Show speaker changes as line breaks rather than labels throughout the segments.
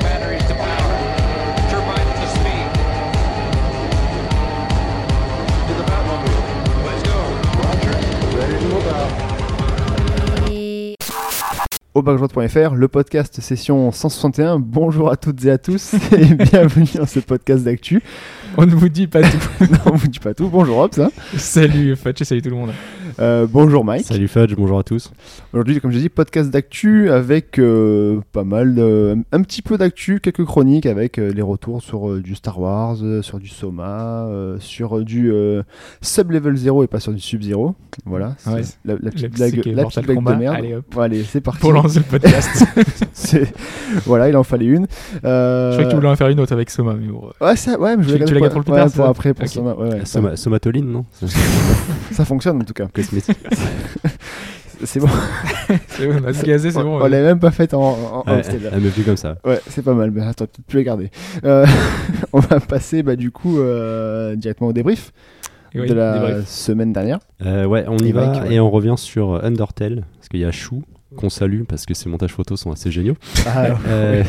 batteries to power. Turbines to speed. To the Batmobile. Let's go.
au background.fr, le podcast session 161. Bonjour à toutes et à tous et bienvenue dans ce podcast d'actu.
On ne vous dit pas tout.
non, on vous dit pas tout. Bonjour Hobbs. hein.
salut Fatch et salut tout le monde.
Euh, bonjour Mike.
Salut Fudge, bonjour à tous.
Aujourd'hui, comme j'ai dit, podcast d'actu avec euh, pas mal, de- un petit peu d'actu, quelques chroniques avec euh, les retours sur euh, du Star Wars, euh, sur du Soma, euh, sur euh, du euh, Sub-Level 0 et pas sur du Sub-Zero. Voilà, c'est
Ah Ouais.
la, la petite
La
blague,
psyché,
la
Mortal
petite blague
Kombat.
de merde. Euh,
Allez, hop.
Bon, allez, c'est parti.
Pour lancer le podcast.
C'est- voilà, il en fallait une.
Je
Euh,
croyais que tu voulais en faire une autre avec Soma, mais bon. euh,
Ouais, ça, ouais, mais je
Tu-
vais
tu la gardes pour le plus tard, ça
après, pour
Ok.
Soma. Ouais, ouais, ça,
Euh, Soma- somatoline, non
ça fonctionne en tout cas.
Cosmétique.
C'est bon.
c'est bon, on a se gazé, c'est bon.
on
euh,
l'avait même pas faite en, en, en
Ouais,
upscale.
Euh, Elle me vue comme ça.
Ouais, c'est pas mal. Ben, attends, peut-être plus la garder. Euh, on va passer bah, du coup euh, directement au débrief
et ouais,
de la
débrief.
semaine dernière.
Euh, ouais, on y
Et
va
Mike, ouais.
et on revient sur euh, Undertale, parce qu'il y a Chou qu'on salue parce que ses montages photos sont assez géniaux,
Ah,
euh,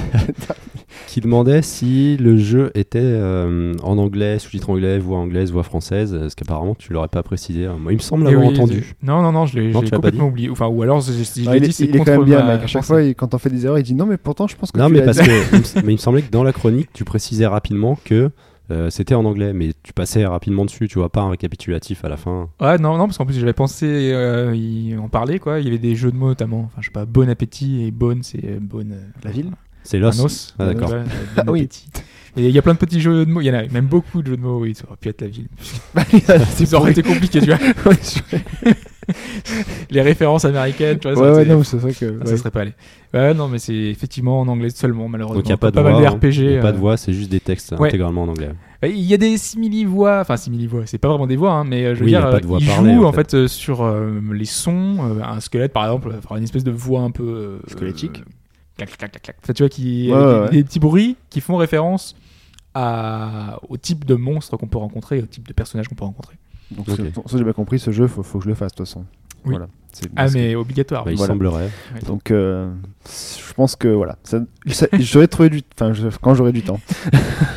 qui demandait si le jeu était euh, en anglais, sous-titre anglais, voix anglaise, voix française, euh, ce qu'apparemment tu l'aurais pas précisé. hein. Moi, il me semble
Et
l'avoir
Eh oui,
entendu.
c'est- Non, non, non, je l'ai
Non,
j'ai
tu l'as pas
complètement oublié. Enfin, ou alors, je, je- je
Ah,
l'ai
il, est-
dit, c'est
il est
contre
quand même bien,
ma
mec. À chaque
pensée.
fois, il- quand on fait des erreurs, il dit non, mais pourtant, je pense que
Non,
tu
mais
l'as
parce
dit.
que il me s- mais il me semblait que dans la chronique, tu précisais rapidement que euh, c'était en anglais, mais tu passais rapidement dessus, tu vois, pas un récapitulatif à la fin.
Ouais, non, non, parce qu'en plus, j'avais pensé euh, y- en parler, quoi. Il y avait des jeux de mots, notamment. Enfin, je sais pas, bon appétit et bonne, c'est euh, bonne. euh,
La ville
C'est Lost.
Un os.
Ah, d'accord.
Ouais, euh,
Ah
bon
oui.
appétit. Et il y a plein de petits jeux de mots. Il y en a même beaucoup de jeux de mots. Oui, ça aurait pu être la ville.
C'est
Ça aurait été compliqué, tu vois.
Ouais, c'est-
Les références américaines, tu vois. ça
ouais,
aurait
ouais,
été-
non, mais c'est vrai que.
Ah,
ouais.
Ça serait pas allé. Ouais, non, mais c'est effectivement en anglais seulement, malheureusement.
Donc il n'y a pas de
mal
voix.
de
hein.
RPG.
Y a pas
euh,
de voix, c'est juste des textes
Ouais.
intégralement en anglais.
Il y a des simili-voix, enfin simili-voix, c'est pas vraiment des voix, hein, mais euh, je veux
Oui, il y a
dire,
pas de
euh,
voix
ils
parlée,
jouent
en
en fait, euh, sur euh, les sons, euh, un squelette par exemple, enfin, une espèce de voix un peu. euh,
Squelettique.
euh, clac, clac, clac, clac, clac. Enfin, tu vois, qui,
Ouais,
avec
ouais,
des, des petits bruits qui font référence à, au type de monstre qu'on peut rencontrer, au type de personnage qu'on peut rencontrer.
Donc,
Ok.
c'est- ça, j'ai bien compris. Ce jeu, faut, faut que je le fasse, de toute façon.
Oui.
Voilà. C'est-
Ah, mais obligatoire.
Bah, il
Voilà.
semblerait.
Donc, euh, je pense que voilà. Ça, ça- j'aurais trouvé du. Enfin, je- quand j'aurai du temps.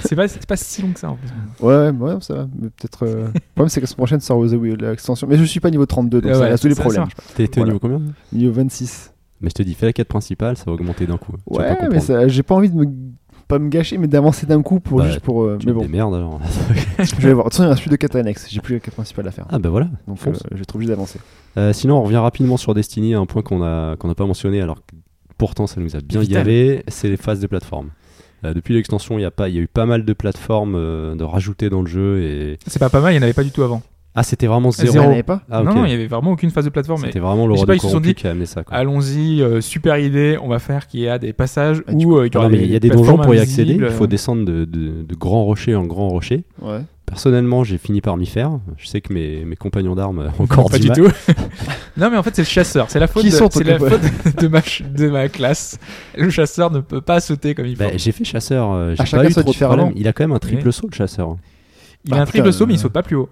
c'est pas, c'est pas si long que ça en plus.
Ouais, ouais, ouais, ça va. Mais peut-être. euh, Le problème, c'est que la semaine prochaine sort The Wheel, l'extension. Mais je suis pas niveau 32, donc
Ouais,
ça
ouais,
a tous les
ça- ça
problèmes.
marche
T'es t'es
Voilà.
au niveau combien
Niveau 26.
Mais je te dis, fais la quête principale, ça va augmenter d'un coup. Tu vas pas
Ouais, mais
comprendre.
ça- j'ai pas envie de me pas me gâcher, mais d'avancer d'un coup pour
Bah,
juste pour. euh,
Tu
mais
te
bon,
démerdes alors.
je vais voir. De toute façon, il reste plus de 4 annexes. J'ai plus la 4 principale à faire.
ah bah voilà.
donc,
fonce.
euh, je vais être obligé d'avancer.
Euh, sinon, on revient rapidement sur Destiny, un point qu'on a qu'on n'a pas mentionné alors que pourtant ça nous a bien
Vital.
gavé, c'est les phases de plateforme. Euh, depuis l'extension, il y, a pas- il y a eu pas mal de plateformes euh, de rajouter dans le jeu. Et...
C'est pas pas mal, il y en avait pas du tout avant.
Ah, c'était vraiment zéro.
Il y en
Zéro.
avait pas
Ah, ok.
Non, non, il y avait vraiment aucune phase de plateforme. mais
C'était vraiment le
je sais
roi
pas,
de
ils se sont
corrompu
dit-
qui a amené ça. Quoi.
Allons-y, euh, super idée, on va faire qu'il y a des passages
Ah, tu-
où euh, il y,
Non,
aura
mais il y a des
plateformes
donjons pour y accéder, il
invisibles,
faut
euh,
descendre de, de, de grand rocher en grand rocher.
Ouais.
Personnellement, j'ai fini par m'y faire. Je sais que mes, mes compagnons d'armes euh, ont encore
Pas
du
du
mal.
tout. non, mais en fait, c'est le chasseur. C'est la faute,
Qui
de,
sont
c'est
tes
la
copains
faute de, ma, ch- de ma classe. Le chasseur ne peut pas sauter comme il faut.
Bah, j'ai fait chasseur, euh, j'ai
À
pas
Ah, chacun
eu
soit
trop de
différent.
problèmes. Il a quand même un triple
Oui.
saut le chasseur. hein.
il a
Ah,
un triple
putain,
saut, mais il
euh,
saute pas plus haut.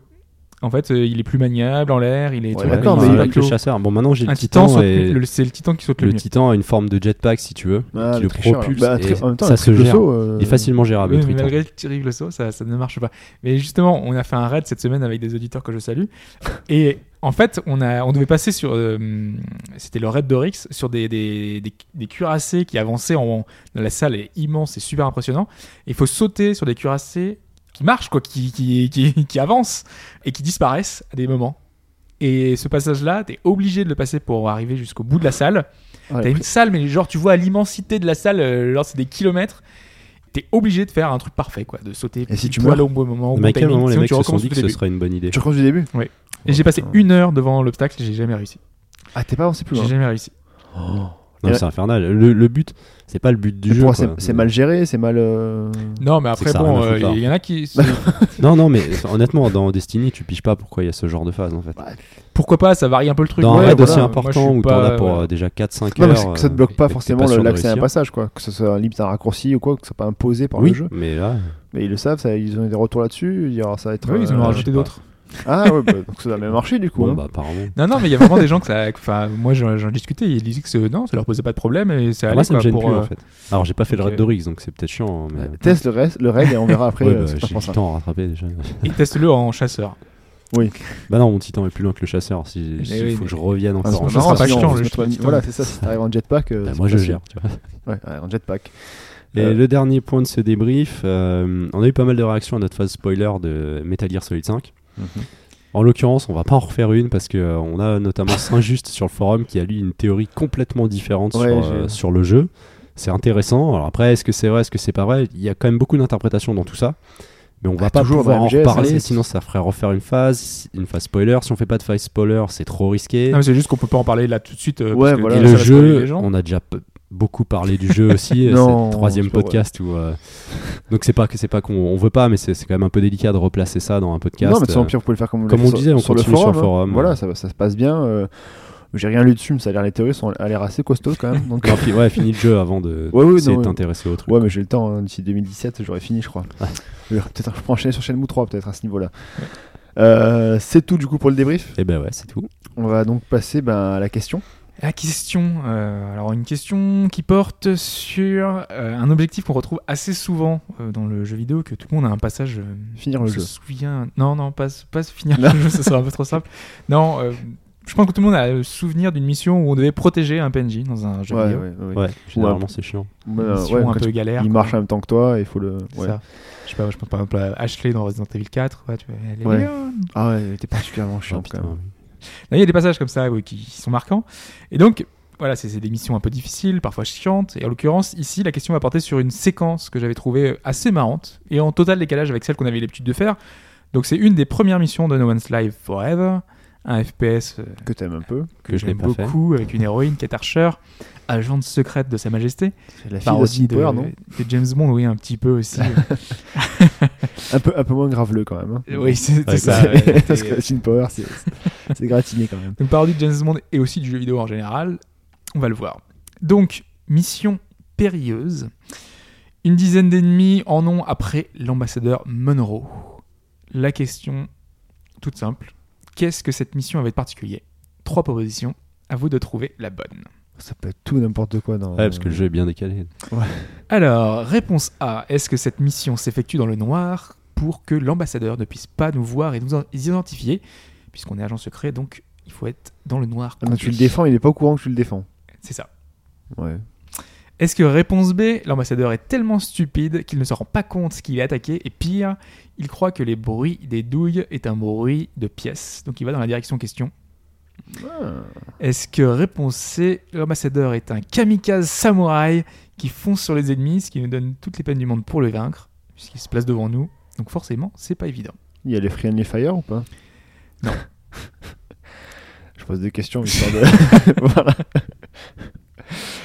En fait, euh, il est plus maniable en l'air. Il est
Ouais,
tout-
d'accord, mais
il saute
il
pas
avec
plus
le
haut.
chasseur. Bon, maintenant j'ai le
Un titan,
titan
saute
et
plus- le- c'est le titan qui saute le,
le
mieux.
titan a une forme de jetpack si tu veux.
Ah,
qui
le
le
tricheur,
propulse
là. Bah,
et
tri- en même temps,
ça
un
se
triple
gère.
saut, euh,
Il est facilement gérable
Oui,
le
mais
triton.
malgré le triple saut, ça, ça ne marche pas. Mais justement, on a fait un raid cette semaine avec des auditeurs que je salue. Et en fait, on, a, on devait passer sur. euh, C'était le raid d'Orix sur des, des, des- des cuirassés qui avançaient en. dans La salle est immense, c'est super impressionnant. Et Il faut sauter sur des cuirassés qui marchent, quoi, qui, qui, qui, qui avancent et qui disparaissent à des moments. Et ce passage-là, t'es obligé de le passer pour arriver jusqu'au bout de la salle.
ah Ouais,
T'as une salle, mais genre tu vois à l'immensité de la salle, euh, genre c'est des kilomètres. T'es obligé de faire un truc parfait, quoi, de sauter.
Et si tu
vois au bon moment, au
Mais
bon
à quel
timing,
moment les
sinon
mecs
tu
se sont
recommences
dit
tout
que
au
ce
début.
serait une bonne idée
Tu recommences du début
Et j'ai passé
Putain.
une heure devant l'obstacle, j'ai jamais réussi.
Ah, t'es pas avancé plus
J'ai
loin.
jamais réussi.
Non,
Et
c'est infernal. Le, le but, c'est pas le but du
Mais
jeu.
pour moi,
quoi.
c'est- c'est mal géré, c'est mal. euh,
Non, mais
que
après,
ça a rien
bon,
à
euh, il
foutre,
y en a qui.
Non, non, mais honnêtement, dans Destiny, tu piges pas pourquoi il y a ce genre de phase en fait.
Pourquoi pas, ça varie un peu le truc.
dans un
ouais,
raid
voilà.
aussi
Moi, je
important
suis
où t'en
pas-
as pour
ouais.
euh, déjà 4-5
Non,
heures.
mais c'est que ça ne bloque pas
euh, et que t'es
forcément
sûr
le-
de
l'accès à un
réussir.
passage, quoi. Que ce soit un limite un raccourci ou quoi, que ce soit pas imposé par
Oui,
le jeu.
mais là,
Mais ils le savent, ça- ils ont eu des retours là-dessus. il y aura- Ça va être.
Oui, ils
euh,
en ont
je sais
rajouté
pas.
d'autres.
Ah ouais, bah, donc ça a même marché du coup.
bon,
hein.
bah apparemment.
Non, non, mais il y a vraiment des gens que ça. Enfin, moi, j'en j'en discutais. Ils disaient que ce- non, ça leur posait pas de problème et ça allait
Ah, Moi, ça me
quoi,
gêne
pour.
plus en
euh,
fait. Alors, j'ai pas fait le raid
ok.
d'Orix, donc c'est peut-être chiant. hein, Mais...
Ouais, Teste le, reste, le raid et on verra Euh, après
bah, Ouais,
euh,
bah,
ce que t'en
j'ai
penses,
du
hein.
temps à rattraper déjà.
Et teste-le en chasseur.
bah non, mon titan est plus loin que le chasseur. Si,
Eh
s'il
oui,
faut
mais-
que je revienne
Ah,
encore.
c'est
en
marrant,
pas
chasseur.
pas
chiant,
chiant,
on se
le
met pas-
putain.
Voilà, c'est ça, si t'arrives en jetpack. euh,
Bah,
c'est
moi, je
facile.
gère. Tu vois.
Ouais, ouais, en jetpack.
Et
Euh,
le dernier point de ce débrief, euh, on a eu pas mal de réactions à notre phase spoiler de Metal Gear Solid 5.
Mhm.
En l'occurrence, on va pas en refaire une parce que euh, on a notamment Saint-Just sur le forum qui a lui une théorie complètement différente
Ouais,
sur,
j'ai-
euh, sur le jeu. C'est intéressant. Alors après, est-ce que c'est vrai, est-ce que c'est pas vrai Il y a quand même beaucoup d'interprétations dans tout ça. Mais on va
Ah,
pas
toujours
pouvoir
dans
en
MGS, hein,
reparler,
c'est-
sinon ça ferait refaire une phase, une phase spoiler. Si on fait pas de phase spoiler, c'est trop risqué.
Non, mais c'est juste qu'on peut pas en parler là tout de suite. euh,
Ouais,
parce que
voilà.
Et
ça
le
va spoiler les
jeu,
gens.
on a déjà peu- beaucoup parlé du jeu aussi. euh, c'est
Non,
le troisième
c'est pas vrai.
podcast où. euh, donc c'est pas que c'est pas qu'on on veut pas, mais c'est c'est quand même un peu délicat de replacer ça dans un podcast.
Non, mais sans
euh,
pire, vous pouvez le faire comme, vous
comme
l'avez
on
sur-
disait, on
sur le
continue
forum.
sur le
hein.
forum,
Voilà,
ouais.
ça, va- ça se passe bien. euh, J'ai rien lu dessus, mais ça a l'air les théories sont à l'air assez costaudes quand même. Donc... euh,
non, puis- ouais, fini le jeu avant de
Ouais, ouais, non,
essayer de
ouais.
t'intéresser au truc.
Ouais, mais j'ai le temps, hein, d'ici 2017, j'aurais fini, je crois. Euh, Peut-être je peux enchaîner sur Shenmue 3, peut-être à ce niveau-là. Euh, c'est tout du coup pour le débrief.
Et ben ouais, c'est tout.
On va donc passer ben, à la question.
La question, euh, alors une question qui porte sur euh, un objectif qu'on retrouve assez souvent euh, dans le jeu vidéo, que tout le monde a un passage. euh,
Finir le
je
jeu.
me souviens. Non, non, pas, pas se finir
Non.
le jeu, ce serait un peu trop simple. Non, euh, je pense que tout le monde a le souvenir d'une mission où on devait protéger un PNJ dans un jeu
Ouais,
vidéo.
ouais, ouais.
Ouais, généralement c'est chiant.
Ben,
Une mission
ouais,
un
quand
peu
tu-
galère.
il
quoi.
marche en même temps que toi, il faut le.
C'est
Ouais.
ça. Je sais pas, je pense par exemple à Ashley dans Resident Evil 4. ouais, tu vois, elle est
Ouais.
bien.
Ah ouais, t'es particulièrement chiant
Ah,
quand
putain,
même.
Non, Il y a des passages comme ça oui, qui qui sont marquants. Et donc, voilà, c'est c'est des missions un peu difficiles, parfois chiantes. Et en l'occurrence, ici, la question va porter sur une séquence que j'avais trouvée euh, assez marrante et en total décalage avec celle qu'on avait l'habitude de faire. Donc, c'est une des premières missions de No Man's Live Forever, un FPS euh,
Que t'aimes un peu.
que,
Que je
j'aime
n'ai pas fait.
beaucoup, avec une héroïne, Kate Archer, agente secrète de Sa Majesté.
C'est la fille
Parodie
d'Austin
de,
Power, non
de James Bond, oui, un petit peu aussi.
un peu, un peu moins graveleux quand même. hein.
oui, c'est c'est
Ouais,
ça.
c'est-
ouais. euh,
Parce que Austin Power, c'est c'est gratiné quand même.
Une parodie de James Bond et aussi du jeu vidéo en général. On va le voir. Donc, mission périlleuse. Une dizaine d'ennemis en ont après l'ambassadeur Monroe. La question, toute simple, qu'est-ce que cette mission avait de particulier Trois propositions, à vous de trouver la bonne.
Ça peut être tout n'importe quoi dans.
Ouais, parce que le jeu est bien décalé.
Alors, réponse A, est-ce que cette mission s'effectue dans le noir pour que l'ambassadeur ne puisse pas nous voir et nous en- identifier Puisqu'on est agent secret, donc il faut être dans le noir.
Ah non, tu le
complet.
défends, il est pas au courant que tu le défends.
C'est ça.
Ouais.
Est-ce que réponse B, l'ambassadeur est tellement stupide qu'il ne se rend pas compte qu'il est attaqué et pire, il croit que les bruits des douilles est un bruit de pièces, donc il va dans la direction question.
Ah.
Est-ce que réponse C, l'ambassadeur est un kamikaze samouraï qui fonce sur les ennemis, ce qui nous donne toutes les peines du monde pour le vaincre, puisqu'il se place devant nous, donc forcément c'est pas évident.
Il y a les Free and les Fire ou pas
Non.
Je pose des questions, mais histoire de. voilà.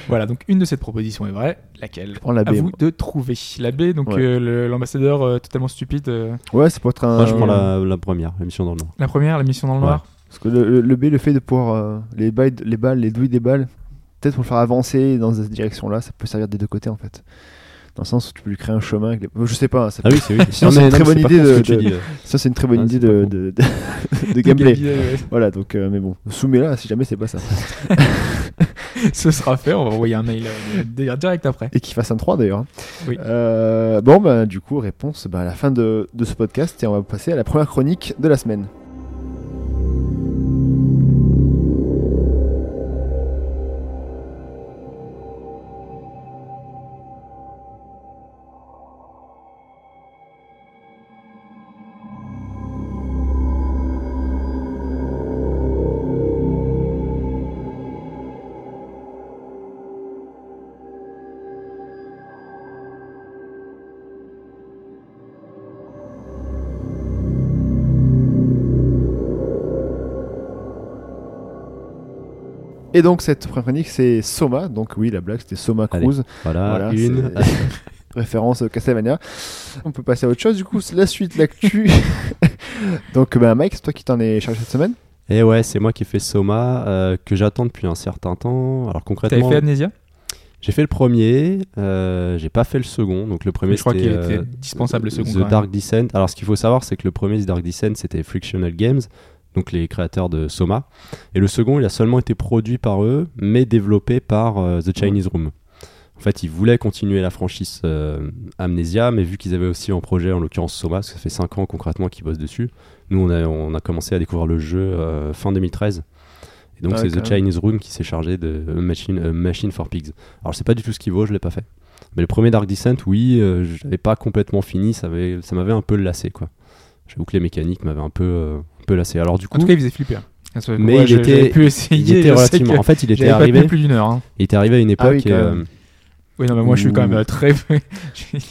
Voilà, donc une de cette proposition est vraie, laquelle
Prends la
À
B,
vous
moi.
de trouver. La B, donc
Ouais.
euh, le- l'ambassadeur euh, totalement stupide. euh,
Ouais, c'est pour être un.
Moi, je prends la, la première émission dans le noir.
la première, la mission dans le
Ouais.
noir.
Parce que le, le- le B, le fait de pouvoir. euh, les, bails- les balles, les douilles des balles, peut-être pour le faire avancer dans cette direction-là, ça peut servir des deux côtés en fait. Dans le sens où tu peux lui créer un chemin. Avec les... Je sais pas, ça
Ah oui, c'est oui.
Sinon,
Non,
c'est
mais
une très
non,
bonne
pas
idée
con ce
de-
que tu
de-
dis, euh.
Ça, c'est une très bonne
Ah,
idée
c'est pas
de,
con.
de, de- de gameplay.
Gabi, euh,
Voilà, donc, euh, mais bon, soumets-la si jamais c'est pas ça.
Ce sera fait, on va envoyer un mail euh, d- direct après.
Et qu'il fasse un 3 d'ailleurs. hein.
Oui.
Euh, bon, bah, du coup, réponse bah, à la fin de, de ce podcast et on va passer à la première chronique de la semaine. Et donc cette première chronique c'est Soma, donc oui la blague c'était Soma
Allez.
Cruise,
Voilà,
Voilà,
une.
c'est- référence euh, Castlevania. On peut passer à autre chose du coup, c'est la suite, l'actu. donc bah, Mike, c'est toi qui t'en es chargé cette semaine
Et ouais, c'est moi qui ai fait Soma, euh, que j'attends depuis un certain temps. Alors
T'avais
concrètement,
fait Amnesia
j'ai fait le premier, euh, j'ai pas fait le second. Donc le premier,
Je crois qu'il
c'était,
était
euh,
dispensable le second.
The
quand même.
Dark Descent. Alors, ce qu'il faut savoir, c'est que le premier The Dark Descent, c'était Frictional Games, donc les créateurs de Soma. Et le second, il a seulement été produit par eux, mais développé par euh, The Chinese Room. En fait, ils voulaient continuer la franchise euh, Amnesia, mais vu qu'ils avaient aussi en projet, en l'occurrence Soma, parce que ça fait 5 ans concrètement qu'ils bossent dessus, nous, on a, on a commencé à découvrir le jeu euh, fin 2013. Et donc,
Ah,
c'est
quand
The
même.
Chinese Room qui s'est chargé de euh, Machine, euh, Machine for Pigs. Alors, je sais pas du tout ce qu'il vaut, je l'ai pas fait. Mais le premier Dark Descent, oui, euh, je l'avais pas complètement fini, ça, avait- ça m'avait un peu lassé, quoi. J'avoue que les mécaniques m'avaient un peu, euh, un peu lassé. Alors, du
En
coup,
tout cas, il faisait flipper. Parce que,
Mais il
j'ai-
était-
j'avais pu essayer.
il était
je sais
relativement.
que
En fait, il était
j'avais pas
arrivé,
tenu plus d'une heure. hein.
il était arrivé à une époque.
Ah oui, quand
et,
même.
euh,
Oui, non, mais moi, je suis quand même
Ouh.
euh, très.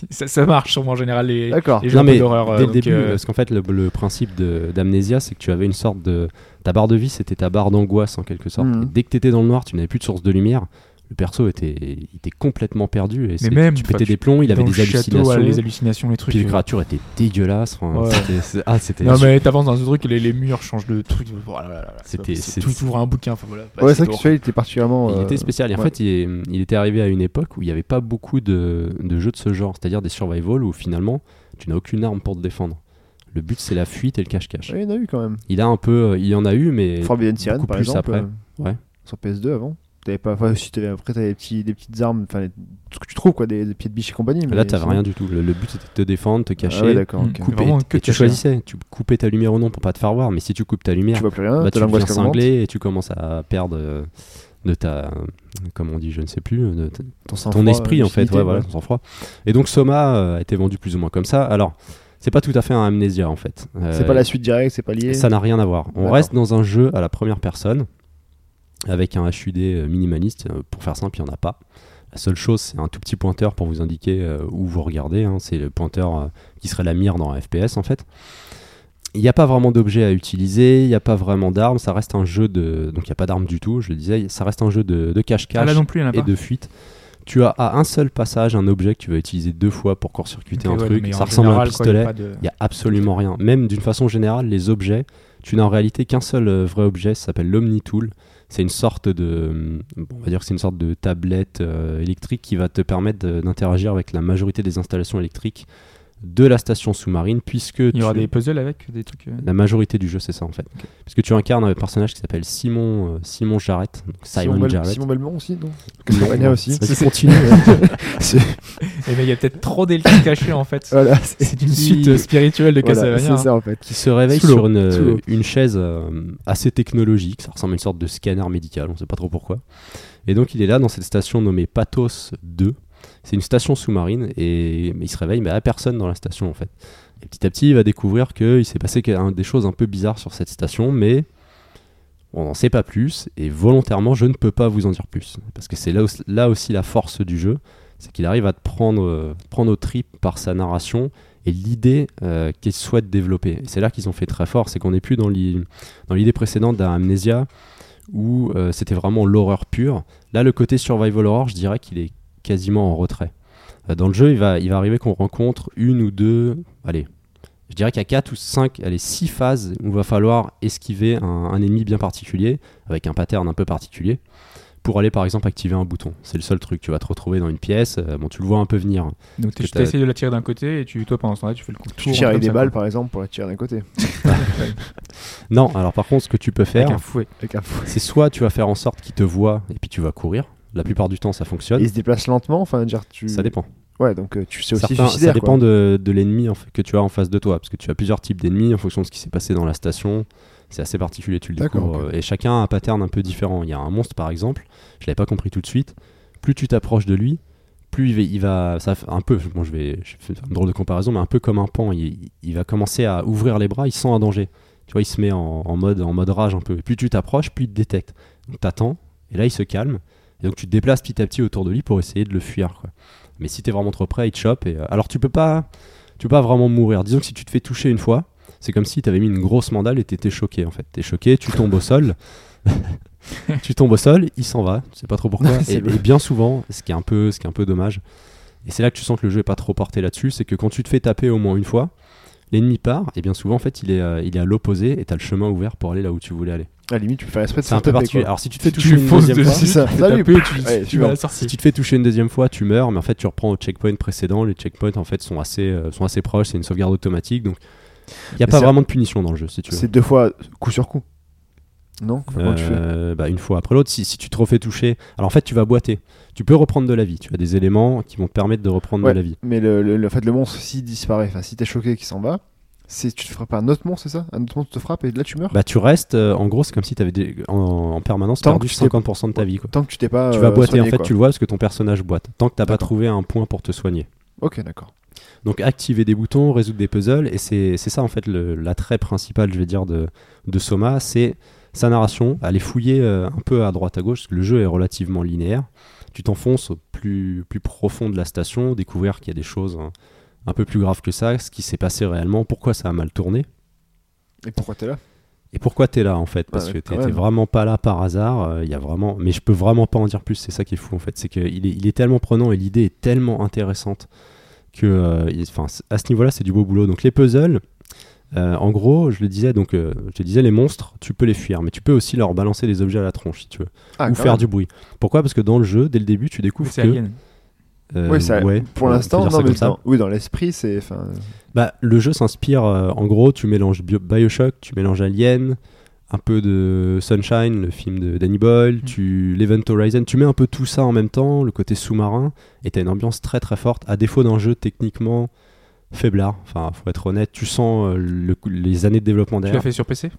ça, ça marche sur moi en général les,
D'accord.
les jeux
non,
un peu
mais
d'horreur. euh,
dès le
donc,
début,
euh,
parce qu'en fait, le, le principe de- d'amnésia, c'est que tu avais une sorte de. Ta barre de vie, c'était ta barre d'angoisse, en quelque sorte.
Mhm.
Et dès que t'étais dans le noir, tu n'avais plus de source de lumière. Le perso était, il était complètement perdu. Et c'est-
même,
tu
enfin,
pétais
tu-
des plombs, il avait
dans
des
le château,
hallucinations.
ouais, les hallucinations, les trucs.
Puis les
euh,
créatures étaient dégueulasses. enfin,
Ouais.
c'était- c'est- Ah, c'était.
Non, mais t'avances dans ce truc, les, les murs changent de truc. Voilà, voilà, voilà.
C'était-
C'est
c'est- Mmh.
tout ouvre un bouquin. Enfin, voilà, bah,
Ouais,
c'est
c'est vrai que
lourd.
celui-là il était particulièrement.
Il
euh,
était spécial. Et en
ouais.
fait, il, est- il était arrivé à une époque où il n'y avait pas beaucoup de, de jeux de ce genre, c'est-à-dire des survival où finalement tu n'as aucune arme pour te défendre. Le but c'est la fuite et le cache-cache.
Ouais, il y en a eu quand même.
Il a un peu, euh, il y en a eu, mais
Forbidden Siren
beaucoup
par
plus
exemple.
après.
euh,
Ouais.
Sur PS2 avant. T'avais pas. Enfin, si t'avais- après t'avais des, petits, des petites armes, enfin les- tout ce que tu trouves quoi, des, des pieds de biche et compagnie. mais
là t'avais
sinon-
rien du tout. Le, le but c'était de te défendre, te
Ah ouais,
cacher,
d'accord.
Mm.
ok.
Coupé.
couper.
Vraiment
Et-
que
et
te
tu
cacher.
choisissais, tu coupais ta lumière ou non pour pas te faire voir. Mais si tu coupes ta lumière,
Tu vois plus rien.
bah,
t'as
tu
l'angoisse
deviens
qui augmente.
cinglé et tu commences à perdre euh, de ta, euh, comment on dit, je ne sais plus, euh, de ta-
sang-froid,
ton esprit
euh,
en fait,
lucidité,
ouais, voilà, ton sang-froid. Et donc Soma euh, a été vendu plus ou moins comme ça. Alors, c'est pas tout à fait un amnésia en fait. Euh,
C'est pas la suite directe, c'est pas lié.
Ça n'a rien à voir. On
D'accord.
reste dans un jeu à la première personne avec un HUD euh, minimaliste. Euh, Pour faire simple, il n'y en a pas. La seule chose, c'est un tout petit pointeur pour vous indiquer euh, où vous regardez. hein. C'est le pointeur euh, qui serait la mire dans un FPS en fait. Il n'y a pas vraiment d'objets à utiliser, il n'y a pas vraiment d'armes, ça reste un jeu de... Donc il n'y a pas d'armes du tout, je le disais, ça reste un jeu de de
Ah,
cache-cache
là non plus, il y en a
et
pas.
de fuite. Tu as à un seul passage un objet que tu vas utiliser deux fois pour court-circuiter
Ok,
un
ouais, mais
truc. Ça
en
ressemble à
général, quoi, il
un
y a
pistolet.
pas de-
Il n'y a absolument rien. Même d'une façon générale, les objets, tu n'as en réalité qu'un seul euh, vrai objet, ça s'appelle l'Omnitool. C'est une sorte de. bon, on va dire que c'est une sorte de tablette euh, électrique qui va te permettre de- d'interagir avec la majorité des installations électriques de la station sous-marine, puisque
Il y aura
tu-
des puzzles avec des trucs. euh,
la majorité du jeu, c'est ça en fait. Parce que tu incarnes un personnage qui s'appelle Simon, euh, Simon Jarrett. donc
Simon,
Simon
Bel-
Jarrett.
Simon Belmont aussi, non
Non,
Castlevania aussi.
vas-y,
C'est-
continue.
Eh ben, il y a peut-être trop d'éléments cachés en fait.
Voilà, c'est
C'est une
qui-
suite euh, spirituelle de
voilà,
Castlevania.
c'est
hein.
ça en fait.
qui se réveille
Sous l'eau,
sur une,
sous l'eau.
une chaise euh, assez technologique. Ça ressemble à une sorte de scanner médical, on ne sait pas trop pourquoi. Et donc il est là dans cette station nommée Pathos 2. C'est une station sous-marine et mais il se réveille, mais à personne dans la station en fait. Et petit à petit, il va découvrir qu'il s'est passé qu'il y a un- des choses un peu bizarres sur cette station, mais on n'en sait pas plus. Et volontairement, je ne peux pas vous en dire plus. Parce que c'est là, aussi- là aussi la force du jeu c'est qu'il arrive à te prendre, euh, te prendre aux tripes par sa narration et l'idée euh, qu'il souhaite développer. Et c'est là qu'ils ont fait très fort, c'est qu'on n'est plus dans l'i- dans l'idée précédente d'un Amnesia où euh, c'était vraiment l'horreur pure. Là, le côté survival horror, je dirais qu'il est quasiment en retrait. Euh, dans le jeu, il va, il va arriver qu'on rencontre une ou deux, allez, je dirais qu'il y a 4 ou 5, allez, 6 phases où il va falloir esquiver un, un ennemi bien particulier, avec un pattern un peu particulier pour aller par exemple activer un bouton. C'est le seul truc. Tu vas te retrouver dans une pièce. euh, bon, tu le vois un peu venir.
Donc
que
tu
t'as-
essayes de la tirer d'un côté et tu, toi pendant ce temps-là, tu fais le coup de
Tu tires avec des balles par exemple pour la tirer d'un côté.
Non, alors par contre, ce que tu peux
Avec
faire,
un fouet.
Avec un fou.
c'est soit tu vas faire en sorte qu'il te voit et puis tu vas courir. La plupart du temps, ça fonctionne.
Il se déplace lentement, enfin, dire tu.
Ça dépend.
Ouais, donc euh, tu sais aussi
Certains-
suicidaire.
ça dépend de, de l'ennemi en fait, que tu as en face de toi, parce que tu as plusieurs types d'ennemis en fonction de ce qui s'est passé dans la station. C'est assez particulier, tu le
D'accord,
découvres. euh, Et chacun a un pattern un peu différent. Il y a un monstre par exemple, je l'avais pas compris tout de suite. Plus tu t'approches de lui, plus il va, il va- ça fait un peu, bon, je vais, je vais faire une drôle de comparaison, mais un peu comme un pan. Il, il va commencer à ouvrir les bras, il sent un danger. Tu vois, il se met en, en mode, en mode rage un peu. Et plus tu t'approches, plus il te détecte. Donc t'attends, et là il se calme. Et donc tu te déplaces petit à petit autour de lui pour essayer de le fuir. Quoi. Mais si t'es vraiment trop près, il te chope. Et, euh, alors tu peux pas, tu peux pas vraiment mourir. Disons que si tu te fais toucher une fois, c'est comme si t'avais mis une grosse mandale et t'étais choqué en fait. T'es choqué, tu tombes au sol. tu tombes au sol, il s'en va, tu sais pas trop pourquoi.
Ouais,
et,
c'est le-
et bien souvent, ce qui est un peu, ce qui est un peu dommage, et c'est là que tu sens que le jeu est pas trop porté là-dessus, c'est que quand tu te fais taper au moins une fois, l'ennemi part, et bien souvent en fait il est, euh, il est à l'opposé et t'as le chemin ouvert pour aller là où tu voulais aller.
À la limite, tu peux faire exprès de
C'est un peu particulier. Alors si tu te fais
Tu
toucher
lui
une
fausses
deuxième
dessus,
fois,
C'est ça.
tu t'es
Salut.
tapé, tu-
Ouais,
tu
tu
vas à
vas.
la
si
sortie.
tu te fais toucher une deuxième fois, tu meurs, mais en fait tu reprends au checkpoint précédent. Les checkpoints en fait sont assez, euh, sont assez proches, c'est une sauvegarde automatique, donc il n'y a
Mais
pas
c'est-
vraiment de punition dans le jeu si tu veux.
C'est deux fois coup sur coup. Non Enfin, comment tu fais
Euh, bah, une fois après l'autre, si, si tu te refais toucher, alors en fait tu vas boiter. Tu peux reprendre de la vie. Tu as des éléments qui vont te permettre de reprendre
Ouais.
de la vie.
Mais le, le, le- en fait, le monstre, s'il disparaît, enfin, si t'es choqué qu'il s'en va, c'est tu te frappes un autre monstre, c'est ça Un autre monstre te frappe et là tu meurs
Bah tu restes. euh, en gros, c'est comme si tu avais en, en permanence
Tant
perdu
que tu t'es-
50% de ta vie. quoi.
Tant que tu t'es pas.
Bah, tu vas
euh,
boiter.
soigné,
en fait,
quoi.
tu le vois parce que ton personnage boite. Tant que t'as pas
D'accord.
trouvé un point pour te soigner.
Ok, d'accord.
Donc activer des boutons, résoudre des puzzles, et c'est c'est ça en fait le- l'attrait principal, je vais dire, de, de Soma, c'est sa narration, aller fouiller euh, un peu à droite à gauche, parce que le jeu est relativement linéaire. Tu t'enfonces au plus, plus profond de la station, découvrir qu'il y a des choses hein, un peu plus graves que ça, ce qui s'est passé réellement, pourquoi ça a mal tourné,
Et pourquoi t'es là
et pourquoi t'es là en fait, parce
Bah ouais,
que
quand
t'es t'es
même.
vraiment pas là par hasard, euh, il y a vraiment... mais je peux vraiment pas en dire plus, c'est ça qui est fou en fait, c'est qu'il est, il est tellement prenant et l'idée est tellement intéressante que euh, il- 'fin, c- à ce niveau-là c'est du beau boulot. Donc les puzzles, euh, en gros je le disais, donc euh, je te disais les monstres, tu peux les fuir, mais tu peux aussi leur balancer des objets à la tronche si tu veux,
Ah,
ou
quand
faire
même.
du bruit. Pourquoi Parce que dans le jeu, dès le début, tu découvres
C'est
que
Alien.
euh,
Ouais, ça-
ouais,
pour
on peut
l'instant,
dire ça
non, mais
comme ça.
dans- oui, dans l'esprit, c'est. enfin,
Bah, le jeu s'inspire, euh, en gros, tu mélanges Bio- Bioshock, tu mélanges Alien, un peu de Sunshine, le film de Danny Boyle, tu l'Event Horizon, tu mets un peu tout ça en même temps, le côté sous-marin, et t'as une ambiance très très forte, à défaut d'un jeu techniquement faiblard, enfin, faut être honnête, tu sens euh, le coup- les années de développement
Tu l'as
derrière.
fait sur PC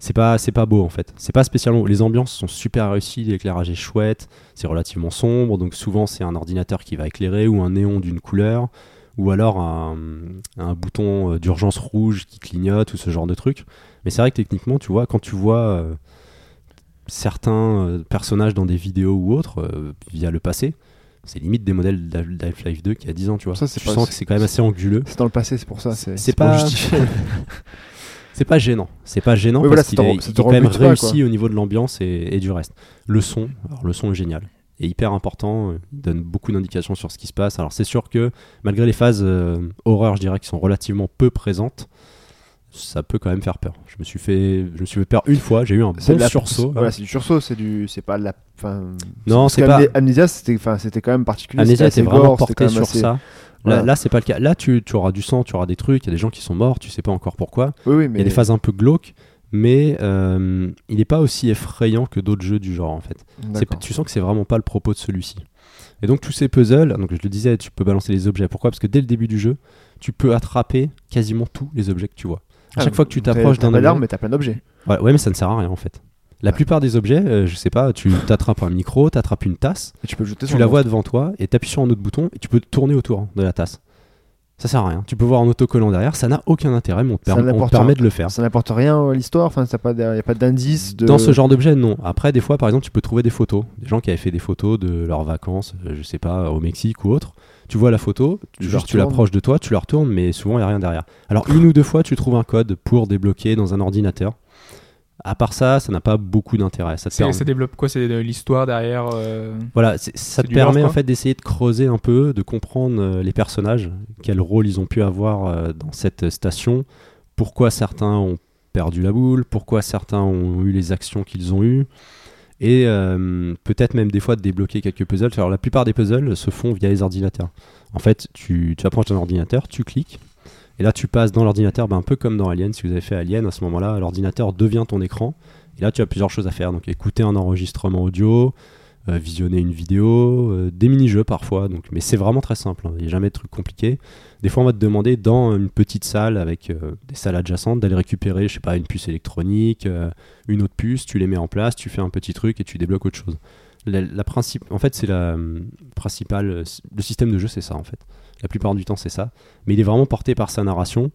C'est pas, c'est pas beau en fait, c'est pas spécialement, les ambiances sont super réussies, l'éclairage est chouette, c'est relativement sombre, donc souvent c'est un ordinateur qui va éclairer ou un néon d'une couleur ou alors un, un bouton euh, d'urgence rouge qui clignote ou ce genre de truc. Mais c'est vrai que techniquement, tu vois, quand tu vois euh, certains euh, personnages dans des vidéos ou autres euh, via le passé, c'est limite des modèles d'Hal- d'Half-Life 2 qui a 10 ans, tu vois.
Ça, c'est
tu
pas-
sens que c'est quand même assez anguleux.
C'est dans le passé, c'est pour ça. C'est
C'est
pour
pas-
justifier.
C'est pas gênant, c'est pas gênant
Oui, voilà,
parce
ça
qu'il
te
est,
re- ça
il est
te
quand même
rebute pas,
réussi au niveau de l'ambiance et, et du reste. Le son, alors le son est génial, est hyper important, euh, il donne beaucoup d'indications sur ce qui se passe. Alors c'est sûr que malgré les phases euh, horreur, je dirais, qui sont relativement peu présentes, ça peut quand même faire peur. Je me suis fait, je me suis fait peur une fois, j'ai eu un
C'est
bon
de la-
sursaut. hein.
Voilà, c'est du sursaut, c'est du. C'est pas de la. Enfin,
non,
parce
c'est
qu'Amne-
pas.
Amnesia, c'était enfin, c'était quand même particulier.
Amnesia
c'était assez
était vraiment
gore, c'était
porté
quand même
sur
assez-
ça. Là-
voilà.
Là, c'est pas le cas. Là, tu, tu auras du sang, tu auras des trucs, il y a des gens qui sont morts, tu sais pas encore pourquoi.
Oui, oui,
Il
mais.
y a des phases un peu glauques, mais euh, il n'est pas aussi effrayant que d'autres jeux du genre en fait. C'est-
D'accord.
Tu sens que c'est vraiment pas le propos de celui-ci. Et donc tous ces puzzles, donc je le disais, tu peux balancer les objets. Pourquoi Parce que dès le début du jeu, tu peux attraper quasiment tous les objets que tu vois. À
Ah,
chaque fois que tu
t'as-
t'approches
t'as
d'un
pas d'armes,
objet,
mais t'as plein d'objets.
ouais, ouais, mais ça ne sert à rien en fait. La
Ouais.
plupart des objets, euh, je sais pas, tu t'attrapes un micro, t'attrapes une tasse,
Et tu peux le jeter sur
tu
le
la
monstre.
vois devant toi et t'appuies sur un autre bouton et tu peux tourner autour de la tasse. Ça sert à rien. Tu peux voir un autocollant derrière, ça n'a aucun intérêt, mais on te,
Ça
permet- on te
n'apporte
permet
rien.
de le faire.
Ça n'apporte rien à l'histoire, enfin, t'as pas de- y a pas d'indice de.
Dans ce genre d'objet, non. Après, des fois, par exemple, tu peux trouver des photos. Des gens qui avaient fait des photos de leurs vacances, euh, je sais pas, au Mexique ou autre. Tu vois la photo, tu,
Tu la
juste tu
retournes.
l'approches de toi, tu la retournes, mais souvent, il n'y a rien derrière. Alors, une ou deux fois, tu trouves un code pour débloquer dans un ordinateur. À part ça, ça n'a pas beaucoup d'intérêt. Ça te
C'est-
permet-
Ça développe quoi C'est de l'histoire derrière euh,
Voilà, c'est- ça
c'est
te
du lore,
permet en
quoi.
fait d'essayer de creuser un peu, de comprendre euh, les personnages, quel rôle ils ont pu avoir euh, dans cette station, pourquoi certains ont perdu la boule, pourquoi certains ont eu les actions qu'ils ont eues, et euh, peut-être même des fois de débloquer quelques puzzles. Alors la plupart des puzzles se font via les ordinateurs. En fait, tu, tu approches d'un ordinateur, tu cliques, et là tu passes dans l'ordinateur, ben, un peu comme dans Alien, si vous avez fait Alien, à ce moment-là, l'ordinateur devient ton écran, et là tu as plusieurs choses à faire, donc écouter un enregistrement audio, euh, visionner une vidéo, euh, des mini-jeux parfois, donc, mais c'est vraiment très simple, hein. il n'y a jamais de truc compliqué. Des fois on va te demander dans une petite salle avec euh, des salles adjacentes d'aller récupérer, je sais pas, une puce électronique, euh, une autre puce, tu les mets en place, tu fais un petit truc et tu débloques autre chose. La, la principe, en fait, c'est la euh, principale, euh, sy- le système de jeu c'est ça en fait. La plupart du temps c'est ça, mais il est vraiment porté par sa narration,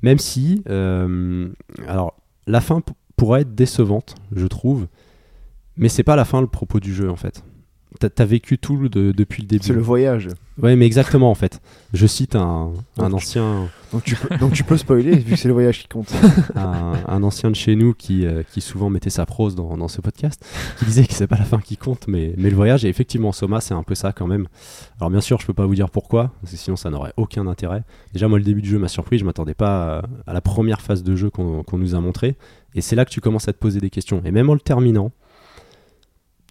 même si, euh, alors la fin p- pourrait être décevante, je trouve, mais c'est pas la fin le propos du jeu en fait. t'as t'as vécu tout le- de- depuis le début.
C'est le voyage.
Ouais, mais exactement en fait. Je cite un, un ancien,
Donc tu peux, donc tu peux spoiler vu que c'est le voyage qui compte.
Euh, un, un ancien de chez nous qui, euh, qui souvent mettait sa prose dans, dans ce podcast, qui disait que c'est pas la fin qui compte, mais, mais le voyage. Et effectivement, Soma, c'est un peu ça quand même. Alors bien sûr, je peux pas vous dire pourquoi, parce que sinon ça n'aurait aucun intérêt. Déjà, moi, le début du jeu m'a surpris. Je m'attendais pas à, à la première phase de jeu qu'on qu'on nous a montrée. Et c'est là que tu commences à te poser des questions. Et même en le terminant,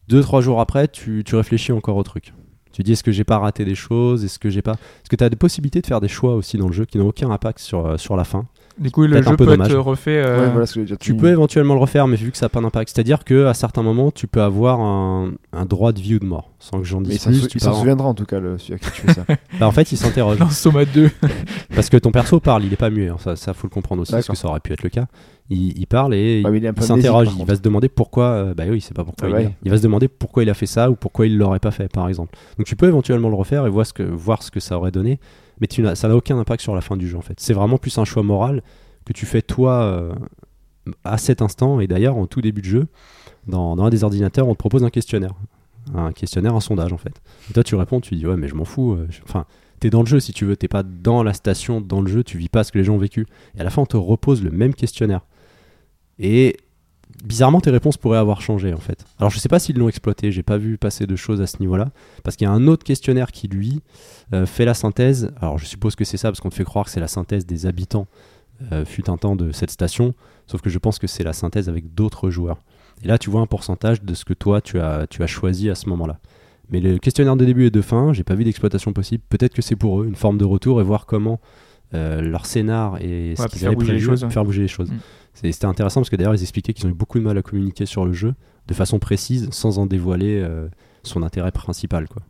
deux trois jours après, tu, tu réfléchis encore au truc. Tu dis est-ce que j'ai pas raté des choses, est-ce que j'ai pas, est-ce que tu as des possibilités de faire des choix aussi dans le jeu qui n'ont aucun impact sur euh, sur la fin.
Du coup, le
Peut-être
jeu
un peu
peut
dommage.
être refait. euh,
Ouais, voilà ce que j'ai déjà
Tu
dit.
peux éventuellement le refaire, mais vu que ça n'a pas d'impact, c'est-à-dire que à certains moments, tu peux avoir un, un droit de vie ou de mort, sans que j'en
Mais il
dise
s'en
plus.
sou-
tu
il
peux
s'en
avoir-
souviendra en tout cas, le, celui à qui tu fais ça.
Bah, en fait, il s'interroge
Dans Soma 2.
parce que ton perso parle, il est pas muet. hein, Ça, ça faut le comprendre aussi, parce que
D'accord.
ça aurait pu être le cas. Il, il parle et
Ah,
il,
mais il est un peu amnésique,
s'interroge.
par
Il
contre.
va se demander pourquoi. euh, bah oui, c'est pas pourquoi.
Ah
il,
ouais.
est là. il va se demander pourquoi il a fait ça ou pourquoi il l'aurait pas fait, par exemple. Donc tu peux éventuellement le refaire et voir ce que voir ce que ça aurait donné, mais tu n'as- ça n'a aucun impact sur la fin du jeu en fait. C'est vraiment plus un choix moral que tu fais toi euh, à cet instant. Et d'ailleurs, en tout début de jeu, dans, dans un des ordinateurs, on te propose un questionnaire. Un questionnaire, un sondage en fait. Et toi, tu réponds, tu dis ouais, mais je m'en fous. euh, je- Enfin, t'es dans le jeu si tu veux, t'es pas dans la station, dans le jeu, tu vis pas ce que les gens ont vécu. Et à la fin, on te repose le même questionnaire. Et bizarrement, tes réponses pourraient avoir changé en fait. Alors, je sais pas s'ils l'ont exploité, j'ai pas vu passer de choses à ce niveau-là. Parce qu'il y a un autre questionnaire qui, lui, euh, fait la synthèse. Alors, je suppose que c'est ça, parce qu'on te fait croire que c'est la synthèse des habitants, euh, fut un temps de cette station. Sauf que je pense que c'est la synthèse avec d'autres joueurs. Et là, tu vois un pourcentage de ce que toi, tu as, tu as choisi à ce moment-là. Mais le questionnaire de début et de fin, j'ai pas vu d'exploitation possible. Peut-être que c'est pour eux une forme de retour et voir comment euh, leur scénar et ce
Ouais,
qu'ils
faire
avaient
bouger les
prévu
choses, ouais.
faire bouger les choses.
Mm.
C'est- C'était intéressant parce que d'ailleurs, ils expliquaient qu'ils ont eu beaucoup de mal à communiquer sur le jeu de façon précise sans en dévoiler euh, son intérêt principal. Quoi.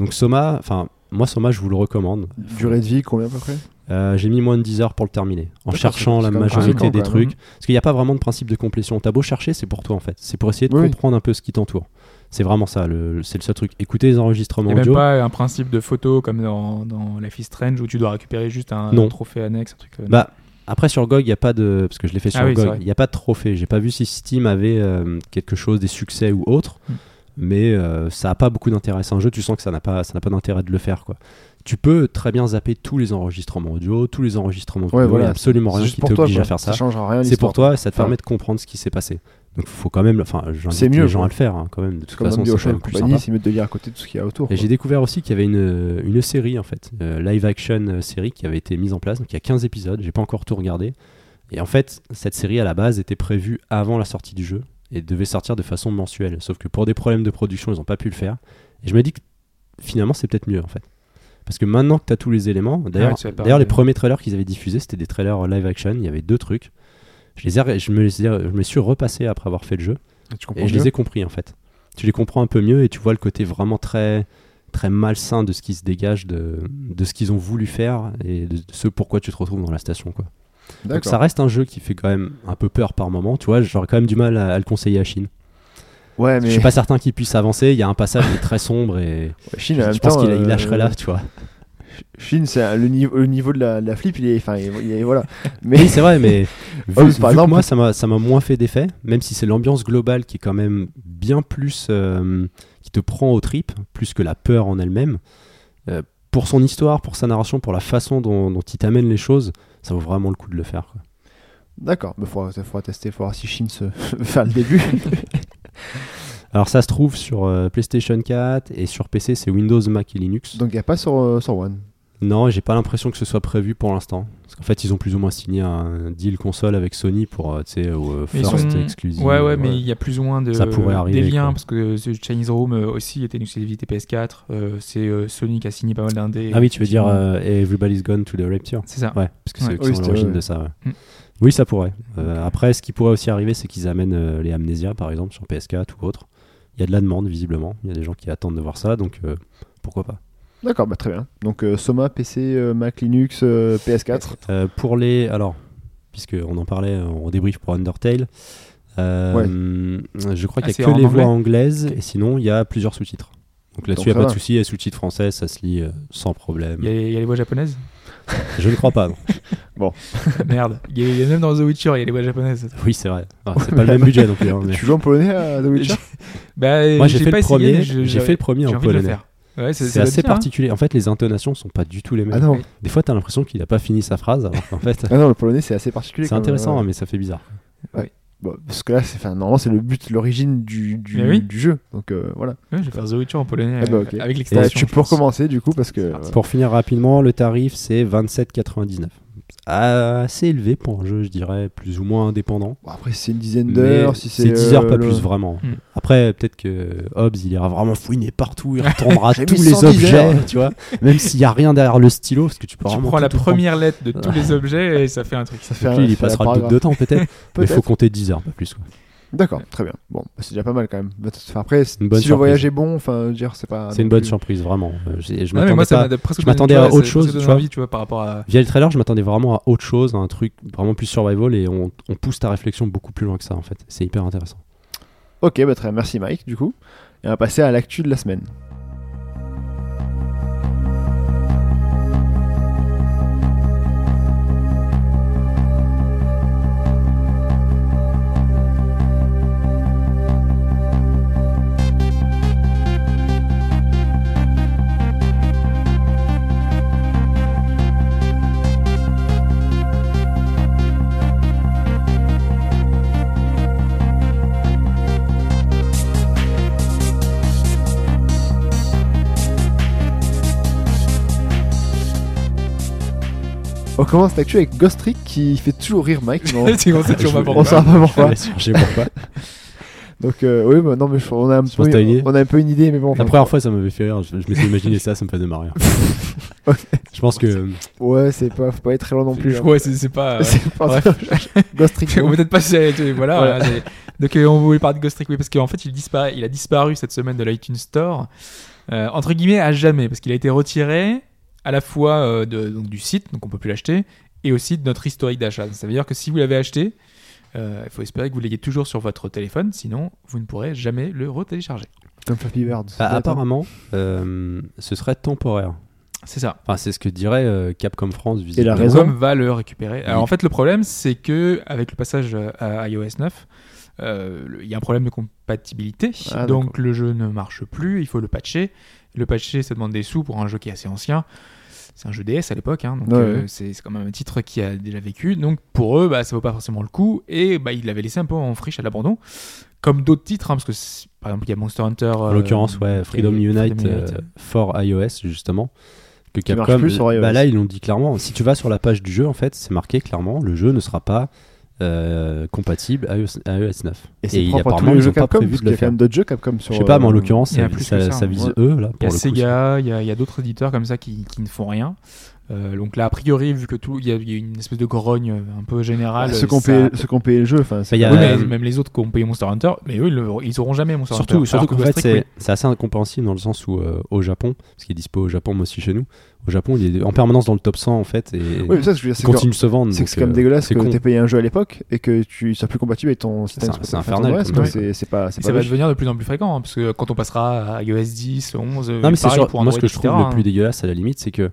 Donc, Soma, enfin, moi, Soma, je vous le recommande.
Durée de vie, combien à peu près
Euh, j'ai mis moins de 10 heures pour le terminer, en
D'accord,
cherchant
c'est-
la
c'est quand même
majorité
conséquent,
des
quand même.
trucs. Parce qu'il n'y a pas vraiment de principe de complétion. T'as beau chercher, c'est pour toi en fait. C'est pour essayer de
Oui, oui.
comprendre un peu ce qui t'entoure. C'est vraiment ça, le, c'est le seul truc. Écoutez les enregistrements
Il n'y a même
audio.
pas un principe de photo comme dans, dans Life is Strange où tu dois récupérer juste un
Non.
trophée annexe, un truc. euh,
Bah, après sur GOG, il n'y a pas de. Parce que je l'ai fait sur
Ah oui, c'est
GOG,
vrai.
il n'y a pas de trophée. J'ai pas vu si Steam avait euh, quelque chose, des succès ou autre.
Hmm.
Mais euh, ça n'a pas beaucoup d'intérêt. C'est un jeu, tu sens que ça n'a pas, ça n'a pas d'intérêt de le faire. quoi. Tu peux très bien zapper tous les enregistrements audio, tous les enregistrements vidéo.
Ouais,
il y a
voilà.
absolument
C'est
rien
juste
qui
pour toi,
t'oblige
quoi.
à faire ça.
Ça changera rien. à
C'est
l'histoire.
pour toi et ça te
Enfin.
permet de comprendre ce qui s'est passé. Donc faut quand même, enfin, j'invite
C'est
les
mieux,
gens
quoi.
à le faire hein, quand même. De
C'est
toute
comme
façon,
dans
c'est quand
Bioshock
même
et
plus
compagnie,
sympa.
c'est mieux de lire à côté de ce qu'il y a autour.
Et
quoi.
j'ai découvert aussi qu'il y avait une, une série en fait, euh, live action euh, série qui avait été mise en place. Donc il y a 15 épisodes, j'ai pas encore tout regardé. Et en fait, cette série à la base était prévue avant la sortie du jeu et devait sortir de façon mensuelle. Sauf que pour des problèmes de production, ils ont pas pu le faire. Et je me dis que finalement, c'est peut-être mieux en fait. Parce que maintenant que tu as tous les éléments, d'ailleurs,
tu l'avais pas
d'ailleurs
regardé.
les premiers trailers qu'ils avaient diffusés, c'était des trailers euh, live action. Il y avait deux trucs. Je, les ai- je, me, les ai- je me suis repassé après avoir fait le jeu.
Ah, Tu comprends
Et je
mieux
les ai compris en fait. Tu les comprends un peu mieux et tu vois le côté vraiment très très malsain de ce qui se dégage de, de ce qu'ils ont voulu faire et de, de ce pourquoi tu te retrouves dans la station quoi. Donc
D'accord.
ça reste un jeu qui fait quand même un peu peur par moment, tu vois, j'aurais quand même du mal à, à le conseiller à Chine.
Ouais, mais
Je suis pas certain qu'il puisse avancer, il y a un passage qui est très sombre et
Chine, en
je
même
pense
temps,
qu'il a-
euh,
il lâcherait là, tu vois.
Chine, c'est un- le niveau, le niveau de la, de la flip, il est, enfin, il est- il est- voilà. Mais Oh,
Oui, c'est vrai, mais vu,
par
vu que
exemple-
moi, ça m'a ça m'a moins fait d'effet, même si c'est l'ambiance globale qui est quand même bien plus. euh, qui te prend aux tripes, plus que la peur en elle-même. Euh, pour son histoire, pour sa narration, pour la façon dont, dont il t'amène les choses, ça vaut vraiment le coup de le faire. quoi.
d'accord, il faudra, faudra tester, faudra voir si Chine se faire le début.
Alors, ça se trouve sur euh, PlayStation 4 et sur PC, c'est Windows, Mac et Linux.
Donc il n'y a pas sur, euh, sur One.
Non, j'ai pas l'impression que ce soit prévu pour l'instant. Parce qu'en fait, ils ont plus ou moins signé un deal console avec Sony pour, euh, tu sais, au euh,
Mais ils
first
sont-
exclusive.
Ouais, ouais, mais il y a plus ou moins de,
Ça pourrait arriver,
des liens
quoi.
parce que ce Chinese Room euh, aussi était une exclusivité PS4. euh, c'est euh, Sony qui a signé pas mal d'indés.
Ah oui, tu veux dire euh, Everybody's Gone to the Rapture
C'est ça.
Ouais, parce que c'est
Ouais.
eux qui
Oui,
sont à
c'était-
l'origine
ouais.
de ça. ouais.
Mm.
Oui, ça pourrait. Euh, Après, ce qui pourrait aussi arriver, c'est qu'ils amènent euh, les Amnesia, par exemple, sur PS4 ou autre. Il y a de la demande, visiblement. Il y a des gens qui attendent de voir ça, donc euh, pourquoi pas.
D'accord, bah, très bien. Donc euh, Soma, PC, euh, Mac, Linux, euh, PS4.
Euh, pour les. Alors, puisque on en parlait en débrief pour Undertale, euh, je crois
Ah,
qu'il
c'est
n'y a que
en
les
anglais
voix anglaises, et sinon, il y a plusieurs sous-titres. Donc là-dessus,
Donc,
il n'y a
ça
pas
va.
de souci. Les sous-titres français, ça se lit euh, sans problème.
Il y, a- il y a les voix japonaises.
Je ne crois pas. non.
Bon.
Merde. Il y a- il y a même dans The Witcher, il y a les voix japonaises.
Oui, c'est vrai. Ah, c'est pas le même budget non plus. hein, mais-
Tu joues en polonais à The Witcher
Bah,
Moi, j'ai fait,
pas
le
essayé,
premier.
mais je-
J'ai
j'aurais-
fait le premier
j'ai
en
envie de le
polonais.
faire. Ouais, ça-
C'est
ça doit
assez
être bien, hein.
particulier. En fait, les intonations sont pas du tout les mêmes.
Ah non.
Des fois, t'as l'impression qu'il a pas fini sa phrase, alors qu'en fait,
Ah non, le polonais c'est assez particulier.
c'est
quand même,
intéressant, hein.
ouais.
mais ça fait bizarre.
Bon, parce que là, c'est, enfin, normalement, c'est le but, l'origine du, du,
Mais oui.
du jeu. Donc euh, voilà.
Ouais, je vais faire The Witcher en polonais
Ah bah,
euh,
ok.
avec
Et
l'extension.
tu
je
peux
pense.
recommencer du coup parce que.
Pour finir rapidement, le tarif c'est 27,99. Assez élevé pour un jeu, je dirais, plus ou moins indépendant.
Bon, après, c'est une dizaine
Mais
d'heures. Si c'est,
c'est 10 heures,
euh,
pas
le-
plus vraiment.
Hmm.
Après, peut-être que Hobbes il ira vraiment fouiner partout, il retomberà
J'ai
tous
mis
les
110
objets,
heures.
tu vois, même s'il n'y a rien derrière le stylo, parce que tu peux
Tu
vraiment
prends
tout,
la
tout
première lettre de tous les objets et ça fait un truc.
Ça fait
prendre.
un-
Et puis, il y
ça fait un
passera le double de
paragraphe.
temps peut-être, mais il faut
Peut-être.
compter 10 heures, pas plus. quoi.
D'accord, très bien. Bon, bah, c'est déjà pas mal quand même. Bah, t- enfin, après, c-
Une bonne
si le
surprise.
voyage est bon, enfin, je veux dire, c'est pas.
C'est une
non
bonne
plus-
surprise, vraiment. Euh, j'ai- Je
Non, mais
m'attendais
moi, ça
pas-
m'a presque
je
donné-
m'attendais
tu vois,
à
ça m'a
autre chose,
presque donné
tu vois.
envie, tu vois, par rapport à.
Via le trailer, je m'attendais vraiment à autre chose, à un truc vraiment plus survival, et on, on pousse ta réflexion beaucoup plus loin que ça, en fait. C'est hyper intéressant.
Ok, bah, très bien. Merci Mike, du coup. Et on va passer à l'actu de la semaine. On commence cette actu avec Ghost Trick qui fait toujours rire Mike. mais on-
C'est bon, c'est toujours
Je
pas
voulais-
pour
on
moi.
saura pas Ah, bah, pourquoi.
Ouais, j'ai pourquoi.
Donc euh, oui, bah, non mais je- on a un
pense
peu,
que t'as une idée.
on a un peu une idée, mais bon.
La
enfin,
première fois, ça m'avait fait rire. Je, je m'étais imaginé ça, ça me faisait marrer. Je pense que
Ouais, c'est pas, faut pas être très loin non plus.
Je-
hein.
Ouais, c'est c'est pas. euh,
C'est pas-
bref.
Ghost Trick.
on va peut-être passer à- voilà,
Voilà.
voilà, c'est- donc euh, on voulait parler de Ghost Trick oui, parce qu'en fait il disparaît il a disparu cette semaine de l'iTunes Store euh, entre guillemets à jamais parce qu'il a été retiré à la fois euh, de- donc, du site donc on peut plus l'acheter et aussi de notre historique d'achat ça veut dire que si vous l'avez acheté euh, il faut espérer que vous l'ayez toujours sur votre téléphone sinon vous ne pourrez jamais le retélécharger
Comme Flappy Bird.
bah, apparemment, euh, ce serait temporaire.
c'est ça
Enfin, c'est ce que dirait euh, Capcom
Et
France.
la
visiblement.
raison
Qualcomm va le récupérer. Alors en fait, le problème, c'est que avec le passage euh, à iOS 9, euh, le- il y a un problème de compatibilité.
Ah,
donc le jeu ne marche plus. Il faut le patcher. Le patcher, ça demande des sous pour un jeu qui est assez ancien. C'est un jeu DS à l'époque, hein, donc
Ouais,
euh,
ouais.
c'est c'est quand même un titre qui a déjà vécu. Donc pour eux, bah, ça vaut pas forcément le coup. Et bah, ils l'avaient laissé un peu en friche à l'abandon, comme d'autres titres, hein, parce que c'est- par exemple, il y a Monster Hunter. euh,
En l'occurrence, ouais, Freedom Unite euh, for iOS, justement. Que
marche
Capcom,
plus sur iOS.
bah là, ils l'ont dit clairement. Si tu vas sur la page du jeu, en fait, c'est marqué clairement le jeu ne sera pas euh, compatible à iOS, à iOS 9.
Et c'est
il-
propre à tous
apparemment,
les
ils
jeux
ont pas
Capcom.
prévu
Parce qu'il
de le
y a quand
faire.
même d'autres jeux Capcom sur.
Je sais pas, mais en
euh,
l'occurrence,
il y a
ça,
plus que
ça-
ça,
ça
hein.
vise
Ouais.
eux, là, pour
Il y a
le coup,
Sega, il y a, il y a d'autres éditeurs comme ça qui, qui ne font rien. Euh, donc là, a priori, vu que tout, il y, a- il y a une espèce de grogne euh, un peu générale.
Ceux
euh,
qui ont
ça-
payé- ceux qui ont payé le jeu, enfin, c'est
Il y a-
Oui,
pas-
mais
euh,
même les autres qui ont payé Monster Hunter, mais eux, ils, le- ils auront jamais Monster
Surtout,
Hunter.
surtout
Alors
qu'en
Ghost
fait,
Trick,
c'est
oui.
c'est assez incompréhensible dans le sens où, euh, au Japon, parce qu'il est dispo au Japon, mais aussi chez nous, au Japon, il est en permanence dans le top 100, en fait, et
Oui, mais ça, ce que je veux dire,
il
c'est que-
continue de se vendre.
c'est que
donc,
c'est quand même
euh,
dégueulasse
c'est
que
con.
t'aies payé un jeu à l'époque et que tu sois plus compatible avec ton système.
C'est un-
exploitant-
c'est
enfin, ton
infernal,
OS,
comme
quoi.
ça.
C'est c'est pas. c'est
ça
pas
bah
va
logique.
devenir de plus en plus fréquent, hein, parce que quand on passera à iOS 10, 11,
Non, mais c'est
pareil
sûr,
pour Android,
moi, ce que je trouve
etc., hein.
le plus dégueulasse, à la limite, c'est que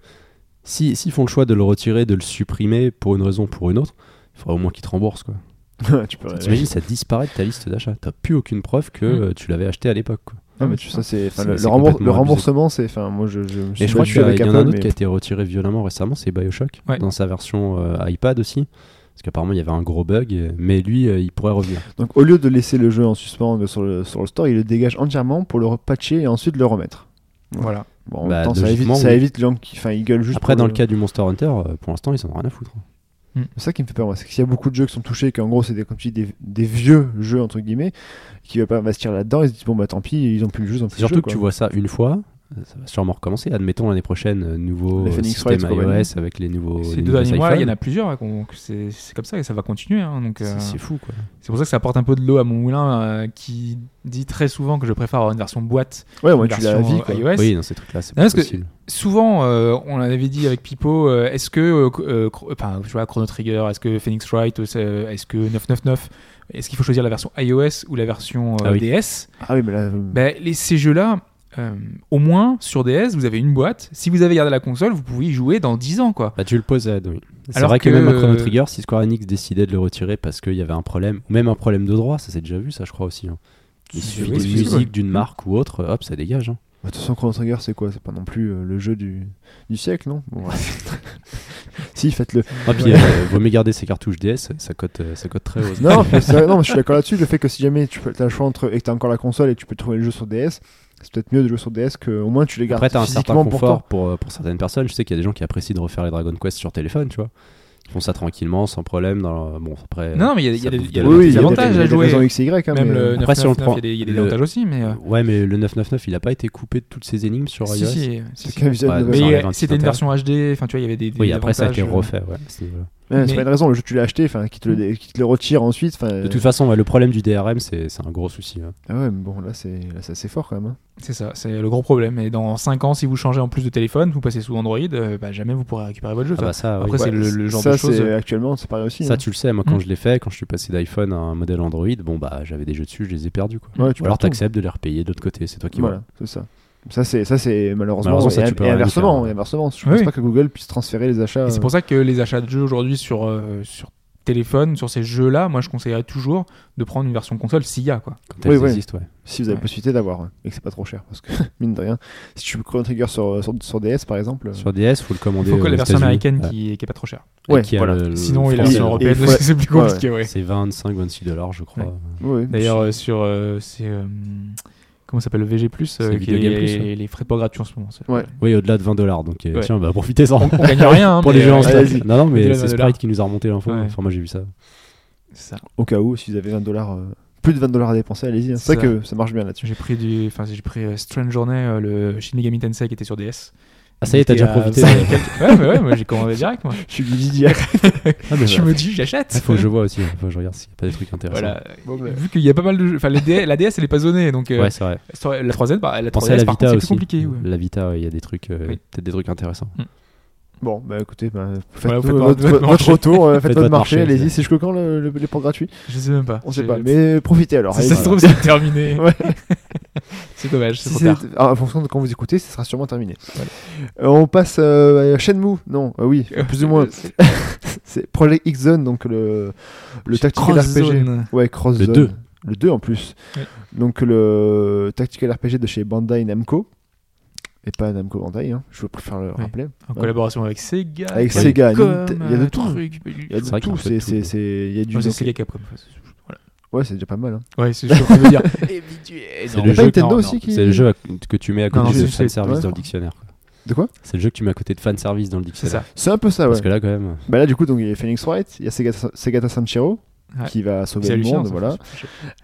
si- s'ils font le choix de le retirer, de le supprimer pour une raison ou pour une autre, il faudra au moins qu'ils te remboursent, quoi.
Tu peux.
T'imagines, ça disparaît de ta liste d'achat. T'as plus aucune preuve que
Mm.
euh, tu l'avais acheté à l'époque, quoi.
Non, mais tu- ça, c'est. enfin,
C'est-
Le
c'est
le remboursement- le
complètement
remboursement, c'est. Enfin, moi, je. je me suis
Et je crois
battu
qu'il y, a-
avec
il y en a
Apple,
un autre
mais-
qui a été retiré violemment récemment, c'est Bioshock,
Ouais.
dans sa version euh, iPad aussi. Parce qu'apparemment, il y avait un gros bug, euh, mais lui, euh, il pourrait revenir.
Donc au lieu de laisser le jeu en suspens euh, sur le, sur le store, il le dégage entièrement pour le repatcher et ensuite le remettre.
Voilà.
Bon, en
Bah,
même temps, ça évite,
logiquement,
ça
oui.
évite les gens qui, enfin, ils gueulent juste.
Après,
pour
dans le cas du Monster Hunter, euh, pour l'instant, ils en ont rien à foutre.
c'est ça qui me fait peur, moi, c'est qu'il y a beaucoup de jeux qui sont touchés, et qu'en gros, c'est des, comme tu dis, des, des vieux jeux entre guillemets, qui veulent pas investir là-dedans. Ils se disent bon bah tant pis, ils ont plus le jeu, ils ont plus
C'est
le
surtout
jeu,
que
quoi.
tu vois ça une fois, euh, ça va sûrement recommencer. Admettons l'année prochaine, euh, nouveau
Les
euh,
Phoenix
système
Wright, quoi, ouais.
iOS avec les nouveaux.
Ces
Oh, les
deux
nouveaux
derniers mois, il y en
iPhones.
a plusieurs, hein, qu'on- que c'est c'est comme ça et ça va continuer. hein, donc, euh,
C'est c'est fou, quoi.
c'est pour ça que ça apporte un peu de l'eau à mon moulin euh, qui dit très souvent que je préfère avoir une version boîte
Ouais, moi
qu'une
tu l'as à
version,
vie.
euh,
Quoi.
iOS.
Oui, dans ces trucs-là, c'est
Non,
pas
parce que-
possible.
souvent, euh, on l'avait dit avec Pipo, euh, est-ce que, euh, cro- euh, cro- enfin, je vois Chrono Trigger, est-ce que Phoenix Wright, euh, c'est- euh, est-ce que 999, est-ce qu'il faut choisir la version iOS ou la version euh,
Ah oui.
DS
Ah oui, mais là, euh,
ben, les, Ces jeux-là, euh, au moins sur DS, vous avez une boîte. Si vous avez gardé la console, vous pouvez y jouer dans 10 ans, quoi.
Bah, tu le possèdes, oui. C'est
Alors
vrai que,
que-
même un Chrono Trigger, si Square Enix décidait de le retirer parce qu'il y avait un problème, ou même un problème de droit, ça s'est déjà vu, ça je crois aussi. hein. Il
C'est-
suffit
oui,
d'une
c'est
musique,
possible.
d'une marque ou autre, hop, ça dégage. hein.
Bah, De toute façon, Chrono Trigger, c'est quoi C'est pas non plus euh, le jeu du, du siècle, non Bon, ouais. Si, faites-le.
Ah, puis,
Ouais.
euh, vaut mieux garder ses cartouches DS, ça cote, euh, ça cote très haut.
Non, mais c'est vrai, non, mais je suis d'accord là-dessus. Le fait que si jamais tu as le choix entre et que t'as encore la console et que tu peux trouver le jeu sur DS, c'est peut-être mieux de jouer sur DS que au moins tu les gardes
Après, t'as un certain
physiquement pour
confort
toi.
pour, euh, pour certaines personnes. Je sais qu'il y a des gens qui apprécient de refaire les Dragon Quest sur téléphone, tu vois. Ils font ça tranquillement, sans problème. Dans le- Bon, après.
Non, non, mais il y a-
ça
il y a des-
bouffe
il y a des
de la-
Oui, il y a des-
avantages à
il y a des
jouer.
raisons XY. Hein,
Même
mais,
le
euh,
Après, si on le
999, il y a
prend-
des- il y a des
le-
avantages aussi, mais. euh,
Ouais, mais le 999, il a pas été coupé de toutes ses énigmes sur
si,
iOS.
si, si,
C'est
si.
quand même visuel
Ouais,
de
mais-
raison.
Mais
un
euh,
petit
c'était une
intérêt.
version HD, enfin tu vois, il y avait des. des-
Oui,
des
après, ça a été
avantages, euh,
refait. ouais, c'est- voilà.
Ouais, C'est
mais-
pas une raison, le jeu tu l'as acheté, enfin, qui te, le dé- qui te le retire ensuite. enfin,
De toute façon, ouais, le problème du DRM, c'est c'est un gros souci. hein.
Ah ouais, mais bon, là c'est là, c'est assez fort quand même. hein.
C'est ça, c'est le gros problème. Et dans 5 ans, si vous changez en plus de téléphone, vous passez sous Android, euh, bah, jamais vous pourrez récupérer votre jeu.
Ah
ça.
bah ça, oui.
Après, c'est le, le genre
ça,
de choses. euh,
c'est- Actuellement, c'est pareil aussi.
Ça,
hein.
tu le sais, moi quand
Mm.
je l'ai fait, quand je suis passé d'iPhone à un modèle Android, bon bah j'avais des jeux dessus, je les ai perdus quoi.
Ouais, tu
Ou alors
peux tout.
t'acceptes de les repayer de l'autre côté, c'est toi qui vois.
Voilà, c'est ça. Ça, c'est, ça, c'est malheureusement.
Malheureusement, ça,
et,
tu peux
et
rien y
inversement,
faire.
et inversement, je
Oui.
pense pas que Google puisse transférer les achats.
hein. Et c'est pour ça que les achats de jeux aujourd'hui sur, euh, sur téléphone, sur ces jeux-là, moi je conseillerais toujours de prendre une version console s'il y a. Quoi.
Quand elles
Oui, oui.
existent, ouais.
si vous avez
Ouais.
possibilité d'avoir, hein, et que c'est pas trop cher. Parce que, mine de rien, si tu peux Chrono Trigger sur, sur, sur DS par exemple. euh,
Sur DS, faut le
Il
commander.
faut que
euh, aux
la version
États-Unis.
américaine
Ouais.
qui, qui est pas trop chère.
Et
Ouais,
qui a
voilà.
le- le
Sinon, et la
français,
version
euh,
et
européenne
il faut-
aussi, c'est plus
ouais.
compliqué. ouais.
C'est 25, 26 dollars, je crois.
Ouais.
oui, oui.
D'ailleurs, euh, sur. euh, c'est, euh, comment ça s'appelle le VG, euh,
C'est
qui est
Video Game Plus,
les,
ouais.
les frais de port gratuits en ce moment. ça.
Ouais.
Oui, au-delà de 20 dollars. Donc euh,
Ouais.
tiens, bah profitez-en.
On, on gagne rien. hein,
Pour les
mais,
gens en
euh,
stage.
allez-y.
Non, non, mais
Au-delà de
c'est
20
Sprite qui nous a remonté l'info.
Ouais.
Enfin, moi j'ai vu ça.
c'est ça.
Au cas où, si vous avez 20 dollars, euh, plus de 20 dollars à dépenser, allez-y. hein. C'est
Ça.
vrai que ça marche bien là-dessus.
J'ai pris, du, enfin, j'ai pris euh, Strange Journey, euh, le Shin Megami Tensei qui était sur DS.
Ah, ça y est, t'as
Qui était
déjà
à
profité.
5 et quelques- Ouais, ouais, ouais, moi j'ai commandé direct. Moi.
Je suis Didier.
Ah, mais
Je me dis, j'achète.
Il Ah, faut que je vois aussi, faut que je regarde s'il n'y a pas des trucs intéressants.
Voilà. Vu qu'il y a pas mal de jeux. Enfin, les DS, la DS, elle est pas zonée. Donc, euh,
Ouais, c'est vrai.
sur la 3 la 3DS,
Pensez à la
par contre,
Vita
c'est
aussi.
plus compliqué. ouais.
La Vita, ouais, il y a des trucs, euh,
Oui.
peut-être des trucs intéressants.
Bon, bah écoutez, bah, faites
Voilà, vous faites
votre,
votre- votre
votre
marché.
retour, euh, faites,
Faites
votre
votre
marché,
marché,
allez-y.
c'est-
C'est jusque quand le, le- les ports gratuits
Je sais même pas.
On sait
J'ai-
pas, mais profitez alors.
Si
allez-y.
ça se trouve, c'est terminé.
Ouais.
C'est dommage, c'est
Si
trop tard.
c'est- En fonction de quand vous écoutez, ce sera sûrement terminé. Euh, on passe euh, à Shenmue. Non, euh, oui, plus ou moins. C'est Project X Zone, donc le, le tactical
Cross
RPG.
Zone.
Ouais, Cross
Le
Zone.
deux.
Le 2 en plus.
Ouais.
Donc le tactical RPG de chez Bandai Namco. Et pas Namco Bandai, hein, je préfère le rappeler.
En collaboration avec Sega.
Avec
Capcom,
Sega, Nint- il y a de
euh,
tout.
truc.
Il y a
C'est
de
vrai qu'il
tout,
y a un peu
c'est-
de
c'est-
tout.
c'est- il y a du.
Ouais, C'est
donc-
Sega Capcom. Voilà.
Ouais, c'est déjà pas mal. hein.
Ouais, c'est ce que je suis en train de dire. Eh,
C'est
non,
le
pas
jeu-
Nintendo
non,
aussi
non.
qui.
C'est le jeu à- que tu mets à
Non,
côté
non,
de
c'est- c'est-
fanservice
ouais.
dans le dictionnaire. quoi.
De quoi
C'est le jeu que tu mets à côté de fanservice dans le
C'est
dictionnaire.
ça.
C'est un peu ça, ouais.
Parce que là, quand même.
Bah là, du coup, donc il y a Phoenix Wright, il y a Sega- Segata Sanchiro
Ouais.
qui va sauver
C'est
le
hallucinant.
monde,
ça.
voilà.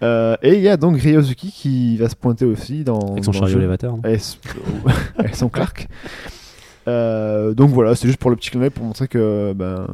Euh, et il y a donc Ryozuki qui va se pointer aussi dans.
Avec son
dans le
chariot
jeu.
élévateur. non
Elles sont- elles sont Clark. Euh, donc voilà, c'est juste pour le petit clin d'œil pour montrer que ben, euh,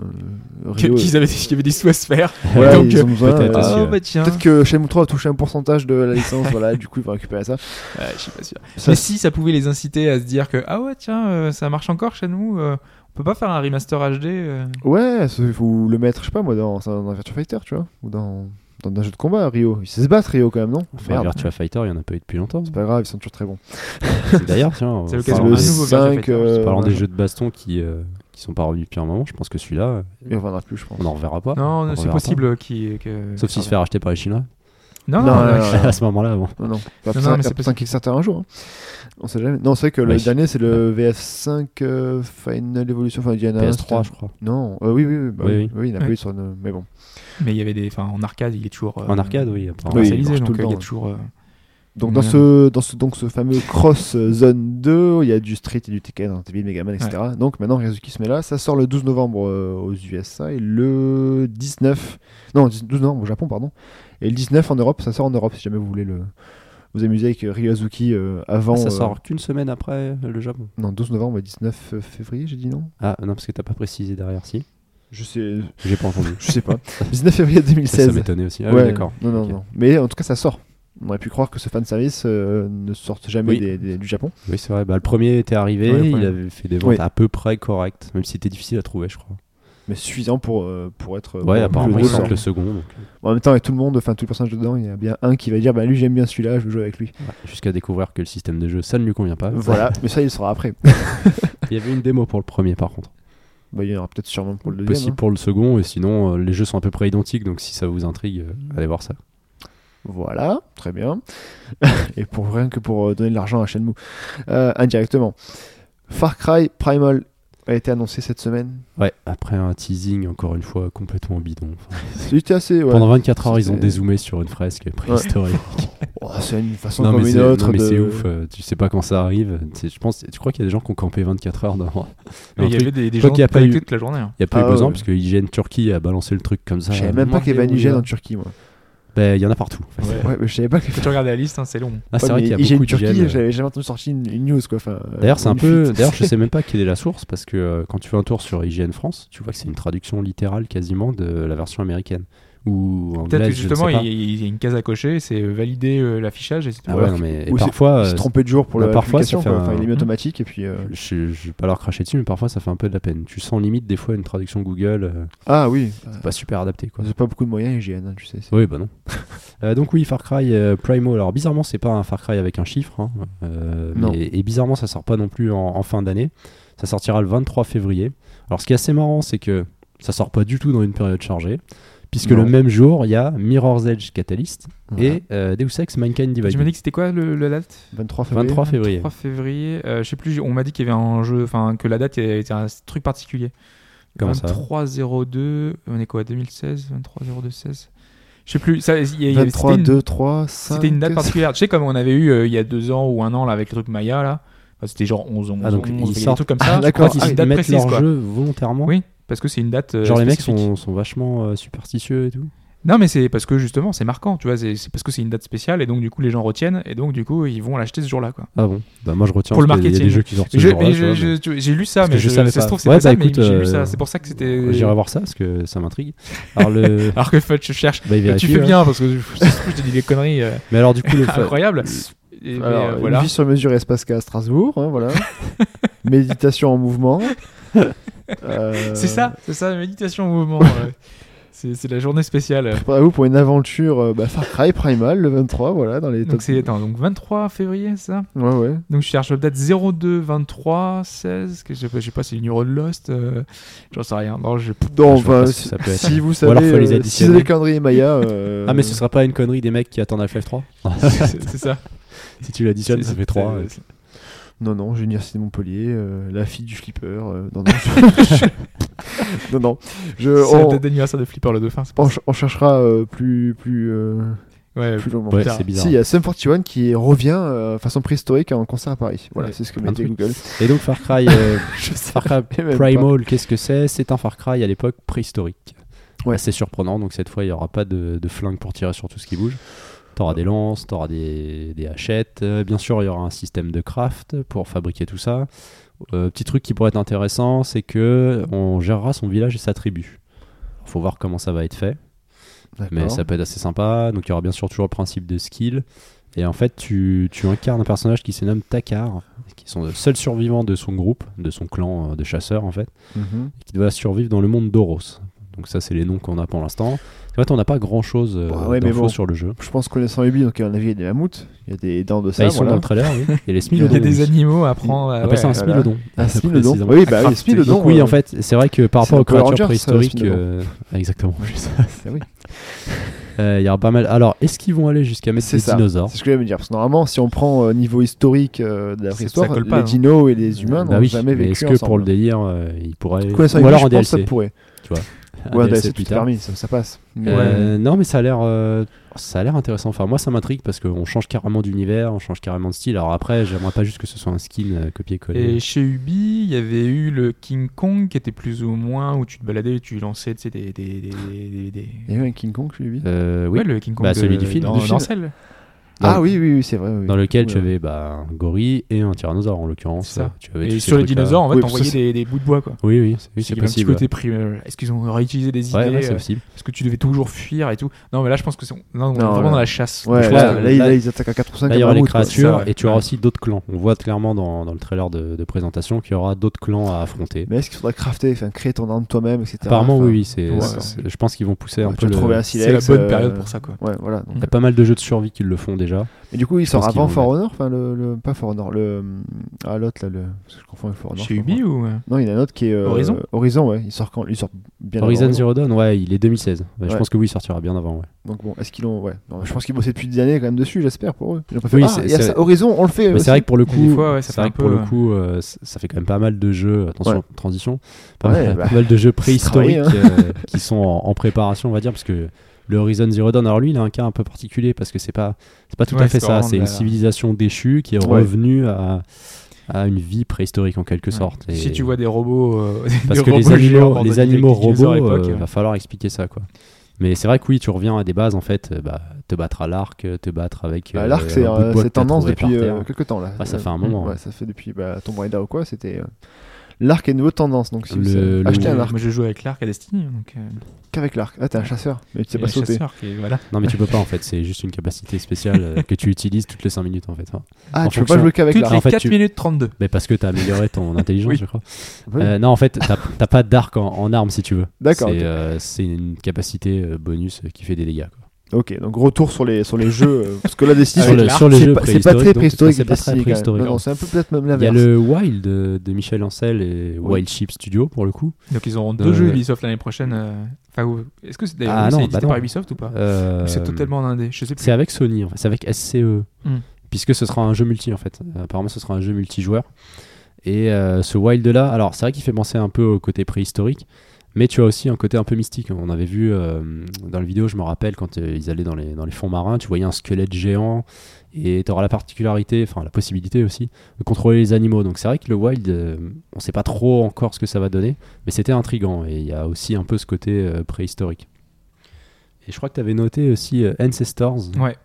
Que-
Rio,
Qu'ils avaient, qu'il y avait des sous à se faire.
voilà,
donc,
ils ont besoin,
peut-être
euh,
aussi, ouais.
bah tiens.
peut-être que Shenmue 3 a touché un pourcentage de la licence, voilà, du coup ils vont récupérer ça.
Ouais, je suis pas sûr.
Ça,
Mais si ça pouvait les inciter à se dire que ah ouais tiens euh, ça marche encore chez nous, euh, on peut pas faire un remaster HD. euh.
Ouais, il faut le mettre, je sais pas moi, dans, dans un Virtua Fighter, tu vois, ou dans, dans un jeu de combat, Rio. Ils sait se battre, Rio quand même, non
Enfin,
Merde,
Virtua Fighter, il n'y en a pas eu depuis longtemps.
c'est pas grave, ils sont toujours très bons.
D'ailleurs, tiens, en
C'est
C'est
l'occasion.
parlant
le
un nouveau
des-
Virtua
5,
Fighter,
euh,
parlant des
machin.
jeux de baston qui, euh, qui sont pas revenus depuis un moment, je pense que celui-là, euh,
Il reviendra plus, je pense.
on en reverra pas.
Non,
On
non, c'est
reverra
possible qui que.
pas. Sauf s'il se fait racheter par les Chinois.
Non,
Non,
non,
non,
non.
non.
à ce moment-là, bon.
Non, non. Il
Non,
y
non,
a
mais
peut-être
c'est
un
possible.
Kickstarter un jour. hein. On sait jamais. Non, c'est vrai que le
Ouais.
dernier, c'est le VF5 euh, Final Evolution. Enfin, il y en a un, c'était-
PS3, je crois.
Non, euh, oui, oui, oui, bah
Oui,
oui,
oui.
oui, il n'y en a
Oui.
plus sur une- Mais bon.
Mais il y avait des, enfin en arcade il est toujours. euh,
En arcade, oui. apparemment.
Oui.
Commercialisé
marche
donc
tout le
euh, il y a
temps.
toujours. euh,
Donc,
Mais
dans,
non.
ce, dans ce, donc, ce fameux Cross euh, Zone 2, il y a du Street et du Tekken, Resident Evil, Mega Man, etc. Donc, maintenant, Rizuki se met là. Ça sort le 12 novembre euh, aux USA et le 19. Non, 10 12 novembre au Japon, pardon. Et le 19 en Europe, ça sort en Europe si jamais vous voulez le. Vous amuser avec euh, Ryozuki euh, avant.
Ça
euh,
sort qu'une semaine après euh, le Japon.
Non, 12 novembre et 19 février, j'ai dit non
Ah non, parce que t'as pas précisé derrière, si.
Je sais,
J'ai pas entendu.
je sais pas. 19 février
Ça
2016.
m'étonnait aussi. Ah
Ouais,
oui, d'accord.
Non, non,
Ok.
non. Mais en tout cas, ça sort. On aurait pu croire que ce fanservice euh, ne sorte jamais
Oui.
des- des- du Japon.
Oui, c'est vrai. Bah, le premier était arrivé,
Ouais, le
il
premier.
avait fait des ventes
Oui.
à peu près correctes, même si c'était difficile à trouver, je crois.
mais suffisant pour, euh, pour être. euh,
Ouais,
pour
apparemment,
le
il
200.
manque le second. donc,
En même temps, avec tout le monde, enfin, tout le personnage dedans, il y a bien un qui va dire bah lui, j'aime bien celui-là, je veux jouer avec lui.
euh, ouais, Jusqu'à découvrir que le système de jeu, ça ne lui convient pas.
Voilà, mais ça, il le saura après.
Il y avait une démo pour le premier, par contre.
Bah, il y en aura peut-être sûrement pour le deuxième.
Possible
hein.
pour le second, et sinon, euh, les jeux sont à peu près identiques, donc si ça vous intrigue,
Mm.
euh, allez voir ça.
hein. Voilà, très bien. Et pour rien que pour euh, donner de l'argent à Shenmue, Euh, indirectement. Far Cry Primal a été annoncé cette semaine.
Ouais, après un teasing, encore une fois, complètement bidon. Enfin,
C'était assez. ouais.
Pendant 24 heures, ils ont
C'était-
dézoomé sur une fresque préhistorique.
Oh, c'est une façon
Non,
comme
mais
une
c'est
autre.
non, mais
de-
c'est ouf, euh, tu sais pas quand ça arrive. Tu sais, Je pense, tu crois qu'il y a des gens qui ont campé 24 heures dans.
Mais il
un
y
truc-
avait des, des
Toi
gens
qui
qui
a pas eu-
toute la journée. hein.
Il y a pas eu
Ah
besoin
ouais.
parce que IGN Turquie a balancé le truc comme ça.
Je savais même pas qu'il y avait un
hein.
IGN en Turquie, moi.
Ben, il y en a partout. en fait.
Ouais, mais je savais pas que.
Quand tu regardes la liste, hein, c'est long.
Ah, c'est
Ouais,
vrai
mais
qu'il y a
IGN
beaucoup euh,
Turquie,
d'IGN.
j'avais jamais entendu sortir une, une news quoi. Enfin, euh,
D'ailleurs, c'est un
une
peu.
fuite.
D'ailleurs, je sais même pas quelle est la source parce que euh, quand tu fais un tour sur IGN France, tu vois que c'est une traduction littérale quasiment de la version américaine ou
Peut-être que
anglaise. je ne sais
justement, il
pas.
il y a une case à cocher, c'est valider euh, l'affichage et c'est tout.
Ah ouais, non, mais et
Ou c'est-
parfois.
Il s'est
euh,
trompé de jour pour
bah,
la
parfois, ça
publication.
fait
quoi.
un-
Enfin, il est mis
Mhm.
automatique et puis. euh,
je, je vais pas leur cracher dessus, mais parfois ça fait un peu de la peine. Tu sens limite des fois une traduction Google euh,
Ah oui.
pas super adaptée quoi.
Ils ont pas beaucoup de moyens IGN, hein, tu sais. c'est-
Oui, bah non. Euh, donc oui, Far Cry euh, Primal. Alors bizarrement, c'est pas un Far Cry avec un chiffre. hein. Euh,
Non.
mais- et bizarrement, ça sort pas non plus en, en fin d'année. Ça sortira le 23 février. Alors ce qui est assez marrant, c'est que ça sort pas du tout dans une période chargée, puisque
Non.
le même jour, il y a Mirror's Edge Catalyst
Voilà.
et euh, Deus Ex Mankind
Tu m'as dit
Divided.
que c'était quoi le, la date
23 février.
23 février.
3 février. euh, je sais plus, on m'a dit qu'il y avait un jeu, enfin que la date était un truc particulier.
Comment ça
2302, on est quoi 2016 230216 Je sais plus, ça, il y a- il y a-
23,
c'était une-
2, 3, 5.
c'était une, date particulière. tu sais, comme on avait eu euh, il y a deux ans ou un an là, avec le truc Maya, là, Enfin, c'était genre 11, 11,
Ah, donc
11,
ils
il y a des
sortent-
trucs comme
Ah,
ça.
d'accord,
Je crois que
ils
c'est une date
mettent
précise,
leur
quoi.
jeu volontairement.
Oui, parce que c'est une date. euh,
Genre les mecs
spécifique.
sont, sont vachement euh, superstitieux et tout.
Non, mais c'est parce que justement, c'est marquant, tu vois, c'est c'est parce que c'est une date spéciale et donc du coup, les gens retiennent et donc du coup, ils vont l'acheter ce jour-là, quoi.
Ah bon Bah moi je retiens
Pour le
parce qu'il y a des
marketing.
jeux qui sortent ce
Je- mais
jour-là, hein, tu
je-
vois, mais-
je- tu- J'ai lu ça,
Parce que
mais
je
je,
savais
ça
pas.
se trouve, c'est
Ouais,
pas
bah
ça, mais
écoute,
j'ai lu
euh,
ça. C'est pour ça que c'était.
J'irai voir ça parce que ça m'intrigue. Alors le.
Alors que Fudge je cherche.
Bah, il
tu
vérifie,
fais
ouais.
bien parce que je, je te dis des conneries euh,
Mais alors du coup le. fa-
incroyables. Et- mais,
Alors,
euh,
une
voilà.
vie sur mesure espace K à Strasbourg, hein, voilà. Méditation en mouvement. Euh,
C'est ça, c'est ça, la méditation au mouvement. euh, c'est c'est la journée spéciale. euh.
Préparez-vous pour une aventure euh, bah, Far Cry Primal le 23, voilà, dans les
Donc
top.
c'est attends, donc 23 février, c'est ça
Ouais, ouais.
Ah,
Donc je cherche peut-être 02 23 16, que je sais pas, je sais pas c'est le numéro de Lost, euh, j'en sais rien. Non, je
Donc,
je vois
bah,
pas ce que
si,
ça peut être.
si vous
Ou alors,
savez,
faut les
euh, si vous
additionner.
avez le calendrier Maya. euh,
Ah mais ce sera pas une connerie des mecs qui attendent Half-Life 3
c'est c'est ça.
Si tu l'additionnes
C'est-
ça fait 3.
c'est-
Non, non, j'ai l'université de Montpellier, euh, la fille du flipper. euh, non, non. je- non, non. Je,
C'est la
Euh, on,
date d'anniversaire de Flipper le dauphin. c'est
on
pour
ch- on cherchera euh, plus, plus, euh,
ça. Ouais,
plus longuement.
Ouais
Putain.
c'est bizarre.
Si, euh, il y a Sum 41 qui revient euh, façon préhistorique en concert à Paris. Voilà,
Ouais.
c'est ce que
Un
mettait
truc.
Google.
Et donc Far Cry, euh,
Je sais
Far Cry
même
Primal, qu'est-ce que c'est C'est un Far Cry à l'époque préhistorique.
Ouais.
Assez surprenant donc cette fois il y aura pas de, de flingue pour tirer sur tout ce qui bouge. T'auras des lances, t'auras des, des hachettes. Euh, bien sûr il y aura un système de craft pour fabriquer tout ça. Euh, petit truc qui pourrait être intéressant, c'est que on gérera son village et sa tribu. Faut voir comment ça va être fait. mais ça peut être assez sympa. Donc il y aura bien sûr toujours le principe de skill. Et en fait, tu, tu incarnes un personnage qui se nomme Takar, qui sont le seul survivant de son groupe, de son clan euh, de chasseurs en fait,
Mhm.
et qui doit survivre dans le monde d'Oros. Donc ça, c'est les noms qu'on a pour l'instant. En fait, on n'a pas grand-chose euh,
Bah ouais, mais
d'infos
bon.
sur le jeu.
Je pense connaissant Ubi, donc à mon avis, il y a des mammouths, il y a des dents de
Bah,
ça.
ils sont
voilà.
dans le trailer, oui. Et les
Il y
Smilodons.
a des animaux à prendre.
On
euh,
appelle ça un
ouais.
voilà.
Smilodon.
Ah, Smilodon.
Précisément.
Oui, bah oui,
Crafter.
Smilodon.
Donc oui,
euh,
en fait, c'est vrai que par
c'est
rapport aux
dans Power
créatures
Rangers, ça,
préhistoriques,
Spinodon.
euh, ah, exactement. oui, ça,
ah oui,
Euh, Il y aura pas mal. Alors, est-ce qu'ils vont aller jusqu'à mettre
C'est
des
ça.
dinosaures
C'est ce que j'allais me dire. Parce que normalement, si on prend euh, niveau historique euh, de la
Ça- ça
préhistoire,
colle pas,
les
hein.
dinos et les humains
Bah
n'ont
oui,
jamais
mais
vécu.
est-ce que pour
ensemble.
le délire, euh, ils pourraient.
Connaissant
Ou
Ubi,
alors
je
en
pense que ça
DLC.
pourrait.
Un
Ou un
DLC
DLC,
plus
bah, c'est
tard.
permis, ça, ça passe. Mais,
Euh, non, mais ça a l'air. euh, Ça a l'air intéressant. Enfin, moi, ça m'intrigue parce qu'on change carrément d'univers, on change carrément de style. Alors après, j'aimerais pas juste que ce soit un skin euh, copié-collé.
Et chez Ubi, il y avait eu le King Kong qui était plus ou moins où tu te baladais et tu lançais tu sais, des. des, des, des, des- des-
Il y a eu un King Kong chez Ubi
Euh, oui.
Ouais, le King Kong.
Bah,
de-
celui du film.
Dans,
Du film.
dans Cell.
Dans
ah
le-
oui, oui, oui, c'est vrai. oui.
Dans lequel
Oui,
tu
oui.
avais bah, un gorille et un tyrannosaure en l'occurrence.
C'est ça.
Tu avais
Et
tous ces
sur les
trucs-là.
dinosaures, en fait,
Oui,
on
parce que
voyait
c'est-
des, des bouts de bois, quoi.
Oui, oui, c'est- oui, c'est
Il y avait un petit
possible.
côté pris, euh, est-ce qu'ils ont réutilisé des idées
Ouais, ouais, c'est
euh,
possible.
Est-ce que tu devais toujours fuir et tout Non, mais là, je pense que c'est non, on est
Non,
vraiment
là-
dans la chasse.
Ouais,
Je
là,
pense que-
là, il-
là-
là, ils attaquent à 4 ou 5
Là, il y aura les
ça,
créatures
ouais.
et tu auras
Ouais.
aussi d'autres clans. On voit clairement dans, dans le trailer de, de présentation qu'il y aura d'autres clans à affronter.
Mais est-ce qu'il faudra crafter, enfin, créer ton arme toi-même, etc.
Apparemment,
Enfin,
oui, oui, c'est,
ouais.
c'est- c'est- je pense qu'ils vont pousser un
Tu
peu
vas
le...
trouver un
C'est la
silex.
bonne
euh,
période pour ça, quoi.
Ouais, voilà. donc-
Il y a pas mal de jeux de survie qui le font déjà.
Et du coup, il
Je
sort
pense qu'ils
avant
vont
For
le
Honor, enfin le, le- pas For Honor, le ah l'autre là le parce que je confonds avec For Honor.
Chez
je
Ubi
crois.
ou
Non, il y en a un autre qui est euh,
Horizon
Horizon, ouais, il sort quand il sort bien avant
Horizon Zero Dawn, ouais, il est 2016. Ouais, Je
Ouais.
pense que oui, il sortira bien avant. ouais.
Donc bon, est-ce qu'ils l'ont ouais. Non, je pense qu'ils bossaient depuis des années quand même dessus, j'espère pour eux. Ils ont pas fait,
Oui,
ah,
c'est-
il y a
c'est-
ça, Horizon, on le fait.
Mais
aussi.
c'est vrai que pour le
Des
coup,
fois, ouais, ça
c'est
fait
vrai
un
que pour
peu,
le coup, euh, c- ça fait quand même pas mal de jeux. euh, Attention,
Ouais.
transition. Pas,
Ouais,
mal,
bah, hein.
pas mal de jeux préhistoriques
travailler,
euh, qui sont en, en préparation, on va dire, parce que le Horizon Zero Dawn, alors lui, il a un cas un peu particulier parce que c'est pas, c'est pas tout
Ouais,
à fait
c'est
ça.
vraiment
C'est
de
une
la-
civilisation déchue qui est
Ouais.
revenue à, à une vie préhistorique en quelque
Ouais.
sorte. Et
Si tu vois des robots, euh, des
parce que
robots
les animaux,
géants
les
dans-
animaux
avec des dinosaures
robots,
à l'époque,
euh,
euh,
va falloir expliquer ça, quoi. Mais c'est vrai que oui, tu reviens à des bases en fait, euh, bah, te battre à l'arc, euh, te battre avec.
Bah,
euh,
l'arc c'est
un bout de
euh,
bois que
c'est
t'as
tendance
trouvé par
depuis
terre.
euh, quelques temps là.
Ah, ça
Euh,
fait un moment,
Ouais,
hein.
ça fait depuis bah, Tomb Raider ou quoi, c'était euh, l'arc est nouveau tendance donc si
Le-
vous
le-
achetez un
moi,
arc
je joue avec l'arc à Destiny, donc. euh,
qu'avec l'arc. Ah, t'es un chasseur, mais tu sais
et
pas
un
sauter.
chasseur qui est- voilà.
Non, mais tu peux pas en fait, c'est juste une capacité spéciale euh, que tu utilises toutes les 5 minutes en fait. hein.
Ah,
En
tu peux pas
fonction-
jouer qu'avec
Toutes
là,
l'arc.
les
en fait,
4
tu-
minutes 32.
Mais parce que t'as amélioré ton intelligence,
Oui.
je crois.
Oui.
Euh, non, en fait, t'as t'as pas d'arc en, en arme si tu veux.
D'accord,
C'est
ok.
euh, c'est une capacité euh, bonus euh, qui fait des dégâts. quoi.
Ok, donc retour sur les, sur les jeux. euh, parce que là, Destiny,
Sur
c'est-
le- sur les
c'est
jeux
pas- c'est pas
préhistoriques,
très
donc,
préhistorique.
c'est pas très hein.
Destiny, quand même.
préhistorique.
Non, non, c'est un peu peut-être même
Il y a
l'inverse.
le Wild euh, de Michel Ancel et
Oui.
Wild Sheep Studio pour le coup.
Donc ils auront deux
Euh,
jeux Ubisoft l'année prochaine. euh, Enfin, ou- est-ce que c'est d'ailleurs
Ah
c'est
non,
édité
bah non.
par Ubisoft ou pas
Euh,
Ou C'est totalement en indé. Je sais plus.
C'est avec Sony, en fait. c'est avec SCE.
Hmm.
Puisque ce sera un jeu multi en fait. Apparemment, ce sera un jeu multijoueur. Et euh, ce Wild là, alors c'est vrai qu'il fait penser un peu au côté préhistorique, mais tu as aussi un côté un peu mystique. On avait vu euh, dans la vidéo, je me rappelle, quand euh, ils allaient dans les, dans les fonds marins, tu voyais un squelette géant et tu auras la particularité, enfin la possibilité aussi, de contrôler les animaux. Donc c'est vrai que le Wild, euh, on sait pas trop encore ce que ça va donner, mais c'était intrigant et il y a aussi un peu ce côté euh, préhistorique. Et je crois que tu avais noté aussi euh, Ancestors.
Ouais.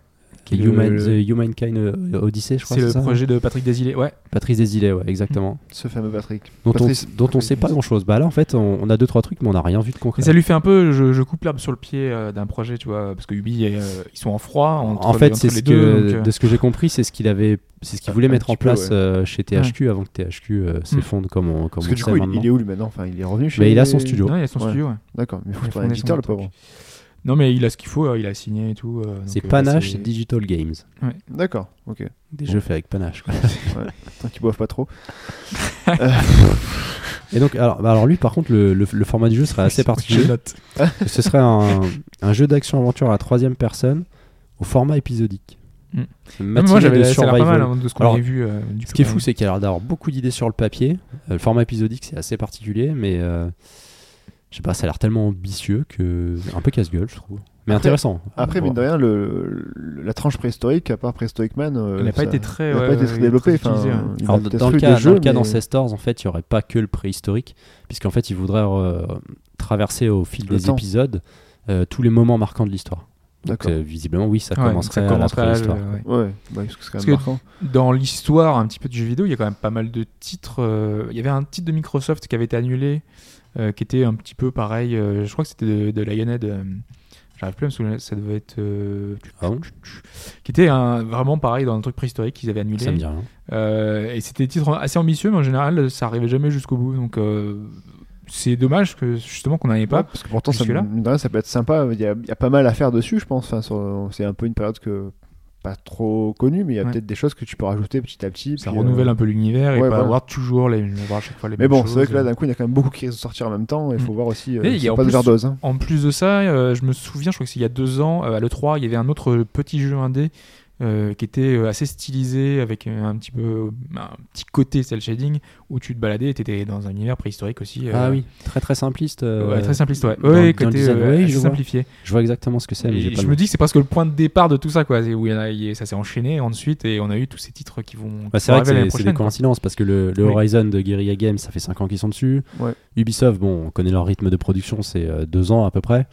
Qui est
Le-
Human,
le-
The Humankind euh, Odyssey, je crois.
C'est
C'est
le
ça
projet de Patrick Desilets. Ouais.
Patrice Desilets, ouais, exactement.
Ce fameux Patrick.
Dont,
Mm. Patrice-
on, dont on sait pas grand chose. Bah là, en fait, on, on a deux trois trucs, mais on n'a rien vu de concret.
Mais ça lui fait un peu, je, je coupe l'herbe sur le pied euh, d'un projet, tu vois, parce que Ubi, euh, ils sont en froid. Entre,
en fait,
entre
c'est
les
ce
deux,
que,
donc, euh,
de ce que j'ai compris, c'est ce qu'il avait, c'est ce qu'il
Un-
voulait
Ah, un
mettre en
petit peu,
place
ouais.
euh, chez THQ avant que THQ euh, s'effondre comme on, comme
Parce
on
que
le
du
sait
coup, il,
maintenant.
il est où lui maintenant Enfin, il est revenu chez.
Mais il a son studio.
Non, il a son
Ouais.
studio. euh, ouais.
D'accord, mais il faut
Il a
trouver un
fondé son
éditeur, le
truc.
pauvre.
Non, mais il a ce qu'il faut. euh, Il a signé et tout. euh,
C'est
donc, euh,
Panache, c'est Digital Games.
D'accord, ok.
Des jeux faits avec Panache. quoi.
Tant qu'ils boivent pas trop.
Et donc, alors, bah alors lui, par contre, le, le- le format du jeu serait assez particulier.
Je note.
ce serait un, un jeu d'action-aventure à troisième personne au format épisodique.
Hmm.
Une
Non, mais
matinée
Moi, j'avais
de
ça a l'air pas
survival.
mal hein, de ce qu'on
Alors,
avait vu. euh, du
Ce qui est
coup,
fou, c'est qu'il a l'air d'avoir beaucoup d'idées sur le papier. Euh, le format épisodique, c'est assez particulier, mais euh, je sais pas, ça a l'air tellement ambitieux que. Un peu casse-gueule, je trouve. Mais
Après-
intéressant.
Après, mine de
Voilà.
rien, le, le- la tranche préhistorique, à part Prehistoric Man, euh,
Elle n'a pas
ça-
été très,
elle a
ouais,
pas été très
ouais,
développée.
très utilisée,
Enfin,
ouais.
il a
Alors,
peut-être
dans, le
eu
cas,
des
dans le
jeux,
cas
mais-
d'Ancestors, en fait, il n'y aurait pas que le préhistorique, puisqu'en fait, ils voudraient euh, traverser au fil
Le
des
temps.
épisodes euh, tous les moments marquants de l'histoire. Donc,
D'accord.
euh, visiblement, oui, ça
Ouais, donc
commencerait
ça
à la
commence à-
préhistoire.
ouais.
Ouais, bah, parce que c'est quand
Parce
même
que-
marquant.
Dans l'histoire un petit peu du jeu vidéo, il y a quand même pas mal de titres. euh, Il y avait un titre de Microsoft qui avait été annulé, euh, qui était un petit peu pareil. euh, je crois que c'était de, de Lionhead. euh, J'arrive plus à me souvenir. Ça devait être. euh,
Ah bon
qui était un- vraiment pareil dans un truc préhistorique qu'ils avaient annulé.
Ça me dit rien.
Euh, et c'était des titres assez ambitieux, mais en général, ça arrivait jamais jusqu'au bout. Donc euh, c'est dommage que justement qu'on n'en ait
Ouais,
pas.
parce que pourtant, ça,
jusque-là.
mine de rien, ça peut être sympa. Il y, a, il y a pas mal à faire dessus, je pense. Enfin, sur- c'est un peu une période que pas trop connue, mais il y a
Ouais.
peut-être des choses que tu peux rajouter petit à petit.
Ça
puis, euh,
renouvelle un peu l'univers et
ouais,
pas
voilà.
avoir toujours les, avoir à chaque fois les
Mais
mêmes
bon, c'est vrai
choses.
que là, d'un coup, il y a quand même beaucoup qui risquent de sortir en même temps. Il faut voir aussi. euh,
Et il y a
c'est
en
pas de
plus-
overdose. hein.
En plus de ça, euh, je me souviens, je crois que c'est il y a deux ans, euh, à l'E3, il y avait un autre petit jeu indé euh, qui était euh, assez stylisé, avec euh, un petit peu un petit côté cel shading, où tu te baladais et tu étais dans un univers préhistorique aussi. euh,
Ah oui, très très simpliste.
ouais,
euh,
très simpliste, ouais.
dans-
Ouais,
dans le
côté
design,
euh,
ouais,
assez
je vois.
simplifié.
Je vois exactement ce que c'est, mais j'ai
Et
pas
je
le
me
nom.
dis que c'est presque le point de départ de tout ça, quoi. C'est Où il y en a- il- ça s'est enchaîné ensuite et on a eu tous ces titres qui vont.
Bah,
qui
c'est
vont
vrai
arriver
que c'est-
l'année
c'est des
prochaine, quoi.
coïncidences parce que le, le
Oui.
Horizon de Guerrilla Games, ça fait 5 ans qu'ils sont dessus.
Ouais.
euh, Ubisoft, bon, on connaît leur rythme de production, c'est 2 ans à peu près.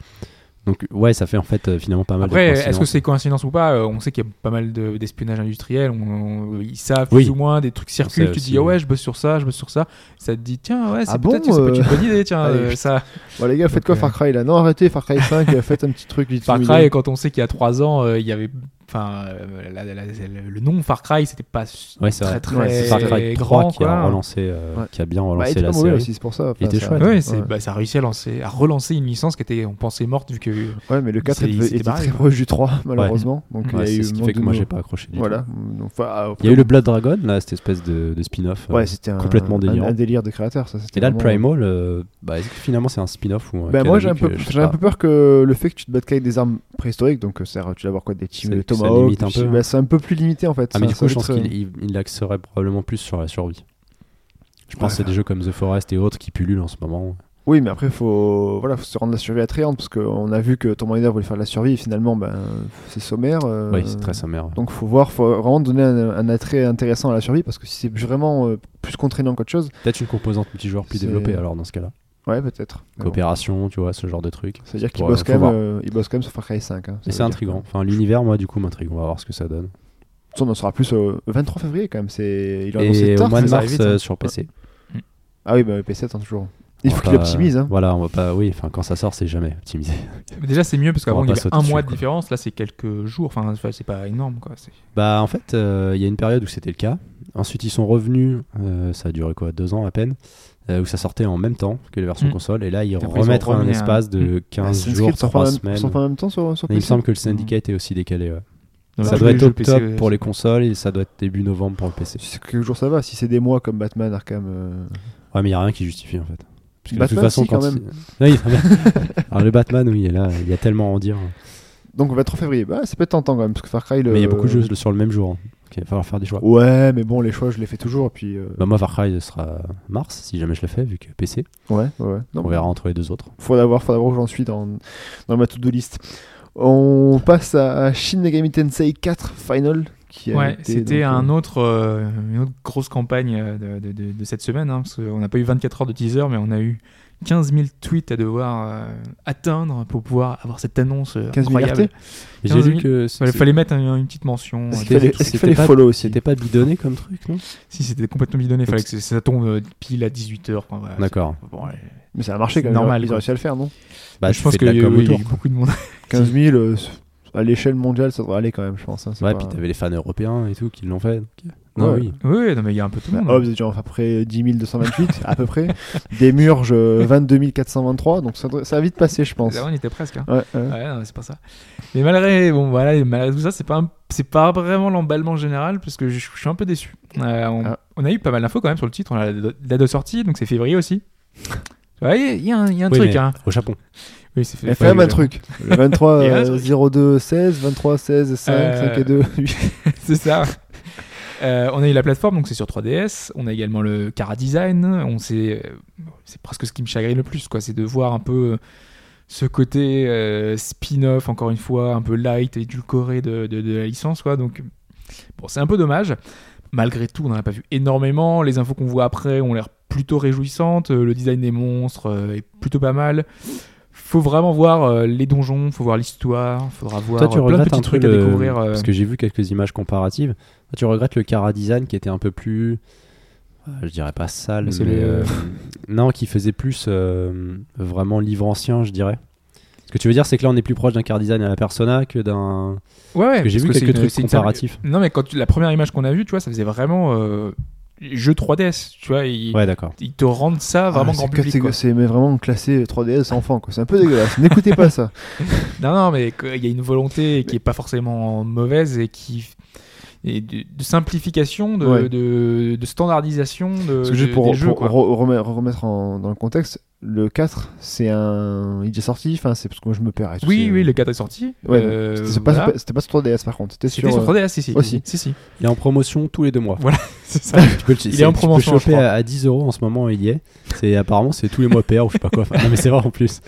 Donc ouais, ça fait en fait euh, finalement pas mal
Après,
de
est-ce
coïncidences.
que c'est coïncidence ou pas euh, On sait qu'il y a pas mal de- d'espionnage industriel. on- on- ils savent
Oui.
plus ou moins des trucs circulent.
sait
Tu te dis,
aussi,
ah ouais,
oui.
je bosse sur ça, je bosse sur ça. Ça te dit, tiens, ouais, c'est
Ah bon,
peut-être c'est pas
euh,
une bonne idée. Tiens,
allez,
euh,
je-
ça.
Bon, les gars, faites
Donc,
quoi
euh,
Far Cry là Non, arrêtez Far Cry 5, euh, faites un petit truc vite
Far
fait, Bah,
Cry,
mignon.
quand on sait qu'il y a 3 ans, euh, il y avait. Enfin, euh, la- la- la- le nom Far Cry, c'était pas s-
Ouais, Bah, c'est
très
vrai.
très
Ouais, c'est
Far Cry 3
grand.
qui a
quoi.
relancé, euh,
Ouais.
qui a bien
Bah, il
relancé
était
la
pas
série.
mauvais aussi, c'est pour ça.
Il
Enfin,
était
ça-
chouette.
Ouais, c'est-
Ouais.
bah, ça a réussi à, lancer, à relancer une licence qui était, on pensait morte vu que
Ouais, mais le 4
C'est-
était,
c'était
était
barré,
très
quoi.
proche du 3, malheureusement. Donc,
Ouais,
il y a eu
c'est ce qui fait que
de
moi
nos-
j'ai pas accroché. du
Voilà.
tout.
Donc, enfin, après,
Il y a eu le Blood Dragon, là, cette espèce de, de spin-off. euh,
Ouais, c'était un,
complètement
un-
délirant.
un délire de créateur, ça. c'était
Et là, le
vraiment-
Primal, euh, bah, est-ce que finalement c'est un spin-off ou un
Ben moi j'ai un peu,
canonique, euh, je sais
j'ai un
pas.
peu peur que le fait que tu te battes qu'avec des armes préhistoriques, donc euh, ça, tu vas avoir quoi des teams
Ça-
de
ça
Tomahawk,
limite un
des petits-
peu. hein.
ben, c'est un peu plus limité en fait.
Ah, mais
Ça-
du
ça
coup, je
va
pense
être, euh,
qu'il il, il axerait probablement plus sur la survie. Je pense
Ouais.
que c'est des jeux comme The Forest et autres qui pullulent en ce moment.
Oui, mais après, faut, voilà, faut se rendre la survie attrayante parce qu'on a vu que Tomb Raider voulait faire de la survie et finalement, ben, c'est sommaire. euh,
Oui, c'est très sommaire.
Donc, faut voir, faut vraiment donner un, un attrait intéressant à la survie parce que si c'est vraiment euh, plus contraignant qu'autre chose,
Peut-être une composante multijoueur plus
C'est-
développée alors dans ce cas-là.
ouais, peut-être. Mais bon.
Coopération, tu vois, ce genre de truc.
C'est-à-dire qu'ils
Ouais,
bossent
faut
quand,
voir.
même, euh, ils bossent quand même sur Far Cry 5. hein. Ça
Et
veut
c'est
dire
intriguant.
que-
Enfin, l'univers, moi, du coup, m'intrigue. On va voir ce que ça donne.
Ça, On en saura plus au 23 février quand même. C'est... Il a annoncé
Et au
tard,
mois de
ça arrive
mars
vite,
euh,
hein.
sur PC.
Ah oui, bah, PC attend toujours. Il faut
On va
qu'il
pas-
optimise. Hein.
Voilà, on va pas. Oui, enfin, quand ça sort, c'est jamais optimisé.
Mais Déjà, c'est mieux parce
On
qu'avant,
va
il y
pas
avait
sauter
un
dessus,
mois de
quoi.
différence. Là, c'est quelques jours. Enfin, enfin, c'est pas énorme. Quoi. C'est-
Bah en fait, euh, il y a une période où c'était le cas. Ensuite, ils sont revenus, euh, ça a duré quoi, deux ans à peine, euh, où ça sortait en même temps que les versions
Mm.
console. Et là, ils
Après, ils ont
remettent un
remis un- Mm.
espace de 15
Ah, Assassin's
jours,
Creed sort pas
3
en même- hein. Mm.
semaines.
sort pas en même temps sur, sur
Et il me
PC
semble que le Syndicate est aussi décalé. ouais.
Donc,
ça
tous
doit
les
être
jeux
octobre
PC,
pour
euh,
les consoles et ça doit être début novembre pour le PC.
Si c'est quelques jours ça va, si c'est des mois comme Batman Arkham. euh,
Ouais, mais il n'y a rien qui justifie en fait. Parce que
Batman,
de toute façon,
si, quand
quand
même.
il- Ouais, il- Alors le Batman, oui, il est là, il y a tellement à en dire.
Donc on va être en février, bah, ça peut être tentant quand même, parce que Far Cry. Le... euh,
Mais il y a beaucoup de jeux sur le même jour. hein. Donc, il va falloir faire des choix.
Ouais, mais bon, les choix je les fais toujours, et puis. euh,
Bah, moi, Far Cry ce sera mars, si jamais je le fais, vu que PC.
Ouais, ouais, ouais. Non,
On verra entre les deux autres.
Faut d'avoir, faut d'avoir où j'en suis dans, dans ma to-do list. On passe à Shin Megami Tensei 4 Final. Qui a
Ouais,
été,
c'était
donc,
un
euh,
autre, euh, une autre grosse campagne euh, de, de- de- de cette semaine. hein, parce qu'on n'a pas eu 24 heures de teaser, mais on a eu 15 000 tweets à devoir euh, atteindre pour pouvoir avoir cette annonce euh,
15 000
incroyable.
RT.
Mais
15
J'ai
000.
lu que
Il fallait mettre un- une petite mention.
Est-ce
euh,
qu'il fallait,
C'était-
est-ce qu'il fallait
c'était pas-
follow aussi
C'était pas bidonné comme truc, non
Si c'était complètement bidonné, il fallait que ça tombe euh, pile à 18h.
D'accord.
Mais ça a marché quand
C'est
même.
normal,
Ils ont
quoi.
réussi à le faire, non
Bah,
je pense
que
qu'il y,
la
a eu-
com
oui, il y a
autour.
eu beaucoup de monde.
15 000, euh, à l'échelle mondiale, ça devrait aller quand même, je pense. hein, c'est
Ouais,
pas-
puis t'avais les fans européens et tout qui l'ont fait. donc, Non,
Ouais.
oui.
oui, oui, non, mais il y a un peu tout
Bah,
le monde. hein.
Hobbes est genre à peu près 10 228, à peu près. Des Murges, euh, 22 423. Donc ça, doit- ça a vite passé, je pense.
Là, on y était presque. hein.
Ouais, ouais.
Ouais, non, c'est pas ça. Mais malgré, bon, voilà, malgré tout ça, c'est pas, un- c'est pas vraiment l'emballement général parce que je, je suis un peu déçu. Euh, on,
Ah.
on a eu pas mal d'infos quand même sur le titre. On a la date de sortie, donc c'est février aussi. Ouais, il y, a un- il y a un
Oui,
truc.
mais
Hein.
Au Japon.
Oui, c'est
Il y a quand même un
février.
truc. Le 23,
Il y a un
euh, 02, 16, 23, 16, 5,
Euh,
5 et 2.
c'est ça. Euh, on a eu la plateforme, donc c'est sur 3DS. On a également le Cara Design. On sait, euh, c'est presque ce qui me chagrine le plus, quoi. C'est de voir un peu euh, ce côté euh, spin-off, encore une fois, un peu light, édulcoré de, de, de la licence, quoi. Donc, bon, c'est un peu dommage. Malgré tout, on n'en a pas vu énormément. Les infos qu'on voit après ont l'air plutôt réjouissantes. Euh, Le design des monstres euh, est plutôt pas mal. Faut vraiment voir euh, les donjons, faut voir l'histoire, faudra voir
Toi, tu
euh, plein de
regrettes
petits
un peu
trucs
le...
à découvrir. euh,
Parce que j'ai vu quelques images comparatives. Toi, tu regrettes le Cara Design qui était un peu plus. euh, Je dirais pas sale,
Mais c'est
mais,
le-
euh, non, qui faisait plus euh, vraiment livre ancien, je dirais. Ce que tu veux dire, c'est que là, on est plus proche d'un Cara Design à la Persona que d'un.
Ouais, ouais,
Parce que j'ai
parce
vu
c'est
quelques
une-
trucs
c'est une-
comparatifs.
Non, mais quand tu- la première image qu'on a vue, tu vois, ça faisait vraiment euh, jeu 3DS. Tu vois, ils,
Ouais, d'accord.
ils te rendent ça Ah, vraiment grand public. quoi.
Ah, C'est mais vraiment classé 3DS enfant. quoi. C'est un peu dégueulasse. N'écoutez pas
Euh,
ça.
Non, non, mais que- il y a une volonté qui est pas forcément mauvaise et qui et de, de simplification, de,
Ouais.
de, de standardisation, de,
Parce que juste
de-
pour,
des jeux.
pour
quoi.
re- remet- remettre en- dans le contexte, le 4, c'est un. Il est sorti, enfin, c'est parce que moi je me perds. et tout,
Oui,
c'est- euh,
oui, le 4 est sorti.
Ouais,
Euh,
C'était pas,
voilà.
c'était pas sur 3DS par contre. C'était sur.
C'était sur
euh,
3DS, si, si.
aussi.
Si, si.
Il est en promotion tous les deux mois.
C'est ça.
Tu peux le- c'est-
est en
tu peux
promotion,
le choper
je crois.
à, à 10 euros en ce moment, il y est. C'est apparemment c'est tous les mois PR ou je sais pas quoi. Enfin, non, mais c'est vrai en plus.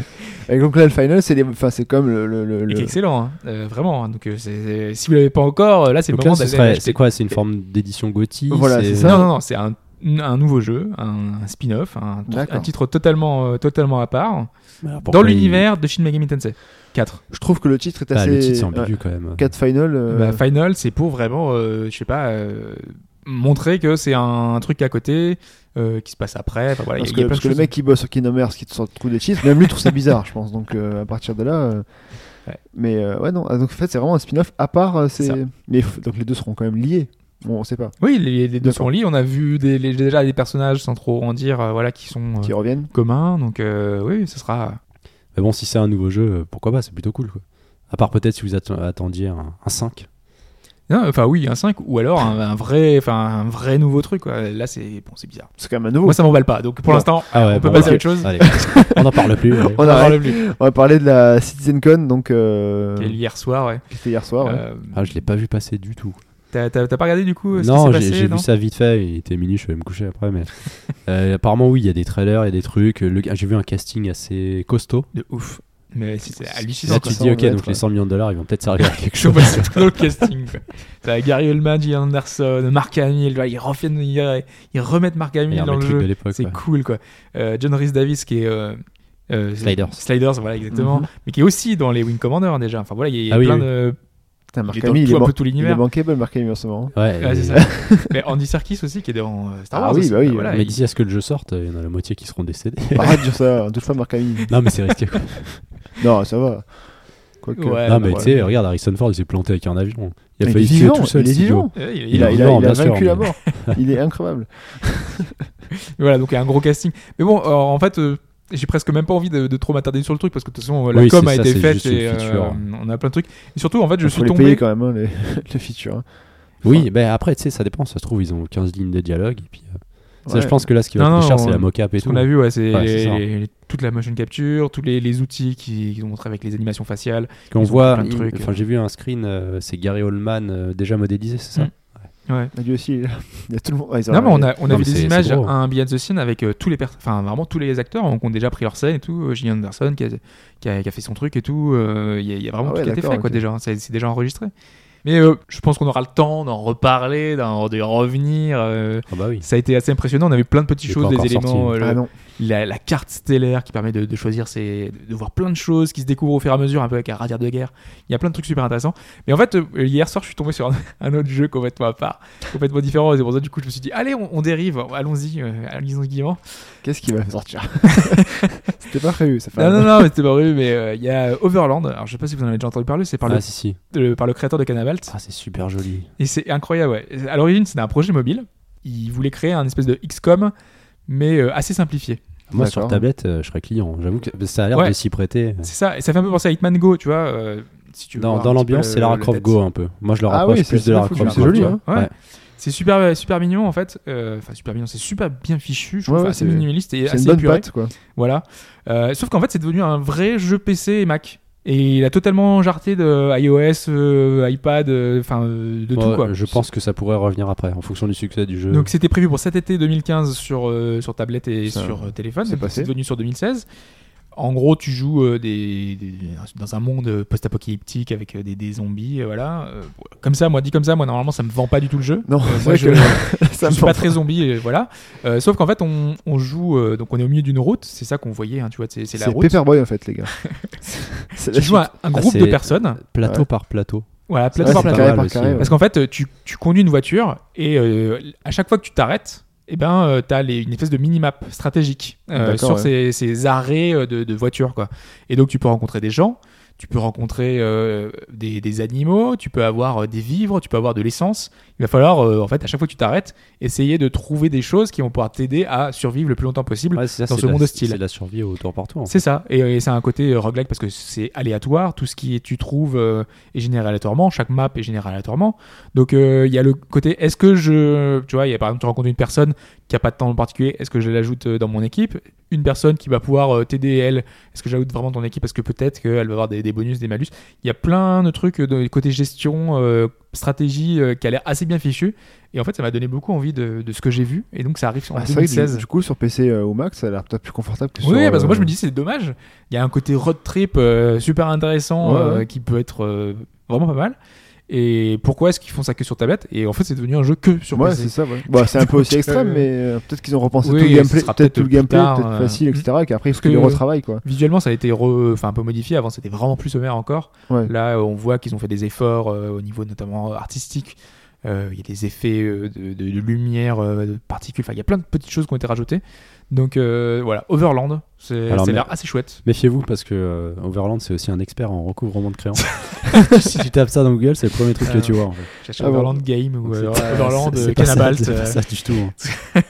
Et donc là, le final, c'est les... enfin, c'est comme le. le, le-
Et
le-
qui est excellent, hein. Euh, vraiment. hein. Donc, euh, c'est- c'est- si vous l'avez pas encore, euh, là, c'est le
Donc
moment
là, ce
d'aller
serait-
l'acheter.
c'est quoi C'est une forme d'édition Gothi
Voilà, c'est ça.
Non, non, non, c'est un n- un nouveau jeu, un, un spin-off, un,
D'accord.
un titre totalement, euh, totalement à part, dans
Pourquoi il-
l'univers de Shin Megami Tensei 4.
Je trouve que le titre est
Ah,
assez.
le titre, c'est ambigu quand même.
4 Final. euh,
Bah, Final, c'est pour vraiment, euh, je sais pas, euh, montrer que c'est un, truc à côté euh, qui se passe après. Enfin, voilà, il
parce
y a-
que,
il y a plein
parce
de
que le
choses.
mec qui bosse sur Kingdom Hearts, qui te sort trop des titres, même lui trouve ça bizarre, je pense. Donc euh, à partir de là. euh,
Ouais.
Mais euh, ouais, non. Ah, donc en fait, c'est vraiment un spin-off à part. euh,
C'est ça.
c'est... Mais f- donc les deux seront quand même liés. Bon, on sait pas.
Oui, les, les deux
D'accord.
sont liés. On a vu des, les- déjà des personnages sans trop en dire, euh, voilà, qui sont euh,
Qui reviennent.
communs. Donc euh, oui, ce sera.
Mais bon, si c'est un nouveau jeu, euh, pourquoi pas, c'est plutôt cool. Quoi. À part peut-être si vous atten- attendiez un, un 5.
Non, enfin oui, un 5 ou alors un, un vrai, enfin un vrai nouveau truc. Quoi. Là, c'est bon, c'est bizarre.
C'est quand même un nouveau.
Moi, ça m'emballe pas. Donc pour
Bon.
l'instant,
Ah ouais,
on peut
bon,
passer
bah,
à autre chose.
Allez, on n'en parle plus. allez.
On,
On en
arrête.
parle plus.
On va parler de la CitizenCon, donc euh,
Quel hier soir, ouais.
qui était hier soir. ouais.
Euh,
Ah, je l'ai pas vu passer du tout.
t'as- T'as t'as pas regardé du coup euh, ce
non,
qui s'est
j'ai-
passé
j'ai
non
vu ça vite fait. Il était minuit, je vais me coucher après. Mais Euh, apparemment, oui, il y a des trailers, il y a des trucs. Le gars- J'ai vu un casting assez costaud.
De ouf. Mais c'est c'est hallucinant.
Là,
quoi.
tu te
ça,
dis,
on
ok,
va
donc
être,
les 100 millions de dollars, ils vont peut-être servir à quelque
Je
chose.
vois c'est tout le casting. quoi. T'as Gary Oldman, Jim Anderson, Mark Hamill, voilà, ils, reviennent- ils- ils remettent Mark Hamill
Regarde
dans
les
le
trucs de
jeu.
l'époque.
C'est
quoi.
cool quoi. Euh, John Rhys Davis qui est euh, euh,
Sliders. Mhm.
Sliders, voilà exactement, mais qui est aussi dans les Wing Commander hein, déjà. Enfin voilà, il y a
Ah oui,
plein
oui.
de
Putain, Mark
il est dans
Hamill, il
tout,
est
un
ban-
peu tout
il est
l'univers.
bankable, Mark Hamill, en ce moment.
Ouais,
Ouais,
et-
Ah, c'est ça. mais Andy Serkis aussi qui est dans euh, Star
Ah Bah.
Wars.
oui,
aussi.
bah oui,
Voilà,
mais
il-
d'ici à ce que le jeu sorte, euh, il y en a la moitié qui seront décédés.
Arrête de dire ça, on touche pas Mark Hamill.
non, mais c'est risqué. quoi.
Non, ça va. Quoique.
Ouais,
non,
bah,
mais
ouais.
tu sais, regarde, Harrison Ford, il s'est planté avec un avion. Il
Il
a
est
failli tuer
vivant,
tout seul.
il est
le studio.
vivant.
Ouais, il-
Il a,
est
il a-
vivant,
il a
bien sûr,
vaincu la
mais-
mort. Il est incroyable.
Voilà, donc il y a un gros casting. Mais bon, alors, en fait, euh, j'ai presque même pas envie de, de trop m'attarder sur le truc parce que de toute façon, euh, la
Oui,
com
c'est
a
ça,
été
c'est
faite
juste une
et euh,
feature.
on a plein de trucs. Et surtout, en fait, je
Faut
suis
les
tombé.
payer quand même, hein, les, les features. hein.
Oui,
Enfin,
ben après, tu sais, ça dépend. Ça se trouve, ils ont 15 lignes de dialogue. Et puis, euh, ça,
ouais.
je pense que là, ce qui va
Non,
être
non,
cher, c'est
on-
la mocap et
Ce
tout.
qu'on a vu, ouais, c'est
Ouais,
les-
c'est ça.
les- toute la motion capture, tous les, les outils qui- qu'ils ont montré avec les animations faciales.
Qu'on
Ils ont
voit,
plein de
il-
trucs.
enfin, j'ai vu un screen, euh, c'est Gary Oldman euh, déjà modélisé, c'est ça
Mm. Ouais.
Ah, lui aussi, il est là. Il y a tout le monde. Ouais, ils ont
Non, mais on
regardé.
a, on a
Non,
vu
mais
des
c'est-
images
c'est drôle.
à un Behind the Scene avec euh, tous les pers- enfin vraiment tous les acteurs donc, qui ont déjà pris leur scène et tout. Euh, Gillian Anderson qui a, qui a- qui a fait son truc et tout. euh, Il y, a- il y a
Ah
vraiment
ouais,
tout qui a été fait
d'accord,
quoi,
ok.
déjà. hein, C'est c'est déjà enregistré. Mais euh, je pense qu'on aura le temps d'en reparler, d'en de revenir. euh,
Ah bah oui.
ça a été assez impressionnant. On avait plein de petites
Il est
choses,
pas
des
encore
éléments,
sorti.
euh, le-
Ah non,
la, la carte stellaire qui permet de, de choisir, ses, de voir plein de choses qui se découvrent au fur et à mesure, un peu avec un radar de guerre. Il y a plein de trucs super intéressants. Mais en fait, euh, hier soir, je suis tombé sur un, un autre jeu complètement à part, complètement différent. Et c'est pour ça, du coup, je me suis dit, allez, on, on dérive, allons-y, euh, allons-y gaiement.
qu'est-ce qu'il va sortir C'était pas prévu, ça fait
Non,
un-
non, non, mais c'était pas vrai, mais euh, il y a Overland. Alors, je sais pas si vous en avez déjà entendu parler, c'est par,
Ah
le,
si si.
de- par le créateur de Canavalt.
Ah c'est super joli.
Et c'est incroyable, ouais. À l'origine, c'était un projet mobile. Il voulait créer un espèce de XCOM, mais euh, assez simplifié.
Moi sur
D'accord.
tablette, euh, je serais client. J'avoue que ça a l'air
Ouais.
de s'y prêter.
C'est ça, et ça fait un peu penser à Hitman Go, tu vois. euh, si tu veux
Dans,
voir
dans
un petit
l'ambiance,
peu
c'est Lara
le-
Croft
la-
Go hein. un peu. Moi, je le
Ah
rapproche
oui, c'est-
plus de
c'est
Lara
fou,
Croft.
c'est joli,
Go, tu
hein.
vois.
Ouais.
Ouais.
C'est super, super mignon en fait. Euh, Enfin, super mignon, c'est super bien fichu. Je trouve
Ouais,
Enfin,
ouais,
assez
c'est-
minimaliste et
C'est
assez
une bonne
épuré.
patte, quoi.
Voilà. Euh, sauf qu'en fait, c'est devenu un vrai jeu PC et Mac. Et il a totalement jarté de iOS, euh, iPad, euh, enfin euh, de tout
Ouais,
quoi.
Je pense que ça pourrait revenir après, en fonction du succès du
Euh.
jeu.
Donc c'était prévu pour cet été 2015 sur, euh, sur tablette et
Ça,
sur euh, téléphone.
c'est passé.
devenu sur 2016. En gros, tu joues euh, des, des- dans un monde euh, post-apocalyptique avec euh, des, des zombies, euh, voilà. Euh, comme ça, moi dit comme ça, moi normalement ça me vend pas du tout le jeu.
Non,
Euh,
c'est
moi,
vrai
je,
que
je
ça me
suis pas
manque.
très zombie, et voilà. Euh, sauf qu'en fait, on, on joue, euh, donc on est au milieu d'une route, c'est ça qu'on voyait, hein, tu vois, c'est c'est la
C'est
route.
Paperboy en fait, les gars. Ah, C'est la
Tu joues
suite.
à un groupe
c'est-
de personnes,
Plateau
Ouais.
par plateau.
voilà, plateau
Ouais,
par
c'est
plateau.
carré par carré, ouais.
Parce qu'en fait, euh, tu, tu conduis une voiture et euh, à chaque fois que tu t'arrêtes, eh ben, euh, t'as les- une espèce de mini-map stratégique euh,
D'accord,
sur
ouais.
ces, ces arrêts euh, de, de voitures. Quoi. Et donc, tu peux rencontrer des gens, tu peux rencontrer euh, des, des animaux, tu peux avoir euh, des vivres, tu peux avoir de l'essence. Il va falloir, euh, en fait, à chaque fois que tu t'arrêtes, essayer de trouver des choses qui vont pouvoir t'aider à survivre le plus longtemps possible.
Ouais, c'est ça,
dans
c'est
ce
la-
monde hostile.
C'est la survie au tour par tour. en
C'est ça, et, euh, et c'est un côté euh, roguelike parce que c'est aléatoire, tout ce qui tu trouves euh, est généré aléatoirement, chaque map est générée aléatoirement. Donc euh, il y a le côté, est-ce que je, tu vois, il y a par exemple tu rencontres une personne qui a pas de temps en particulier, est-ce que je l'ajoute euh, dans mon équipe Une personne qui va pouvoir euh, t'aider elle, est-ce que j'ajoute vraiment ton équipe parce que peut-être qu'elle va avoir des, des bonus, des malus. Il y a plein de trucs euh, de côté gestion, euh, stratégie euh, qui a l'air assez bien fichu. Et en fait ça m'a donné beaucoup envie de, de ce que j'ai vu. Et donc ça arrive en
Ah, c'est vrai que
2016.
du, du coup, sur PC euh, ou Mac, ça a l'air peut-être plus confortable que sur.
Oui, parce que moi je me
euh,
dis c'est dommage. Il y a un côté road trip euh, super intéressant
Ouais,
euh,
ouais.
qui peut être euh, vraiment pas mal. Et pourquoi est-ce qu'ils font ça que sur tablette Et en fait, c'est devenu un jeu que sur
Ouais,
PC.
c'est ça. Ouais. Bah, c'est un peu aussi
Donc,
extrême,
euh,
mais euh, peut-être qu'ils ont repensé
oui,
tout le
ce
gameplay,
sera
peut-être tout le
peut-être plus
gameplay,
tard,
peut-être
euh,
facile,
mm.
etc. Et qu'après, il faut
Parce
qu'ils le
que-
retravaillent, quoi.
Visuellement, ça a été re- enfin un peu modifié. Avant, c'était vraiment plus sommaire encore.
Ouais.
Là, euh, on voit qu'ils ont fait des efforts euh, au niveau notamment artistique. Euh, Il y a des effets euh, de, de- de lumière, euh, de particules. Enfin, il y a plein de petites choses qui ont été rajoutées. Donc euh, voilà, Overland, c'est
Alors,
c'est
mais-
l'air assez chouette.
Méfiez-vous parce que euh, Overland c'est aussi un expert en recouvrement de créances. si tu tapes ça dans Google, c'est le premier truc que
Ah.
tu vois. En fait.
Cherche
Ah bon.
Overland Game ou
Donc, c'est
euh,
pas-
Overland
c'est-
euh,
c'est pas ça-
Cannabalt.
c'est pas
euh,
ça du tout. hein.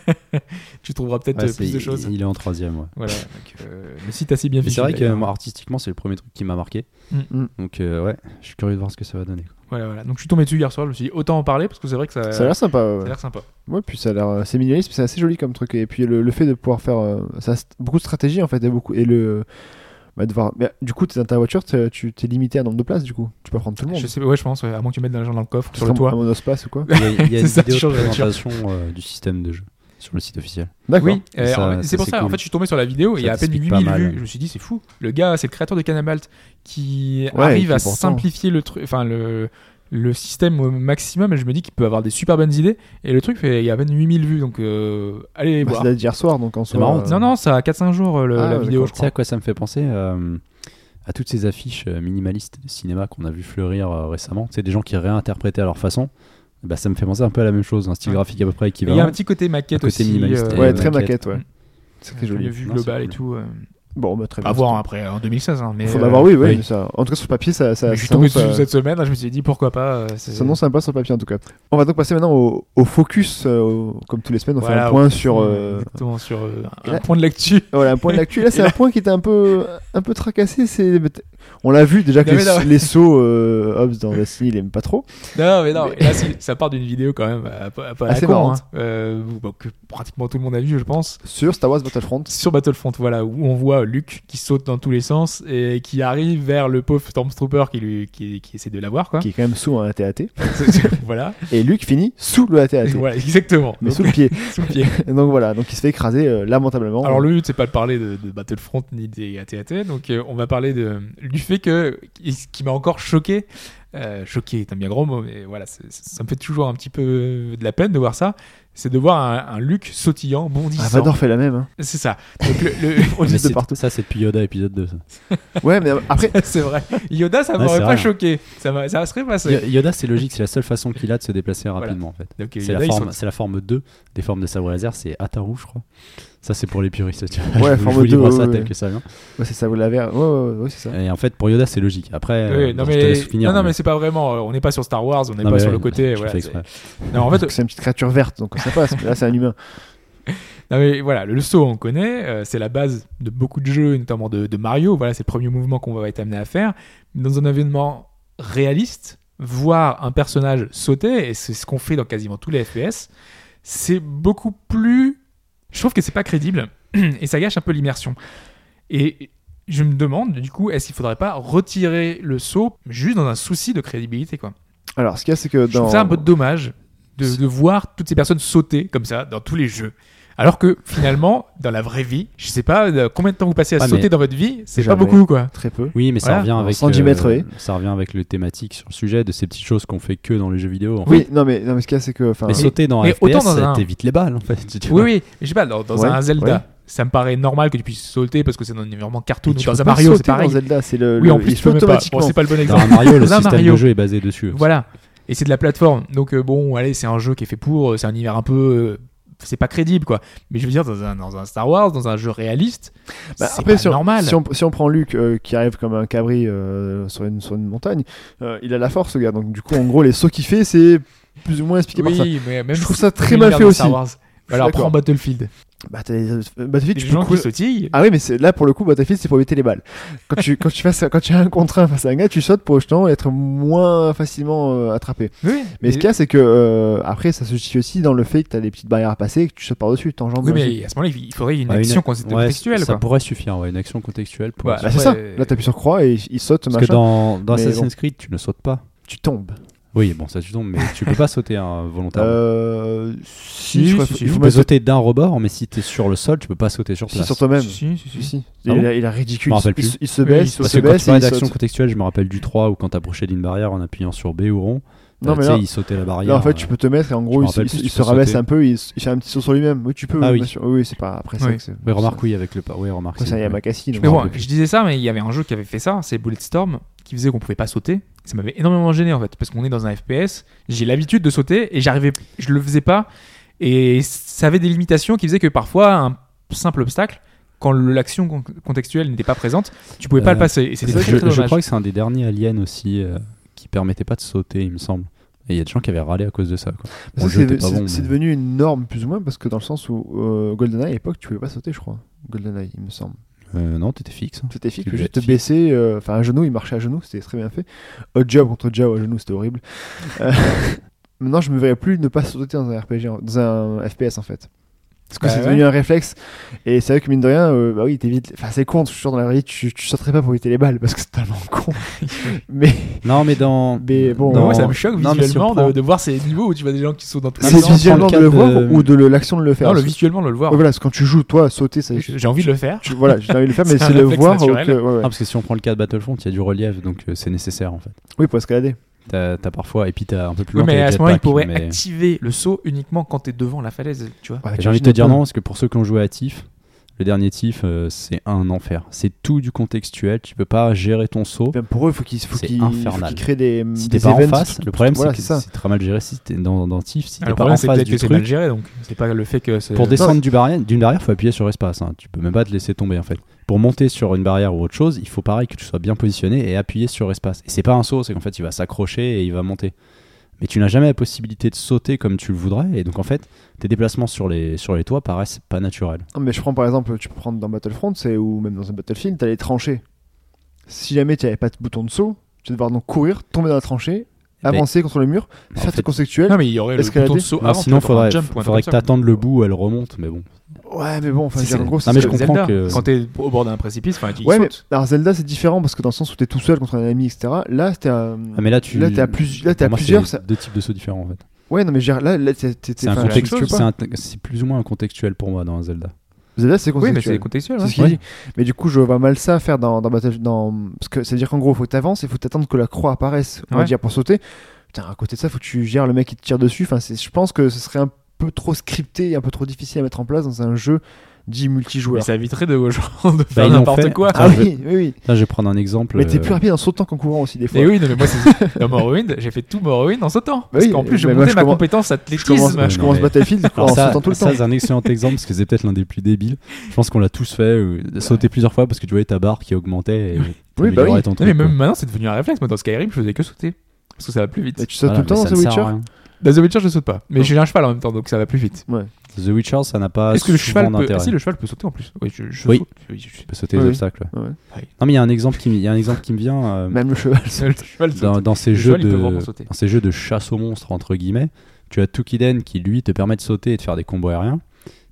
tu trouveras peut-être
Ouais,
euh, plus
c'est-
de choses.
Il est en troisième. ouais.
Voilà, donc, euh, le site assez bien
Mais c'est
fichu,
vrai que
d'ailleurs.
moi, artistiquement, c'est le premier truc qui m'a marqué.
Mm.
Mm.
Donc euh, ouais, je suis curieux de voir ce que ça va donner.
Voilà, voilà. Donc je suis tombé dessus hier soir, je me suis dit autant en parler parce que c'est vrai que ça,
Ça a l'air sympa. ouais,
ça a
Ouais.
l'air sympa.
Ouais, puis ça a l'air, euh, c'est minimaliste, mais c'est assez joli comme truc. Et puis le, le fait de pouvoir faire euh, ça, c'est beaucoup de stratégie en fait, et beaucoup et le bah, de voir- mais, du coup, t'es dans ta voiture, t'es- tu t'es limité à un nombre de places, du coup, tu peux prendre tout le monde.
Je sais, ouais, je pense, ouais, à moins que tu mettes dans les gens dans le coffre, sur le
Un
toit.
monospace ou quoi
Il y a, il y a
C'est
une
ça,
vidéo de
change la voiture.
présentation euh, du système de jeu sur le site officiel.
D'accord.
Oui, euh,
Ça,
en-
ça,
c'est pour
c'est
ça, en
cool.
fait, je suis tombé sur la vidéo et
Ça
il y a à peine
t'explique pas
8000
mal.
vues. Je me suis dit, c'est fou. Le gars, c'est le créateur de Canabalt qui
Ouais,
arrive
qui est
à
pourtant-
simplifier le truc, enfin, le, le système au maximum. Et je me dis qu'il peut avoir des super bonnes idées. Et le truc, fait- il y a à peine 8000 vues, donc euh, allez
Bah,
voir.
c'est date d'hier soir, donc en soi.
marrant.
euh,
Non, non, ça a 4-5 jours euh, le-
Ah,
la
ouais,
vidéo,
d'accord.
je
Tu sais
crois.
à quoi ça me fait penser euh, À toutes ces affiches euh, minimalistes de cinéma qu'on a vu fleurir euh, récemment. C'est des gens qui réinterprétaient à leur façon. Bah, ça me fait penser un peu à la même chose, un style
Ouais.
graphique à peu près
Et Il y a un
équivalent.
petit côté maquette
côté
aussi.
minimaliste.
euh,
Et
Ouais,
la
très
maquette.
maquette, ouais.
Mm.
C'est très
sur
joli.
les vues
Non,
globales
c'est
et tout. euh,
Bon, bah, très
à
bien.
voir après, en 2016. Hein, mais,
Faut
euh,
l'avoir, oui, oui.
oui.
mais ça- En tout cas, sur papier, ça. ça
mais je suis
ça
tombé
annonce,
dessus
euh,
cette semaine, hein, je me suis dit pourquoi pas. euh, c'est-
Ça annonce sympa sur papier, en tout cas. On va donc passer maintenant au, au focus. euh, au- Comme tous les semaines, on fait
Voilà,
un point
au-
sur. euh,
exactement, sur euh,
et
un
là-
point de l'actu.
Voilà, un point de l'actu. Et Là, c'est un point qui était un peu, un peu tracassé. C'est, on l'a vu déjà que
Non, mais
les,
là-
les sauts euh, Hobbs dans Destiny, il aime pas trop.
Non, mais non, et là, c'est- ça part d'une vidéo quand même euh, pas, pas à la
Assez
con,
marrante.
hein, euh, bon, que pratiquement tout le monde a vu, je pense.
Sur Star Wars Battlefront.
Sur Battlefront, voilà, où on voit Luke qui saute dans tous les sens et qui arrive vers le pauvre Stormtrooper qui, lui, qui, qui essaie de l'avoir, quoi.
Qui est quand même sous un AT-AT.
voilà.
Et Luke finit sous le AT-AT.
voilà, exactement.
Mais
Donc,
sous le pied.
sous le pied.
Donc voilà, donc il se fait écraser euh, lamentablement.
Alors
hein.
le but c'est pas de parler de, de Battlefront ni des AT-AT, donc euh, on va parler de, du fait que ce qui m'a encore choqué, euh, choqué est un bien gros mot, mais voilà, c'est- c'est- ça me fait toujours un petit peu de la peine de voir ça, c'est de voir un, un Luc sautillant,
Ah,
bondissant.
Vador fait la même. hein. Ah,
c'est ça. Donc, le- le-
On dit de
Mais c'est-
partout.
Ça, c'est depuis Yoda épisode 2. ça.
Ouais, mais après,
c'est vrai. Yoda, ça
Ouais,
m'aurait
c'est
pas
vrai.
choqué, ça, m'a- ça serait passé.
Y- Yoda, c'est logique, c'est la seule façon qu'il a de se déplacer rapidement en fait.
Donc,
C'est
Yoda,
la,
il
forme,
saute.
c'est la forme 2 des formes de sabre laser, c'est Ataru, je crois. Ça, c'est pour les puristes. tu
Ouais,
vois. je, vous- je
forme
vous livre
2,
ça
ouais,
tel
ouais.
que ça vient.
ouais, c'est ça, vous l'avez. Ouais, ouais, ouais, c'est ça.
Et en fait, pour Yoda, c'est logique. Après,
Oui,
euh,
non,
bon, je
mais,
te laisse finir.
non, non, mais c'est pas vraiment, euh, on n'est pas sur Star Wars, on n'est
Non,
pas
mais
sur
ouais,
le côté.
je
voilà,
fais
c'est-
exprès.
non, en fait,
Donc, c'est une petite créature verte, donc ça passe. Mais là, c'est un humain.
Non mais voilà, le saut on connaît, euh, c'est la base de beaucoup de jeux, notamment de, de Mario. Voilà, c'est le premier mouvement qu'on va être amené à faire dans un événement réaliste. Voir un personnage sauter, et c'est ce qu'on fait dans quasiment tous les FPS, c'est beaucoup plus. Je trouve que c'est pas crédible et ça gâche un peu l'immersion. Et je me demande du coup, est-ce qu'il faudrait pas retirer le saut juste dans un souci de crédibilité quoi
Alors, ce qu'il y a, c'est que
je
dans.
trouve ça un peu dommage de, de voir toutes ces personnes sauter comme ça dans tous les jeux. Alors que finalement, dans la vraie vie, je sais pas euh, combien de temps vous passez à
Ah, mais-
sauter dans votre vie, c'est pas
Jamais.
beaucoup quoi.
Très peu.
Oui, mais ça
Voilà,
revient
en
avec euh,
110 mètres, oui.
ça revient avec le thématique sur le sujet de ces petites choses qu'on fait que dans les jeux vidéo. en fait.
Oui, non, mais, non, mais ce qu'il y a, c'est que. enfin,
Mais sauter dans
mais
FPS,
autant dans
ça
un-
t'évite les balles en fait. tu
Oui,
vois.
oui, mais je sais pas, dans, dans
Ouais,
un Zelda,
ouais.
ça me paraît normal que tu puisses sauter parce que c'est dans un environnement cartoon
tu
ou dans
peux
un
pas
Mario, c'est
sauter dans
pareil.
Zelda, c'est le.
Oui, en
le-
plus,
il
tu
se
peux
fait
même pas. Bon,
automatiquement.
c'est pas le bon
Dans
exemple.
un Mario, le
Dans un
système
Mario.
de jeu est basé dessus. aussi.
Voilà. Et c'est de la plateforme. Donc euh, bon, allez, c'est un jeu qui est fait pour, euh, c'est un univers un peu. euh, c'est pas crédible quoi. Mais je veux dire, dans un, dans un Star Wars, dans un jeu réaliste,
Bah,
c'est
après,
pas
si on,
normal.
Si, on, si on prend Luke euh, qui arrive comme un cabri euh, sur, une, sur une montagne, euh, il a la force, ce gars. Donc, du coup, en gros, les sauts qu'il fait, c'est plus ou moins expliqué par ça.
Oui, mais même
Je trouve
si
ça
c'est
très mal
l'univers
fait
de
aussi.
Star Wars.
suis
Alors
d'accord.
prends Battlefield.
Bah, t'as les- euh, Battlefield,
des
tu peux
gens qui
courir-
sautillent.
Ah oui, mais c'est- là, pour le coup, Battlefield, c'est pour éviter les balles. Quand tu, quand tu, fasses, quand tu as un contre un face à un gars, tu sautes pour justement être moins facilement euh, attrapé.
Oui,
Mais ce qu'il y a, c'est que euh, après, ça se justifie aussi dans le fait que t'as des petites barrières à passer et que tu sautes par-dessus, t'enjambes.
oui,
aussi.
mais à ce moment-là, il faudrait une
Ah,
Ouais, une-
action
ouais,
contextuelle.
ça
quoi.
pourrait suffire, ouais, une action contextuelle. Pour...
Ouais,
Parce
Bah, c'est ça.
Ouais.
Là, t'appuies sur croix et il saute,
que
machin.
dans, dans
Mais
Assassin's Creed, tu ne sautes pas.
Tu tombes.
Oui, bon, ça tu tombes, mais tu peux pas sauter hein, volontairement.
Euh, si,
Si,
je crois
si,
qu'il
si,
faut
tu
vous
peux
mettre
sauter d'un rebord, mais si t'es sur le sol, tu peux pas sauter sur
si,
place.
sur toi-même.
Si, si, si, si.
Si, si.
Ah
il,
bon
a, il a ridicule.
Je m'en rappelle
il,
plus.
se- il se
Oui,
baisse,
il
il
Parce
se
que quand
baisse.
tu parlais
et il
d'action
saute.
contextuelle, je me rappelle du 3 ou quand t'approchais d'une barrière en appuyant sur B ou rond.
Non,
euh,
mais
tu sais,
là-
il sautait la barrière. euh,
Là, en fait, tu peux te mettre et en
je
gros,
me
il, se-
rappelle
il
plus,
se-
tu
il
peux
se rabaisse
sauter.
un peu, il, se- il fait un petit saut sur lui-même. Oui, tu peux.
Ah oui.
bien sûr. oui, c'est pas après ça
Oui.
que c'est.
Oui, remarque, oui, avec le pas. Oui, remarque.
Après,
c'est-
ça, il y bah, a
ouais.
Makassi. donc-
Mais
me
bon,
rappelle plus.
je disais ça, mais il y avait un jeu qui avait fait ça, c'est Bulletstorm, qui faisait qu'on pouvait pas sauter. Ça m'avait énormément gêné en fait, parce qu'on est dans un FPS, j'ai l'habitude de sauter et j'arrivais, je le faisais pas, et ça avait des limitations qui faisaient que parfois un simple obstacle, quand le- l'action con- contextuelle n'était pas présente, tu pouvais pas
Euh,
le passer. Et c'était
Je,
très, très
je
dommage.
crois que c'est un des derniers aliens aussi euh, qui permettait pas de sauter, il me semble. Et il y a des gens qui avaient râlé à cause de ça. Quoi. Bon,
Ça,
le jeu était
C'est
pas
c'est-
bon,
c'est
mais-
devenu une norme, plus ou moins, parce que dans le sens où euh, GoldenEye, à l'époque, tu pouvais pas sauter, je crois. GoldenEye, il me semble.
Euh, non, t'étais fixe. hein.
C'était fixe, tu
Tu devais
juste te
être fixe.
baisser, euh, enfin à genoux, il marchait à genoux, c'était très bien fait. Hot job contre Jao à genoux, c'était horrible. Euh, Maintenant, je me verrais plus ne pas sauter dans un RPG, en- dans un FPS en fait. Parce que
Bah
c'est
ouais.
devenu un réflexe. Et c'est vrai que mine de rien, euh, bah oui, t'évites. Enfin, c'est con, je suis sûr, dans la vraie vie, tu, tu sauterais pas pour éviter les balles parce que c'est tellement con. mais
Non, mais dans. euh,
Mais bon,
Non,
dans-
moi, ça me choque
Non, mais si on
visuellement de-
prend-
de, voir ces niveaux où tu vois des gens qui sont dans tous les
mais
c'est
dans-
sens.
visuellement
dans
de
le
le voir
cadre de-
ou de le- l'action de le faire
Non, le
Parce que-
visuellement de le voir.
Ouais, Voilà, parce que quand tu joues, toi, sauter, ça.
J'ai envie de le faire.
tu- voilà, j'ai envie de le faire, mais
C'est un
c'est le
réflexe
voir.
naturel.
que- ouais, ouais.
Ah, parce que si on prend le cas de Battlefront, il y a du relief, donc euh, c'est nécessaire en fait.
Oui, pour escalader.
T'as as parfois, et puis t'as un peu plus
Oui,
loin.
mais
t'as
à
les
ce moment-là, ils
jetpacks,
pourraient
mais-
activer le saut uniquement quand t'es devant la falaise, tu vois.
Ouais,
J'ai envie de te dire
t'imagines
non, parce que pour ceux qui ont joué à TIF, le dernier TIF, euh, c'est un enfer. C'est tout du contextuel, tu peux pas gérer ton saut.
Même pour eux, faut qu'ils faut
C'est
qu'ils- faut
infernal.
qu'ils créent des,
Si t'es
des
pas en
events.
face, le problème
Voilà,
c'est que
c'est ça.
c'est très mal géré si t'es dans, dans TIF, si
Alors, Ah,
t'es
le
pas
problème,
en
c'est
face
peut-être
du
que c'est mal
truc.
géré, donc c'est pas le fait que c'est.
Pour
Non,
descendre
mais-
du barrière- d'une barrière, faut appuyer sur espace. hein. Tu peux même pas te laisser tomber en fait. Pour monter sur une barrière ou autre chose, il faut pareil que tu sois bien positionné et appuyer sur espace. Et c'est pas un saut, c'est qu'en fait il va s'accrocher et il va monter. Mais tu n'as jamais la possibilité de sauter comme tu le voudrais. Et donc en fait, tes déplacements sur les, sur les toits paraissent pas naturels.
Non, mais je prends par exemple, tu peux prendre dans Battlefront, c'est ou même dans un Battlefield, t'as les tranchées. Si jamais tu n'avais pas de bouton de saut, tu vas devoir donc courir, tomber dans la tranchée,
Mais-
avancer contre le mur, faire tes
Eh ben, fait-
conceptuels.
Non, mais il y aurait le
Escalader.
bouton de saut
Alors,
avant.
sinon,
tu vois, pour un
faudrait,
jump ou un
faudrait
truc
que
comme ça.
t'attendes le bout où elle remonte, mais bon.
Ouais, mais bon, enfin,
Si,
je veux dire,
c'est-
en gros,
Non,
c'est ce
mais je
que-
Zelda,
comprends que-
Quand t'es au bord d'un précipice, enfin, tu
Ouais, mais
sautes.
alors Zelda, c'est différent parce que dans le sens où t'es tout seul contre un ennemi, etc. Là, c'était un.
Ah, mais là, tu.
Là, t'es à, plus... là, t'es à
Pour moi, c'est
plusieurs. ça-
Deux types de sauts différents en fait.
Ouais, non, mais je veux dire, là, là t'es- t'es- t'es-
C'est un
enfin,
contexte-
tu peux
c'est
pas.
un- c'est plus ou moins un contextuel pour moi dans un Zelda.
Zelda, c'est
Oui, mais
conceptuel.
c'est contextuel.
C'est
hein.
ce qu'il
Ouais.
dit. Mais du coup, je vois mal ça faire dans, dans Battle- dans- Parce que c'est-à-dire qu'en gros, faut que t'avances et faut t'attendre que la croix apparaisse, on va
Ouais.
dire, pour sauter. Putain, à côté de ça, faut que tu gères le mec qui te tire dessus. Enfin, c'est- je pense que ce serait un peu trop scripté et un peu trop difficile à mettre en place dans un jeu dit
Mais
multijoueur.
ça éviterait de, aux gens de
Bah, ils
faire
l'ont
n'importe
fait.
quoi.
Ah
Attends, je-
oui, oui, oui.
Là, je vais prendre un exemple.
Mais t'es
euh,
plus rapide en sautant qu'en courant aussi, des fois.
Et oui, non, mais moi, c'est dans Morrowind, j'ai fait tout Morrowind en sautant. Parce
oui,
qu'en plus, je
mais moi,
montais
je
ma
commence-
compétence
Je commence,
athlétisme.
Ouais,
je
non,
commence
mais-
Battlefield en
Oh,
Alors ça,
sautant tout le
ça,
temps.
c'est un excellent exemple parce que c'est peut-être l'un des plus débiles. Je pense qu'on l'a tous fait, euh, de sauter plusieurs fois parce que tu voyais ta barre qui augmentait et
Oui, bah
t'améliorais
oui.
ton
Non,
truc,
mais même
quoi.
maintenant, c'est devenu un réflexe. Moi, dans Skyrim, je faisais que sauter. Parce que ça va plus
Et
vite.
tu sautes
Voilà,
tout le temps
mais
dans The
ça ne sert à
Witcher
rien.
Dans Bah, The Witcher, je saute pas. Mais
Non.
j'ai un cheval en même temps, donc ça va plus vite.
The Witcher, ça n'a pas
Est-ce que le
souvent
cheval peut.
d'intérêt.
Ah, si, le cheval peut sauter en plus. Oui, je, je
Oui.
saute. Oui, je- je-
Tu peux sauter
Oui.
les obstacles. ouais.
Ouais.
Non, mais il y a un exemple qui, me- il y a un exemple qui me vient euh,
Même le cheval. saute.
Le cheval saute.
dans, dans ces
Bah, Le
jeux
cheval, il peut vraiment
de
sauter.
dans ces jeux de chasse aux monstres entre guillemets. Tu as Tukiden qui lui te permet de sauter et de faire des combos aériens.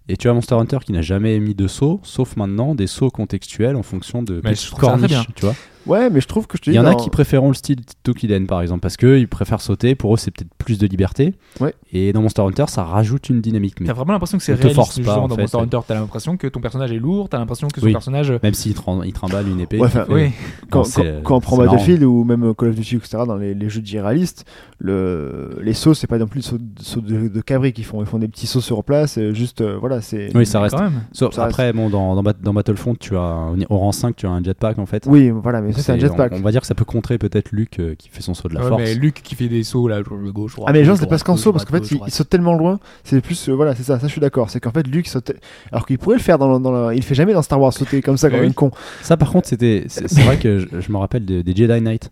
Et tu as Monster Hunter qui n'a jamais mis de saut, sauf maintenant des sauts contextuels en fonction de
Mais je
petites
trouve ça très
corniches,
bien.
tu vois.
Ouais, mais je trouve que je te
Il
dis.
y en a
dans-
qui préféreront le style Tokiden par exemple parce qu'ils préfèrent sauter, pour eux c'est peut-être plus de liberté.
Ouais.
Et dans Monster Hunter ça rajoute une dynamique, mais
T'as vraiment l'impression que c'est
on te
réaliste
force pas,
justement,
en
dans
fait,
Monster
ouais.
Hunter. T'as l'impression que ton personnage est lourd, t'as l'impression que son
Oui.
personnage.
même s'il trim- il trimballe une épée.
Ouais,
il
enfin,
fait-
Oui.
Non,
quand,
c'est-
quand- quand on prend
c'est marrant.
Battlefield ou même Call of Duty, etc., dans les, les jeux de réalistes, le, les sauts, c'est pas non plus des sauts, de- sauts de, de cabri qu'ils font. Ils font des petits sauts sur place, et juste, euh, voilà, c'est.
Oui, ça
mais
reste.
Quand même.
Sauf-
ça reste-
après, bon, dans, dans, Bat- dans Battlefront, tu as un- au rang 5, tu as un jetpack en fait.
Oui, voilà, mais ça, c'est un
C'est-
jetpack.
On, on va dire que ça peut contrer peut-être Luke euh, qui fait son saut de la
Ouais,
force.
mais Luc qui fait des sauts là, le gauche.
Ah, mais les gens, c'est parce qu'en saut, parce qu'en fait, ils, ils sautent tellement loin, c'est plus. euh, voilà, c'est ça, ça, je suis d'accord. C'est qu'en fait, Luke saute. Alors qu'il pourrait le faire dans, le- dans le- Il le fait jamais dans Star Wars, sauter comme ça,
Mais
comme
oui.
un con.
Ça, par contre, c'était. C'est c'est vrai que je, je me rappelle des, des Jedi Knight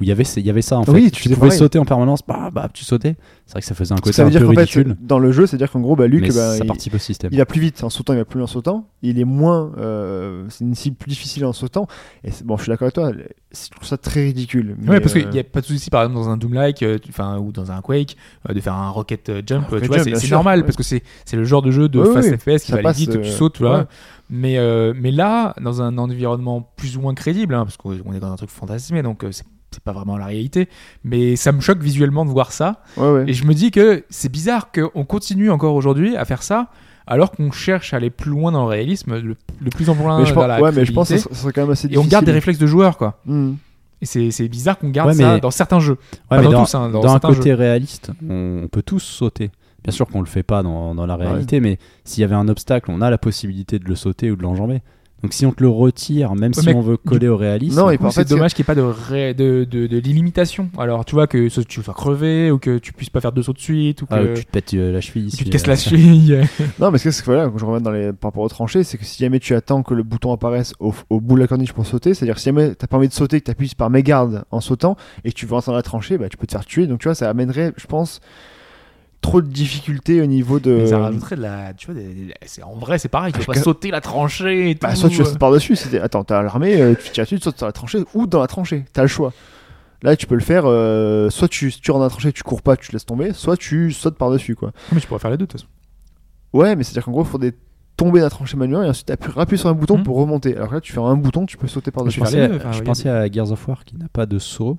où il y avait, ces- il y avait ça en fait.
Oui, tu
tu
faisais
pouvais
pareil.
sauter en permanence, bah, bah, tu sautais. C'est vrai que ça faisait un
Parce que
côté
ça
un
veut dire
peu
qu'en fait,
ridicule.
dans le jeu, c'est-à-dire qu'en gros, bah, Luke,
mais
bah,
ça
il-
participe au système.
Il va plus vite en sautant, il va plus loin en sautant. Il est moins. euh, c'est une cible plus difficile en sautant. Et c'est- bon, je suis d'accord avec toi, c'est- je trouve ça très ridicule.
Ouais, parce
euh,
qu'il n'y a pas de souci, par exemple, dans un Doom-like euh, tu- enfin, ou dans un Quake, euh, de faire un Rocket euh, Jump,
Rocket
tu vois,
Jump,
c'est
bien
c'est
sûr,
normal,
ouais.
parce que c'est c'est le genre de jeu de
Ouais,
fast
ouais,
FPS qui
ça
va
passe,
aller vite, tu
euh,
sautes, tu vois.
ouais.
Mais, euh, mais là, dans un environnement plus ou moins crédible, hein, parce qu'on on est dans un truc fantasmé, donc euh, c'est c'est pas vraiment la réalité, mais ça me choque visuellement de voir ça.
Ouais, ouais.
Et je me dis que c'est bizarre qu'on continue encore aujourd'hui à faire ça, alors qu'on cherche à aller plus loin dans le réalisme, le, le plus en loin
mais je
dans
pense,
la
ouais, mais je pense que
crédibilité,
ça serait quand même assez
Et on
difficile.
garde des réflexes de joueurs, quoi.
Hmm.
Et c'est c'est bizarre qu'on garde
Ouais,
ça
mais-
dans certains jeux.
Ouais,
Pas
mais
dans,
dans,
tous, hein, dans,
dans un
certains
côté
jeux.
réaliste, on, on peut tous sauter. Bien sûr qu'on le fait pas dans, dans la réalité, mais s'il y avait un obstacle, on a la possibilité de le sauter ou de l'enjamber. Donc si on te le retire, même
Ouais,
si
mais
on veut coller au réalisme,
Non, et
Du coup,
en fait,
C'est dommage qu'il n'y ait pas de, ré- de, de, de l'illimitation. Alors, tu vois, que ce- tu vas crever, ou que tu puisses pas faire deux sauts de suite, ou que
ah, tu te pètes euh, la cheville.
tu
si,
te casses
euh,
la cheville.
Non, mais c'est que voilà, je reviens dans les, par rapport aux tranchées, c'est que si jamais tu attends que le bouton apparaisse au, au bout de la corniche pour sauter, c'est-à-dire que si jamais t'as pas envie de sauter, que t'appuies par mégarde en sautant et que tu vas dans la tranchée, bah, tu peux te faire tuer. Donc tu vois, ça amènerait, je pense, trop de difficultés au niveau de.
Mais Ça rajouterait de la. Tu vois, des- des- c'est- en vrai, c'est pareil. Tu vas
que-
pas sauter la tranchée et tout. euh.
Bah, soit tu sautes par-dessus, si t'es- attends, t'as l'armée, euh, tu tires dessus, tu sautes sur la tranchée ou dans la tranchée, t'as le choix. Là, tu peux le faire, euh, soit tu, si tu rentres dans la tranchée, tu cours pas, tu te laisses tomber, soit tu sautes par-dessus, quoi.
Ah, Mais tu pourrais faire les deux, de toute façon.
Ouais, mais c'est-à-dire qu'en gros, il faut des tomber dans la tranchée manuelle et ensuite appuyer rappuyer sur un bouton
Hmm.
Mhm.
pour remonter. Alors que là, tu fais un bouton, tu peux sauter
Je
par-dessus.
faire
pensais,
les
à,
deux, enfin,
je
regarde.
pensais à Gears of War qui n'a pas de saut,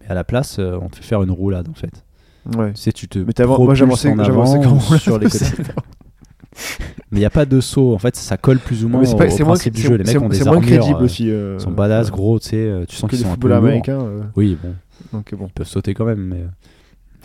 mais à la place, euh, on te fait faire une roulade en fait.
Ouais.
Tu sais, tu te
Mais t'as- moi,
propulses
j'avançais-
en
j'avançais
avant
comme on
sur les
l'a
côtés.
fait.
Mais il n'y a pas de saut, en fait, ça colle plus ou moins
Mais c'est
au,
pas-
au
c'est moins,
principe du jeu. Les
c'est-
mecs ont
c'est
des
moins
armures,
crédible
euh,
aussi. euh,
ils sont badass, gros, tu sais, euh, tu sens
que
qu'ils
les
sont un peu
footballeurs
lourds.
américains. euh,
Oui, bon,
donc bon.
ils peuvent sauter quand même, mais...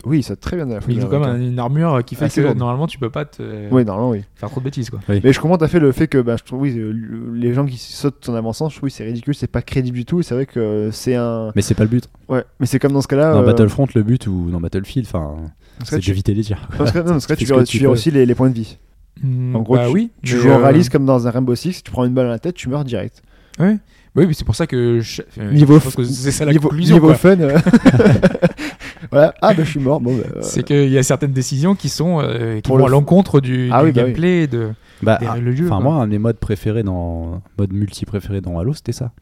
Oui, ça très bien.
Mais ils ont quand même une armure qui fait
Assez
que
lourde.
normalement, tu peux pas te
Ah, Oui, normalement, oui.
faire trop de bêtises, quoi.
Mais je comprends, t'as fait le fait que bah, je trouve, oui, euh, les gens qui sautent en avançant, je trouve que c'est ridicule, c'est pas crédible du tout. et C'est vrai que euh, c'est un.
Mais c'est pas le but.
Ouais, mais c'est comme dans ce cas-là.
Dans
euh,
Battlefront, le but, ou dans Battlefield, enfin,
dans ce cas-là,
c'est
tu-
d'éviter les tirs.
dans ce cas- non, dans ce cas, tu
Tu fais Mm. ce que
verras-
tu
tu verras
peux.
aussi les les points de vie.
Hmm,
En gros,
bah oui.
Tu
mais,
joues en
euh,
réaliste comme dans un Rainbow Six, tu prends une balle dans la tête, tu meurs direct.
Oui, mais c'est pour ça que. je- euh,
Niveau
je pense
f-
que c'est ça la
niveau,
conclusion.
niveau
quoi.
fun. euh, voilà. Ah, bah, je suis mort. Bon, bah, euh,
C'est qu'il y a certaines décisions qui sont euh, qui
Pour le
vont à
f-
l'encontre du,
Ah
du
oui, bah oui. Ah,
gameplay et de
Bah,
derrière le jeu.
Enfin,
quoi.
moi, un de mes modes préférés dans. mode multi préféré dans Halo, c'était ça.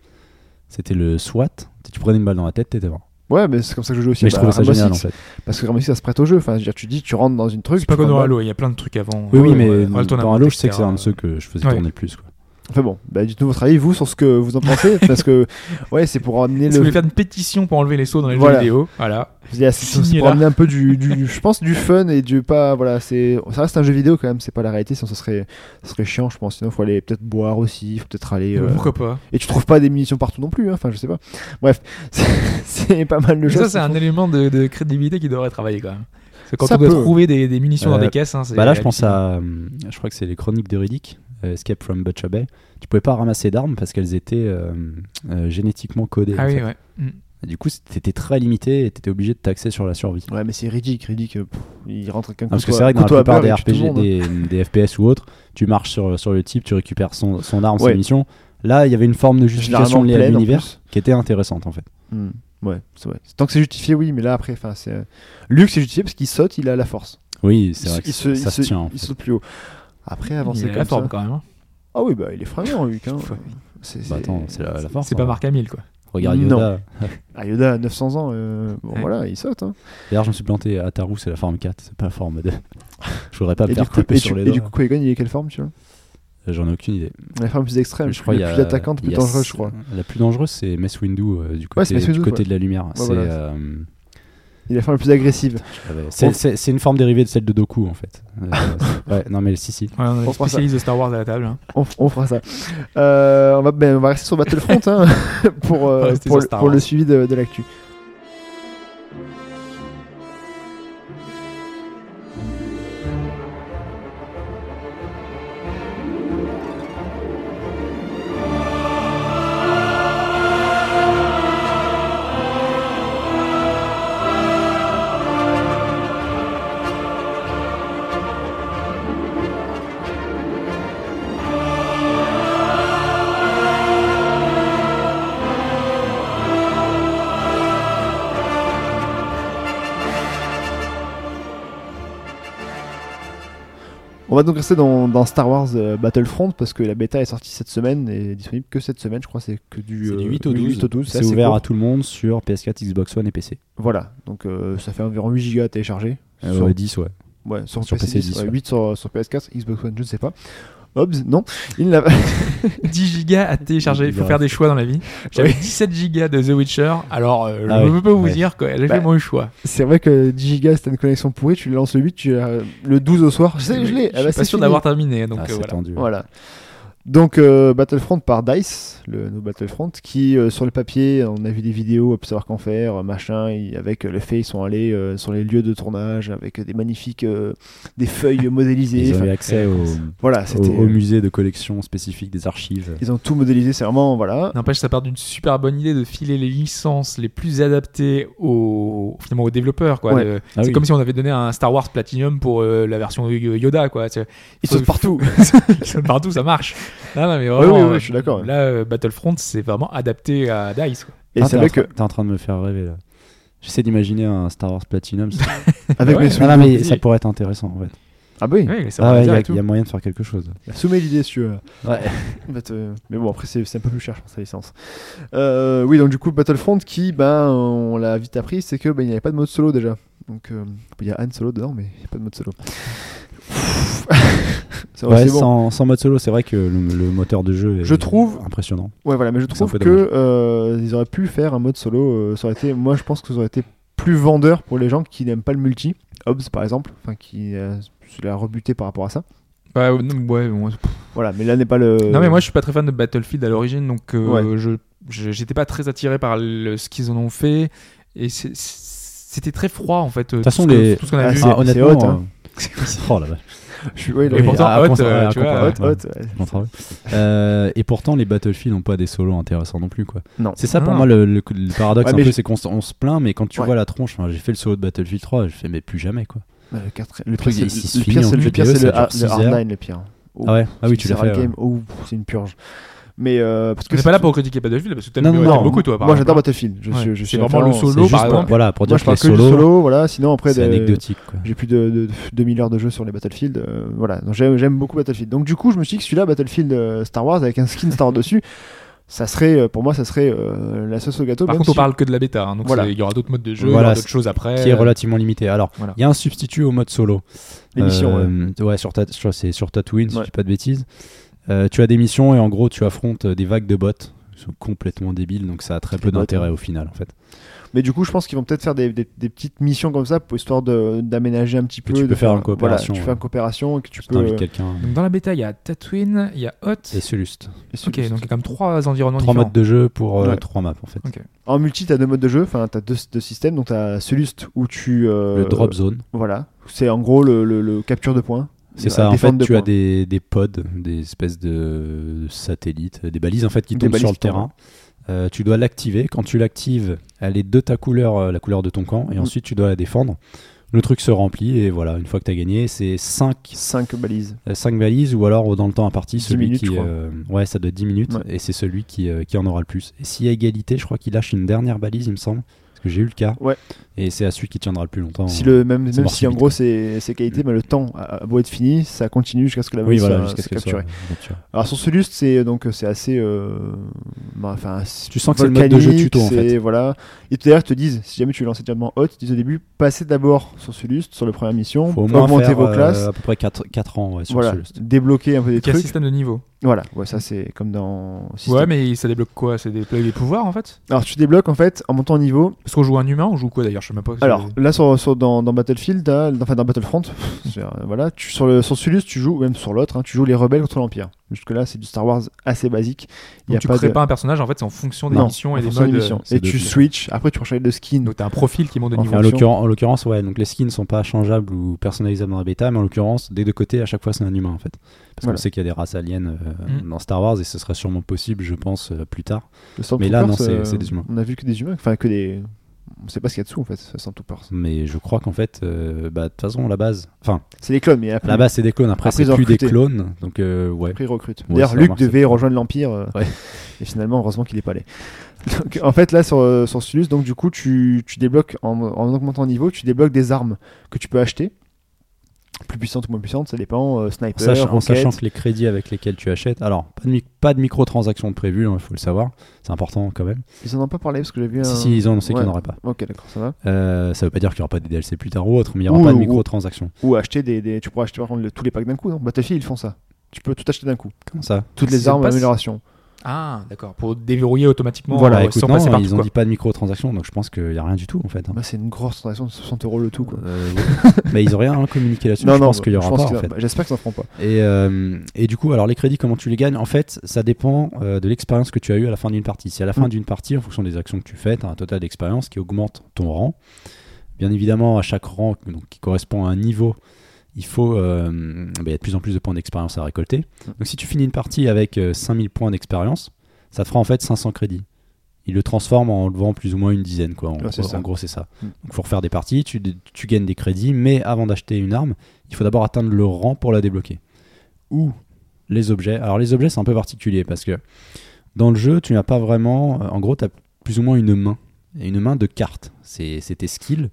C'était le SWAT. Tu prenais une balle dans la tête, t'étais mort.
Ouais, mais c'est comme ça que je joue aussi.
Mais je
bah,
trouvais ça
Rainbow
génial en
Six,
fait.
Parce que Rainbow Six, ça se prête au jeu. Enfin, je veux dire, tu dis, tu rentres dans une truc.
C'est pas
tu prends
que dans
une balle.
Halo, il y a plein de trucs avant.
Ah bah. Oui, oui,
Ouais,
mais
ouais, Halo
dans
Tournament,
Halo, je sais que
etc.
c'est un de ceux que je faisais
Ouais.
tourner le plus. Quoi.
Enfin bon, bah, dites-nous votre avis, vous, sur ce que vous en pensez. parce que, ouais, c'est pour amener
Si vous
le.
voulez faire une pétition pour enlever les sauts dans les
Voilà.
jeux vidéo, voilà.
c'est- C'est c'est
Signez
pour
là.
amener un peu du, du- je pense, du fun et du pas. Voilà, c'est. Ça reste un jeu vidéo quand même, c'est pas la réalité, sinon ça serait, ça serait chiant, je pense. Sinon, faut aller peut-être boire aussi, faut peut-être aller. euh,
Pourquoi pas
Et tu trouves pas des munitions partout non plus, hein. enfin je sais pas. Bref, c'est- c'est pas mal de
Ça,
choses.
c'est un élément de, de crédibilité qui devrait travailler quand même. C'est quand
Ça
on doit
peut.
trouver des, des munitions
Euh,
dans des caisses. hein, c'est
Bah là, je pense
hallucinant.
à. hum, Je crois que c'est les chroniques de Riddick, euh, Escape from Butcher Bay. Tu pouvais pas ramasser d'armes parce qu'elles étaient euh, euh, génétiquement codées.
Ah
en
oui,
fait.
ouais. Mm.
Et Du coup, t'étais très limité et t'étais obligé de taxer sur la survie.
Ouais, mais c'est Riddick, Riddick, euh, pff, il rentre avec un couteau.
Non, Ah, parce que
à-
c'est vrai que dans la
couteau à
plupart
beurre,
des
il tue tout le
RPG,
monde, hein.
des, des FPS ou autres, tu marches sur, sur le type, tu récupères son, son arme,
Ouais.
ses munitions. Là, il y avait une forme de
euh, Généralement
justification liée à
pleine, en
l'univers
plus.
qui était intéressante en fait.
Hmm, Ouais, c'est vrai. Tant que c'est justifié, oui, mais là après, enfin, c'est. euh, Luke, c'est justifié parce qu'il saute, il a la force.
Oui, c'est
Il
vrai
se-
que
il se-
ça
il
se
se-
tient. en
il
fait.
saute plus haut. Après,
Il
avancer
a la
comme
forme
ça.
quand même. hein.
Ah oui, bah il est fringant, Luke. Hein.
Ouais.
C'est-
Bah
c'est-
attends, c'est la, la force.
C'est pas
hein.
Marc Hamill, quoi.
Regarde
Non.
Yoda.
Ah, Yoda a 900 ans, euh, bon
Ouais.
voilà, il saute. hein.
D'ailleurs, je me suis planté à Taru, c'est la forme 4, c'est pas la forme 2. Je voudrais pas me
Et du
faire
coup,
taper
et du-
sur les
et du
doigts.
coup, Qui-Gon, il est quelle forme, tu vois
J'en ai aucune idée.
La forme plus extrême,
Mais je crois
la
il y a-
plus attaquante, plus
il y a-
dangereuse, je crois.
La plus dangereuse, c'est Mess Windu euh, du côté,
c'est Mace
du
Windu,
côté de la lumière. c'est
voilà. Oh.
euh,
Il a la forme la plus agressive.
euh, c'est- c'est c'est une forme dérivée de celle de Doku en fait. Euh, ouais, non mais si si.
Ouais, on a des
On prend ça.
spécialistes de Star Wars à la table. hein.
on, on fera ça. Euh, on, va, ben, on va rester sur Battlefront hein, pour, euh,
va rester
pour,
sur Star
pour le
Wars.
suivi de, de l'actu. On va donc rester dans, dans Star Wars euh, Battlefront parce que la bêta est sortie cette semaine et disponible que cette semaine. Je crois c'est que du,
C'est
euh,
du 8 au 12. c'est
assez
ouvert
court.
à tout le monde sur PS4, Xbox One et PC.
Voilà, donc euh, ça fait environ 8 gigas à télécharger.
Euh,
Sur-
ouais, 10, ouais.
ouais, sur,
sur
PC,
PC,
10, ouais,
ouais.
8 sur, sur PS4, Xbox One, je ne sais pas. Hobbes, non, il n'a
10 gigas à télécharger. Il faut
Ouais.
faire des choix dans la vie. J'avais 17 gigas de The Witcher. Alors, euh,
Ah
je
oui,
peux vous
ouais.
dire que j'ai
Bah.
vraiment eu le choix.
C'est vrai que 10 gigas, c'est une connexion pourrie, tu le lances le 8, tu l'as le 12 au soir. Je sais, je l'ai.
suis
Ah bah,
pas
c'est
sûr
fini.
d'avoir terminé. Donc
Ah,
euh,
c'est
voilà.
tendu.
Voilà. Donc euh, Battlefront par DICE, le nouveau Battlefront, qui euh, sur le papier, on a vu des vidéos pour savoir qu'en faire, euh, machin, et avec euh, le fait, ils sont allés euh, sur les lieux de tournage avec euh, des magnifiques, euh, des feuilles modélisées.
Ils
Enfin,
avaient accès au,
voilà,
au,
c'était.
euh,
euh,
au musée de collection spécifique des archives.
ils ont tout modélisé, c'est vraiment voilà.
N'empêche, ça part d'une super bonne idée de filer les licences les plus adaptées aux, finalement aux développeurs. quoi.
Ouais.
Le-
Ah
c'est
oui.
comme si on avait donné un Star Wars Platinum pour euh, la version Yo- Yoda. Quoi. C'est-
Ils
faut-
sont partout.
Ils sont partout, ça marche. Non, non, mais
Oui,
vraiment,
oui, oui,
euh,
je suis d'accord.
Là, euh, Battlefront, c'est vraiment adapté à Dice. quoi.
Et
Ah,
c'est
t'es en
vrai que
train- T'es en train de me faire rêver là. J'essaie d'imaginer un Star Wars Platinum. c'est-
avec
Ouais.
mes
Ah
souvenirs.
non, mais
si.
ça pourrait être intéressant en fait.
Ah bah oui,
Ouais, c'est
Ah ouais,
organisé
il y a-
et tout.
il y, a moyen de faire quelque chose.
soumets l'idée si tu veux.
Ouais.
En fait, euh, mais bon, après, c'est c'est un peu plus cher, je pense, la licence. Euh, oui, donc du coup, Battlefront, qui, ben, on l'a vite appris, c'est que ben, il n'y avait pas de mode solo déjà. Donc, euh, il y a Han Solo dedans, mais il n'y a pas de mode solo. c'est
Ouais,
c'est bon.
sans, sans mode solo, c'est vrai que le, le moteur de jeu est
Je trouve-
impressionnant.
Ouais, voilà, mais je
C'est un
trouve
peu
que euh, ils auraient pu faire un mode solo. euh, ça aurait été, moi, je pense que ça aurait été plus vendeur pour les gens qui n'aiment pas le multi. Hobbs, par exemple, enfin, qui euh, se l'a rebuté par rapport à ça.
Bah, euh, non, ouais, bon,
Voilà, mais là n'est pas le.
Non mais moi je suis pas très fan de Battlefield à l'origine donc euh,
Ouais.
je je- j'étais pas très attiré par le- ce qu'ils en ont fait et c'est- c'était très froid en fait. De
toute façon, les-
tout ce qu'on a
Ah,
vu.
c'est-
Ah, honnêtement,
hot, hein.
euh, oh la vache.
je suis. Ouais,
Et
là,
Oui,
pourtant,
à- à
Hot,
contra-
euh,
à
tu vois, Hot,
contra- ouais,
Hot,
ouais.
hot, ouais.
Bon travail. Euh, et pourtant, les Battlefield n'ont pas des solos intéressants non plus. quoi.
Non.
C'est ça pour
Ah.
moi le, le- le paradoxe
Ouais,
un
mais
peu,
je-
c'est qu'on s- on se plaint, mais quand tu
Ouais.
vois la tronche, enfin, j'ai fait le solo de Battlefield 3, je fais mais plus jamais quoi.
Ouais, Bah, Le, quatre- le
truc,
pire, c'est
il- il se
le,
finit
pire,
en
c'est le, le pire,
vidéo,
c'est
ça
le,
dure
ah,
six
le
heures.
hardline, le pire. Oh,
ah ouais, ah oui, tu
c'est
l'as
un
fait. ouais.
game, oh, c'est une purge. Mais euh, parce que
On n'est
c'est-
pas là pour critiquer Battlefield parce que t'aimes
Non, non,
ouais, t'aimes
non.
beaucoup toi. par
Moi, j'adore
exemple.
Battlefield. Je
Ouais.
suis, je
C'est
suis
vraiment
un
le
fervent-
C'est
solo,
juste
par
pour-
exemple.
Voilà, pour
Moi,
dire
je
que les
parle que du
solos,
solo. Voilà, sinon après,
c'est
de-
anecdotique quoi.
j'ai plus de, de- de 2000 heures de jeu sur les Battlefield. euh, voilà, donc j'aime j'aime beaucoup Battlefield. Donc du coup, je me suis dit que celui-là, Battlefield euh, Star Wars avec un skin Star Wars dessus, ça serait, euh, pour moi, ça serait euh, la sauce au gâteau.
Par
même
contre on
si-
parle que de la bêta hein, donc
Voilà.
c'est- il y aura d'autres modes de jeu, il y
Voilà,
aura d'autres
c'est-
choses après.
qui est relativement limité. Alors, il
Voilà.
y a un substitut au mode solo.
Les missions,
Euh, ouais, sur ta, sur- c'est sur Tatooine, si
Ouais.
je dis pas de bêtises. Euh, tu as des missions et en gros, tu affrontes euh, des vagues de bots qui sont complètement débiles, donc ça a très
Des
peu
bots,
d'intérêt au final, en fait.
Mais du coup, je pense qu'ils vont peut-être faire des, des- des petites missions comme ça, pour, histoire de- d'aménager un petit
Que
peu.
tu
de
peux faire en coopération,
Voilà, tu fais
ouais.
en coopération et que tu
Tu invites
peux. euh,
quelqu'un
Donc, dans la bêta il y a Tatooine, il y a Hot.
et
euh,
Solust.
Ok donc il y a comme trois environnements
Trois
différents.
modes de jeu pour euh,
Ouais.
trois maps, en fait.
Ok.
En multi, t'as deux modes de jeu, enfin t'as deux, deux systèmes. Donc t'as Solust où tu. euh,
Le drop zone,
Voilà, c'est en gros le, le- le capture de points.
c'est
La
ça. En fait,
défense de
tu as
points.
des, des pods, des espèces de satellites, des balises en fait qui
Des
tombent
balises
sur le
qui tombent.
terrain. Euh, tu dois l'activer. Quand tu l'actives, elle est de ta couleur, euh, la couleur de ton camp, et
Mm.
ensuite tu dois la défendre. Le truc se remplit, et voilà, une fois que tu as gagné, c'est 5
5 balises.
5 valises ou alors dans le temps imparti
10
celui
minutes,
qui
je crois.
euh, ouais ça doit être 10 minutes
Ouais.
et c'est celui qui, euh, qui en aura le plus et s'il y a égalité je crois qu'il lâche une dernière balise il me semble parce que j'ai eu le cas
Ouais.
et c'est à celui qui tiendra le plus longtemps
Si le, même
c'est
même
mort
si en
subite,
gros c'est c'est qualité, mais le temps a, a beau être fini, ça continue jusqu'à ce que la
oui
balise
voilà
soit-
jusqu'à ce
soit
que ce soit
capturée.
capturé.
Alors sur Solust, c'est donc c'est assez. euh, bah, enfin,
tu sens que c'est le mode de jeu
volcanique,
tuto en
c'est-
fait
Voilà. Et d'ailleurs, ils te disent, si jamais tu veux lancer directement haute, ils te disent au début, passez d'abord sur Solust, sur la première mission,
faut au moins
augmentez
faire,
vos
euh,
classes.
à peu près 4, ans ouais, sur
Voilà,
Solust.
débloquer un peu des
Donc, Il y a un
trucs.
système de niveau.
Voilà, ouais, ça c'est comme dans.
Ouais
System.
mais ça débloque quoi C'est des des pouvoirs en fait
Alors tu débloques en fait en montant en niveau,
Parce qu'on joue un humain, on joue quoi d'ailleurs Je sais même pas.
Alors là sur, sur- dans, dans Battlefield, t'as- enfin dans Battlefront, c'est- euh, voilà, tu, sur le sur Sulus tu joues, ou même sur l'autre, hein, tu joues les rebelles contre l'Empire. Jusque là c'est du Star Wars assez basique. Il
Donc tu crées pas un personnage, en fait, c'est en fonction des
Non,
missions
en
et des
fonction
modes.
des missions.
c'est
Et
de-
tu switches. Après tu peux changer de skin.
euh, Donc t'as un profil qui monte de
En
Et
niveau.
en
fonction.
l'occurrence, en l'occurrence, ouais, donc les skins sont pas changeables ou personnalisables dans la bêta, mais en l'occurrence, des deux côtés, à chaque fois, c'est un humain en fait. Parce
Voilà.
qu'on sait qu'il y a des races aliens euh,
Mm.
dans Star Wars et ce sera sûrement possible, je pense, euh, plus tard.
Le
mais là, non,
Stormtroopers,
c'est- c'est des humains.
euh, On a vu que des humains, enfin que des. On sait pas ce qu'il y a dessous en fait. Ça sent tout peur.
Mais je crois qu'en fait, euh, bah, de toute façon, à la base, enfin,
C'est des clones, mais
à
après
la base, c'est des clones.
Mm.
Après,
Après,
c'est
ils ont
plus des
recruté.
clones. Donc, euh, ouais.
après ils recrutent.
Ouais,
D'ailleurs
ça
Luke
remarque,
devait
c'est-
rejoindre l'Empire. euh,
Ouais.
Et finalement heureusement qu'il est pas allé. Donc, en fait, là sur, euh, sur Sulus, donc du coup, tu, tu débloques en, en augmentant le niveau, tu débloques des armes que tu peux acheter, plus puissantes ou moins puissantes, ça dépend. euh,
En,
sniper,
sachant, en
enquête.
sachant que les crédits avec lesquels tu achètes, alors, pas de, mi- pas de microtransactions de prévues, il faut le savoir. C'est important quand même.
Ils en ont pas parlé parce que j'ai vu. un-
Si, si, ils ont annoncé
euh, ouais.
qu'il n'y en aurait pas.
Ok, d'accord, ça va.
Euh, ça veut pas dire qu'il n'y aura pas des DLC plus tard ou autre, mais il n'y aura
Ou-
pas de
ou-
microtransactions.
Ou acheter des, des- tu pourras acheter par contre, le- tous les packs d'un coup, non Battlefield Bah, ils font ça. Tu peux tout acheter d'un coup.
Comment ça
Toutes les
C'est
armes
pas-
amélioration.
Ah, d'accord. Pour déverrouiller automatiquement
Voilà,
euh,
écoute,
sans
non,
passer partout.
ils ont
quoi.
dit pas de microtransactions, donc je pense qu'il y a rien du tout en fait. hein.
Bah, c'est une grosse transaction de 60 euros le tout. Quoi.
Euh, ouais. mais ils ont rien communiqué là-dessus. je pense
bah,
qu'il y aura
je pense
pas
qu'il
en fait.
bah, J'espère qu'ils en feront pas.
Et, euh, et du coup, alors les crédits, comment tu les gagnes En fait, ça dépend euh, de l'expérience que tu as eue à la fin d'une partie. Si à la fin
Mm.
d'une partie, en fonction des actions que tu fais, tu as un total d'expérience qui augmente ton rang. Bien évidemment, à chaque rang donc, qui correspond à un niveau, il faut euh, bah, il y a de plus en plus de points d'expérience à récolter. Donc si tu finis une partie avec euh, 5000 points d'expérience, ça te fera en fait 500 crédits. Il le transforme en levant plus ou moins une dizaine. Quoi. En,
Ouais, c'est
gros,
ça.
en gros, c'est ça.
Mm.
Donc il faut refaire des parties, tu, tu gagnes des crédits, mais avant d'acheter une arme, il faut d'abord atteindre le rang pour la débloquer. Ou les objets. Alors les objets, c'est un peu particulier parce que dans le jeu, tu n'as pas vraiment... euh, En gros, tu as plus ou moins une main. Et une main de cartes. C'est c'est tes skills.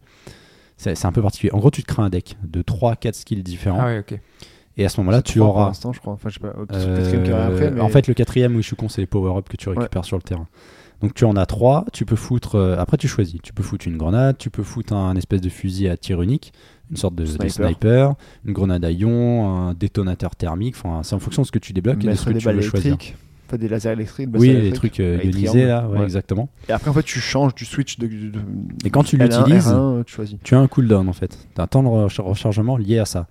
C'est c'est un peu particulier. En gros, tu te crées un deck de 3-4 skills différents.
Ah ouais, hein. ok.
Et à ce moment-là, tu
Trois pour
auras...
l'instant, je crois. Enfin, je sais pas. Peut-être
Euh,
quatrième qui arrive après, mais-
En fait, le quatrième, oui, je suis con, c'est les power-ups que tu récupères sur le terrain. Donc tu en as trois, tu peux foutre. euh, après, tu choisis. Tu peux foutre une grenade, tu peux foutre un, un espèce de fusil à tir unique, une sorte de de sniper,
Sniper.
une grenade à ion, un détonateur thermique. Enfin, c'est en fonction de ce que tu débloques et de
mettre
ce que
des
tu veux
balles
choisir.
électriques, enfin, des lasers électriques, bah, des
Oui,
balles
les
électriques,
trucs euh,
avec
ionisés
triangle.
là, ouais,
Ouais.
exactement.
Et après, en fait, tu changes du switch de. de- de-
Et quand tu
L1,
l'utilises,
R1, tu choisis.
tu as un cooldown en fait. Tu as un temps de recha- rechargement lié à ça.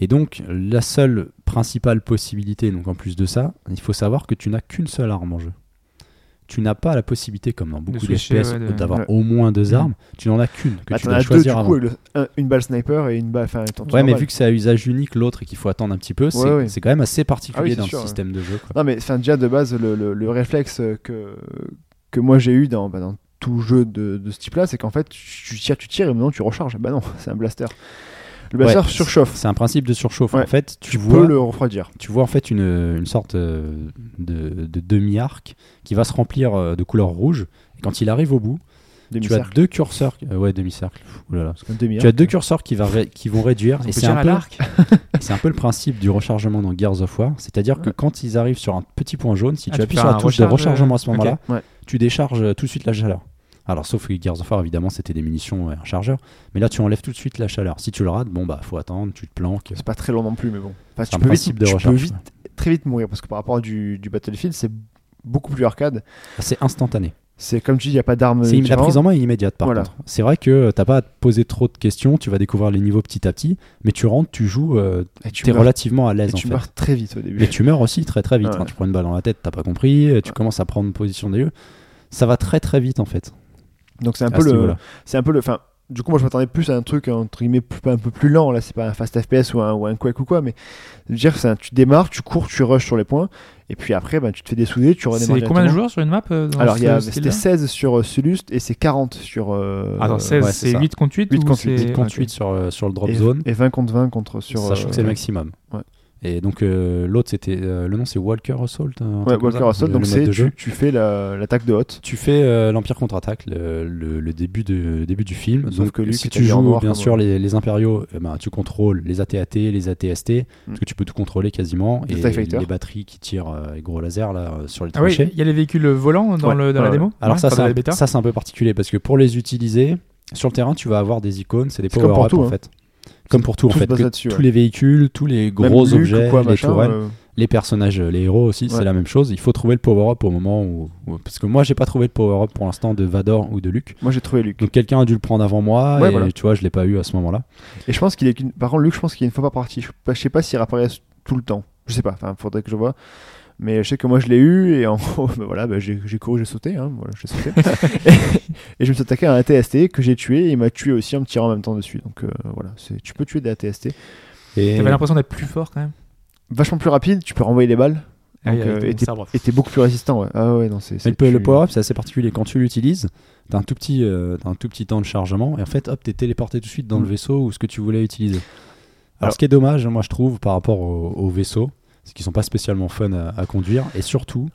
Et donc, la seule principale possibilité, donc en plus de ça, il faut savoir que tu n'as qu'une seule arme en jeu. Tu n'as pas la possibilité, comme dans beaucoup de
switcher,
FPS,
ouais, de-
d'avoir
Ouais.
au moins deux
Mhm.
armes. Tu n'en as qu'une que
Bah,
tu
t'en
dois
as deux, du
choisir avant.
coup, et le- un- une balle sniper et une balle. Enfin, t'en- t'en
Ouais, mais
normal.
vu que c'est à usage unique l'autre et qu'il faut attendre un petit peu, c'est
ouais.
c'est quand même assez particulier
Ah oui, c'est
dans
sûr,
le
ouais.
système de jeu. quoi.
Non, mais enfin, déjà de base, le, le- le réflexe que, que moi j'ai eu dans, bah, dans tout jeu de, de ce type-là, c'est qu'en fait, tu tires, tu tires et maintenant tu recharges. Bah non, c'est un blaster. Le blaster
Ouais,
surchauffe.
C'est un principe de surchauffe.
Ouais.
En fait, tu,
Tu
vois,
peux le refroidir.
tu vois en fait une, une sorte euh, de, de demi-arc qui va se remplir euh, de couleur rouge. Et quand il arrive au bout, tu as
Demi-cercle.
deux curseurs euh, ouais demi-cercle Pff, oulala.
C'est comme demi-cercle.
tu as deux curseurs qui, va ré- qui vont réduire
On
et
peut
c'est
tirer
un,
à
peu,
l'arc.
c'est un peu le principe du rechargement dans Gears of War c'est à dire que quand ils arrivent sur un petit point jaune si
Ah,
tu
tu
appuies
fais
sur la
un
touche de
recharge,
rechargement à ce
euh,
moment là
ok. Ouais.
tu décharges euh, tout de suite la chaleur alors sauf que Gears of War évidemment c'était des munitions et un chargeur mais là tu enlèves tout de suite la chaleur si tu le rates bon bah faut attendre tu te planques
C'est pas très long non plus, mais bon. Enfin,
c'est
tu
un
peux,
principe
vite,
de
tu peux
recharge
vite, très vite mourir parce que par rapport à du, du Battlefield, c'est beaucoup plus arcade.
c'est instantané
C'est comme tu dis, il n'y a pas d'armes.
C'est immé- la
différentes.
prise en main est immédiate par
Voilà.
contre. C'est vrai que euh, t'as pas à te poser trop de questions, tu vas découvrir les niveaux petit à petit, mais tu rentres, tu joues, euh,
Et tu
t'es
meurs-
relativement à
et
l'aise en
tu
fait.
meurs très vite au début.
Et tu meurs aussi très très vite.
Ouais.
Enfin, tu prends une balle dans la tête, t'as pas compris, euh, tu
Ouais.
commences à prendre position des yeux. Ça va très très vite en fait.
Donc c'est un
à
peu
ce
le.
niveau-là.
c'est un peu le enfin du coup moi je m'attendais plus à un truc entre guillemets plus- un peu plus lent là c'est pas un fast fps ou un ou un quake ou quoi mais je veux dire c'est un- tu démarres tu cours tu rushes sur les points et puis après ben, tu te fais dessouder tu redémarres
C'est combien de
directement.
joueurs sur une map euh, dans
alors
ce
il y a-
style-là
c'était 16 sur euh, Solust et c'est 40 sur euh,
Attends,
ouais,
16,
Ah, c'est
c'est
ça.
8 contre 8
Huit
ou
contre huit,
c'est-
Dix contre
ok.
huit sur, euh, sur le drop
et,
zone,
et 20 contre 20 contre sur
sachant
euh,
que c'est le maximum.
Ouais.
Et donc euh, l'autre c'était. euh, le nom c'est Walker Assault. hein, un
ouais,
truc comme
Walker
ça,
Assault
le-
donc
le mode
c'est
de jeu.
tu, tu fais la- l'attaque de haute
Tu fais euh, l'Empire contre-attaque, le, le- le début, de, début du film.
Sauf
Donc,
que Luke
si
est
tu
habillé en
joues,
noir
bien
comme
sûr, les, les impériaux, eh ben, tu contrôles les AT-AT, les ATST, parce que tu peux tout contrôler quasiment.
Mm. Les
et
TIE Fighters.
les batteries qui tirent euh, les gros lasers là, euh, sur les
Ah oui,
tranchées.
il y a les véhicules volants dans,
Ouais,
le, dans la
ouais,
démo
Alors,
Ouais,
ça,
enfin,
c'est
dans la
un,
bêta.
ça, c'est un peu particulier parce que pour les utiliser, sur le terrain, tu vas avoir des icônes, c'est des
C'est comme pour
power-ups
tout,
en
hein.
fait. Comme pour tout, en
tout se
fait.
base
que
là-dessus,
tous
ouais.
les véhicules, tous les gros
Même Luke ou
objets,
quoi,
les
machin,
tourelles
euh,
les personnages, les héros aussi, c'est
Ouais.
la même chose. Il faut trouver le power-up au moment où, où- Parce que moi, j'ai pas trouvé le power-up pour l'instant de Vador ou de Luke.
moi j'ai trouvé Luke
Donc quelqu'un a dû le prendre avant moi,
Ouais,
et
voilà.
tu vois, je l'ai pas eu à ce moment-là.
et je pense qu'il est qu'une- par contre Luke je pense qu'il est une fois par partie je, je sais pas s'il réapparaît tout le temps je sais pas enfin faudrait que je vois mais je sais que moi je l'ai eu et en gros ben voilà ben, j'ai j'ai couru j'ai sauté hein, voilà, j'ai sauté Et je me suis attaqué à un ATST que j'ai tué et il m'a tué aussi en me tirant en même temps dessus. Donc euh, voilà, c'est- tu peux tuer des ATST.
Et
T'avais l'impression d'être plus fort quand même.
Vachement plus rapide, tu peux renvoyer les balles
Ah oui,
Donc, euh,
avec ton
et t'es-
sabre.
et t'es beaucoup plus résistant. Ouais. Ah ouais, non, c'est.
mais
c'est-
le, le
tu-
power-up, c'est assez particulier. Quand tu l'utilises, t'as un, tout petit, euh, t'as un tout petit temps de chargement, et en fait, hop, t'es téléporté tout de suite dans le
Mm.
vaisseau ou ce que tu voulais utiliser. Alors,
Alors-
ce qui est dommage, moi, je trouve, par rapport au- aux vaisseaux, c'est qu'ils sont pas spécialement fun à, à conduire, et surtout,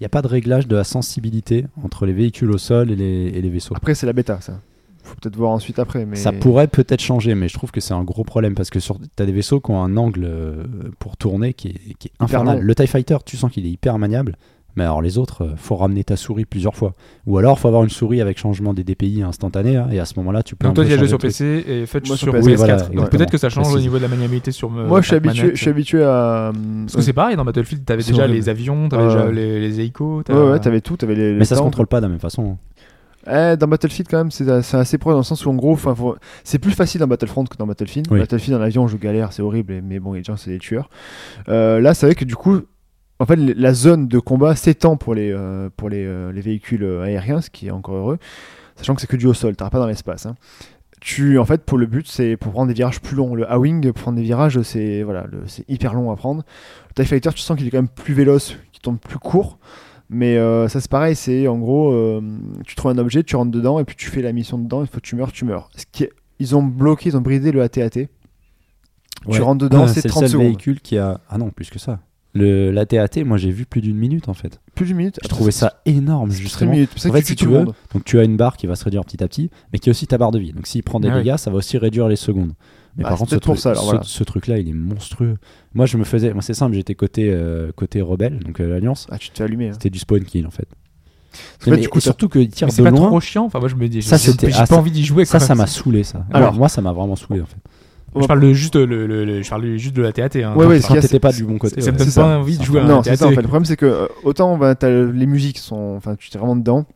il n'y a pas de réglage de la sensibilité entre les véhicules au sol et les, et les vaisseaux.
Après, c'est la bêta, ça. Faut peut-être voir ensuite après. Mais...
Ça pourrait peut-être changer, mais je trouve que c'est un gros problème parce que sur... t'as des vaisseaux qui ont un angle euh, pour tourner qui est, qui est infernal.
long.
Le TIE Fighter, tu sens qu'il est hyper maniable, Mais alors les autres, euh, faut ramener ta souris plusieurs fois. Ou alors faut avoir une souris avec changement des DPI instantané. hein, et à ce moment-là, tu peux. un
Donc toi,
peu
tu as joué
changer
sur
le truc.
PC et Fetch
Moi, sur
sur PS4.
PS4,
voilà,
Donc
exactement.
peut-être que ça change au
Précise.
niveau de la maniabilité sur. euh,
Moi, je suis
la manette.
habitué, je suis habitué à. euh,
Parce que c'est pareil, dans Battlefield, t'avais
C'est
déjà
horrible.
les avions, t'avais
Ouais,
déjà
ouais.
les, les hélicos. t'as-
Ouais, ouais, t'avais tout, t'avais les.
Mais
les
ça se
tanks.
contrôle pas de la même façon. hein.
Eh, dans Battlefield, quand même, c'est c'est assez proche dans le sens où, en gros, enfin, faut- c'est plus facile dans Battlefront que dans Battlefield.
Oui.
Battlefield, en avion, je galère, c'est horrible, et- mais bon, les gens, c'est des tueurs. Euh, là, c'est vrai que du coup, en fait, la zone de combat s'étend pour, les, euh, pour les, euh, les véhicules euh, aériens, ce qui est encore heureux, sachant que c'est que du au sol, t'arrives pas dans l'espace. hein. Tu, en fait, pour le but, c'est pour prendre des virages plus longs. Le A-Wing, pour prendre des virages, c'est voilà, le- c'est hyper long à prendre. Le TIE Fighter, tu sens qu'il est quand même plus véloce, qu'il tombe plus court. Mais euh, ça c'est pareil, c'est en gros, euh, tu trouves un objet, tu rentres dedans et puis tu fais la mission dedans, il faut que tu meurs, tu meurs. Ce qui est- Ils ont bloqué, ils ont bridé le ATAT.
Ouais.
Tu rentres dedans,
Ah,
c'est
le
30
seul
secondes.
véhicule qui a. Ah non, plus que ça. Le, la TAT, moi j'ai vu plus d'une minute en fait.
Plus d'une minute.
Je trouvais ça énorme justement.
minutes. Ah, C'est
En
pour ça
fait,
que tu tues
si
tout
tu
le
veux,
monde.
donc tu as une barre qui va se réduire petit à petit, mais qui est aussi ta barre de vie. Donc s'il prend des
Ah oui.
dégâts, ça va aussi réduire les secondes. Mais
Bah,
par
c'est
contre, ce,
peut-être pour
truc-
ça, alors,
ce-
voilà.
ce truc-là, il est monstrueux. Moi, je me faisais, moi c'est simple, j'étais côté euh, côté rebelle, donc euh, l'alliance.
Ah, tu te fais allumer. hein.
C'était du spawn kill en fait.
Parce que là,
Mais-
du coup,
et surtout qu'il tire
Mais c'est
de
pas
loin.
trop chiant. Enfin, moi, je me dis, j'ai
Ça, c'était-
j'ai
ah,
pas
ça-
envie d'y jouer.
Ça,
quoi.
ça m'a saoulé ça.
Alors-
Alors moi, ça m'a vraiment saoulé en fait.
Je parle de juste euh, le, le, le- je parle du- juste de la TAT. Hein.
Ouais, ouais,
Quand
c'est-
t'étais pas du bon côté.
ça me
ouais.
donne
c'est
pas
ça.
envie de
C'est
jouer à
Non,
un
c'est
TAT.
ça en fait. Le problème, c'est que euh, autant bah, t'as le- les musiques sont. Enfin, tu t'es vraiment dedans.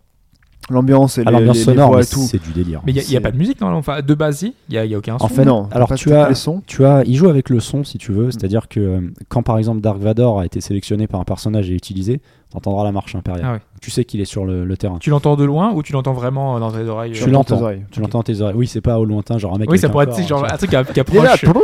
L'ambiance et
Ah,
les,
l'ambiance
les- les
sonore,
voix
mais
et tout.
c'est du délire.
Mais il y, a
C'est-
pas de musique normalement. Enfin, de base, il y, a- y a aucun son.
En fait,
non, t'as
alors,
pas
tu
tous
as-
les sons.
tu as, il joue avec le son si tu
Mm.
veux, c'est-à-dire que euh, quand par exemple Dark Vador a été sélectionné par un personnage et utilisé, t'entendras la marche impériale.
Ah ouais.
Tu sais qu'il est sur le, le terrain.
tu l'entends de loin ou tu l'entends vraiment dans tes oreilles
Tu
euh,
l'entends.
tes oreilles.
Tu l'entends à tes oreilles. Oui, c'est pas au lointain, genre un mec.
Oui,
avec
ça
un
pourrait être
corps,
tu sais, genre
hein,
un truc qui a- qui
Il est là,
approche.
tu vois.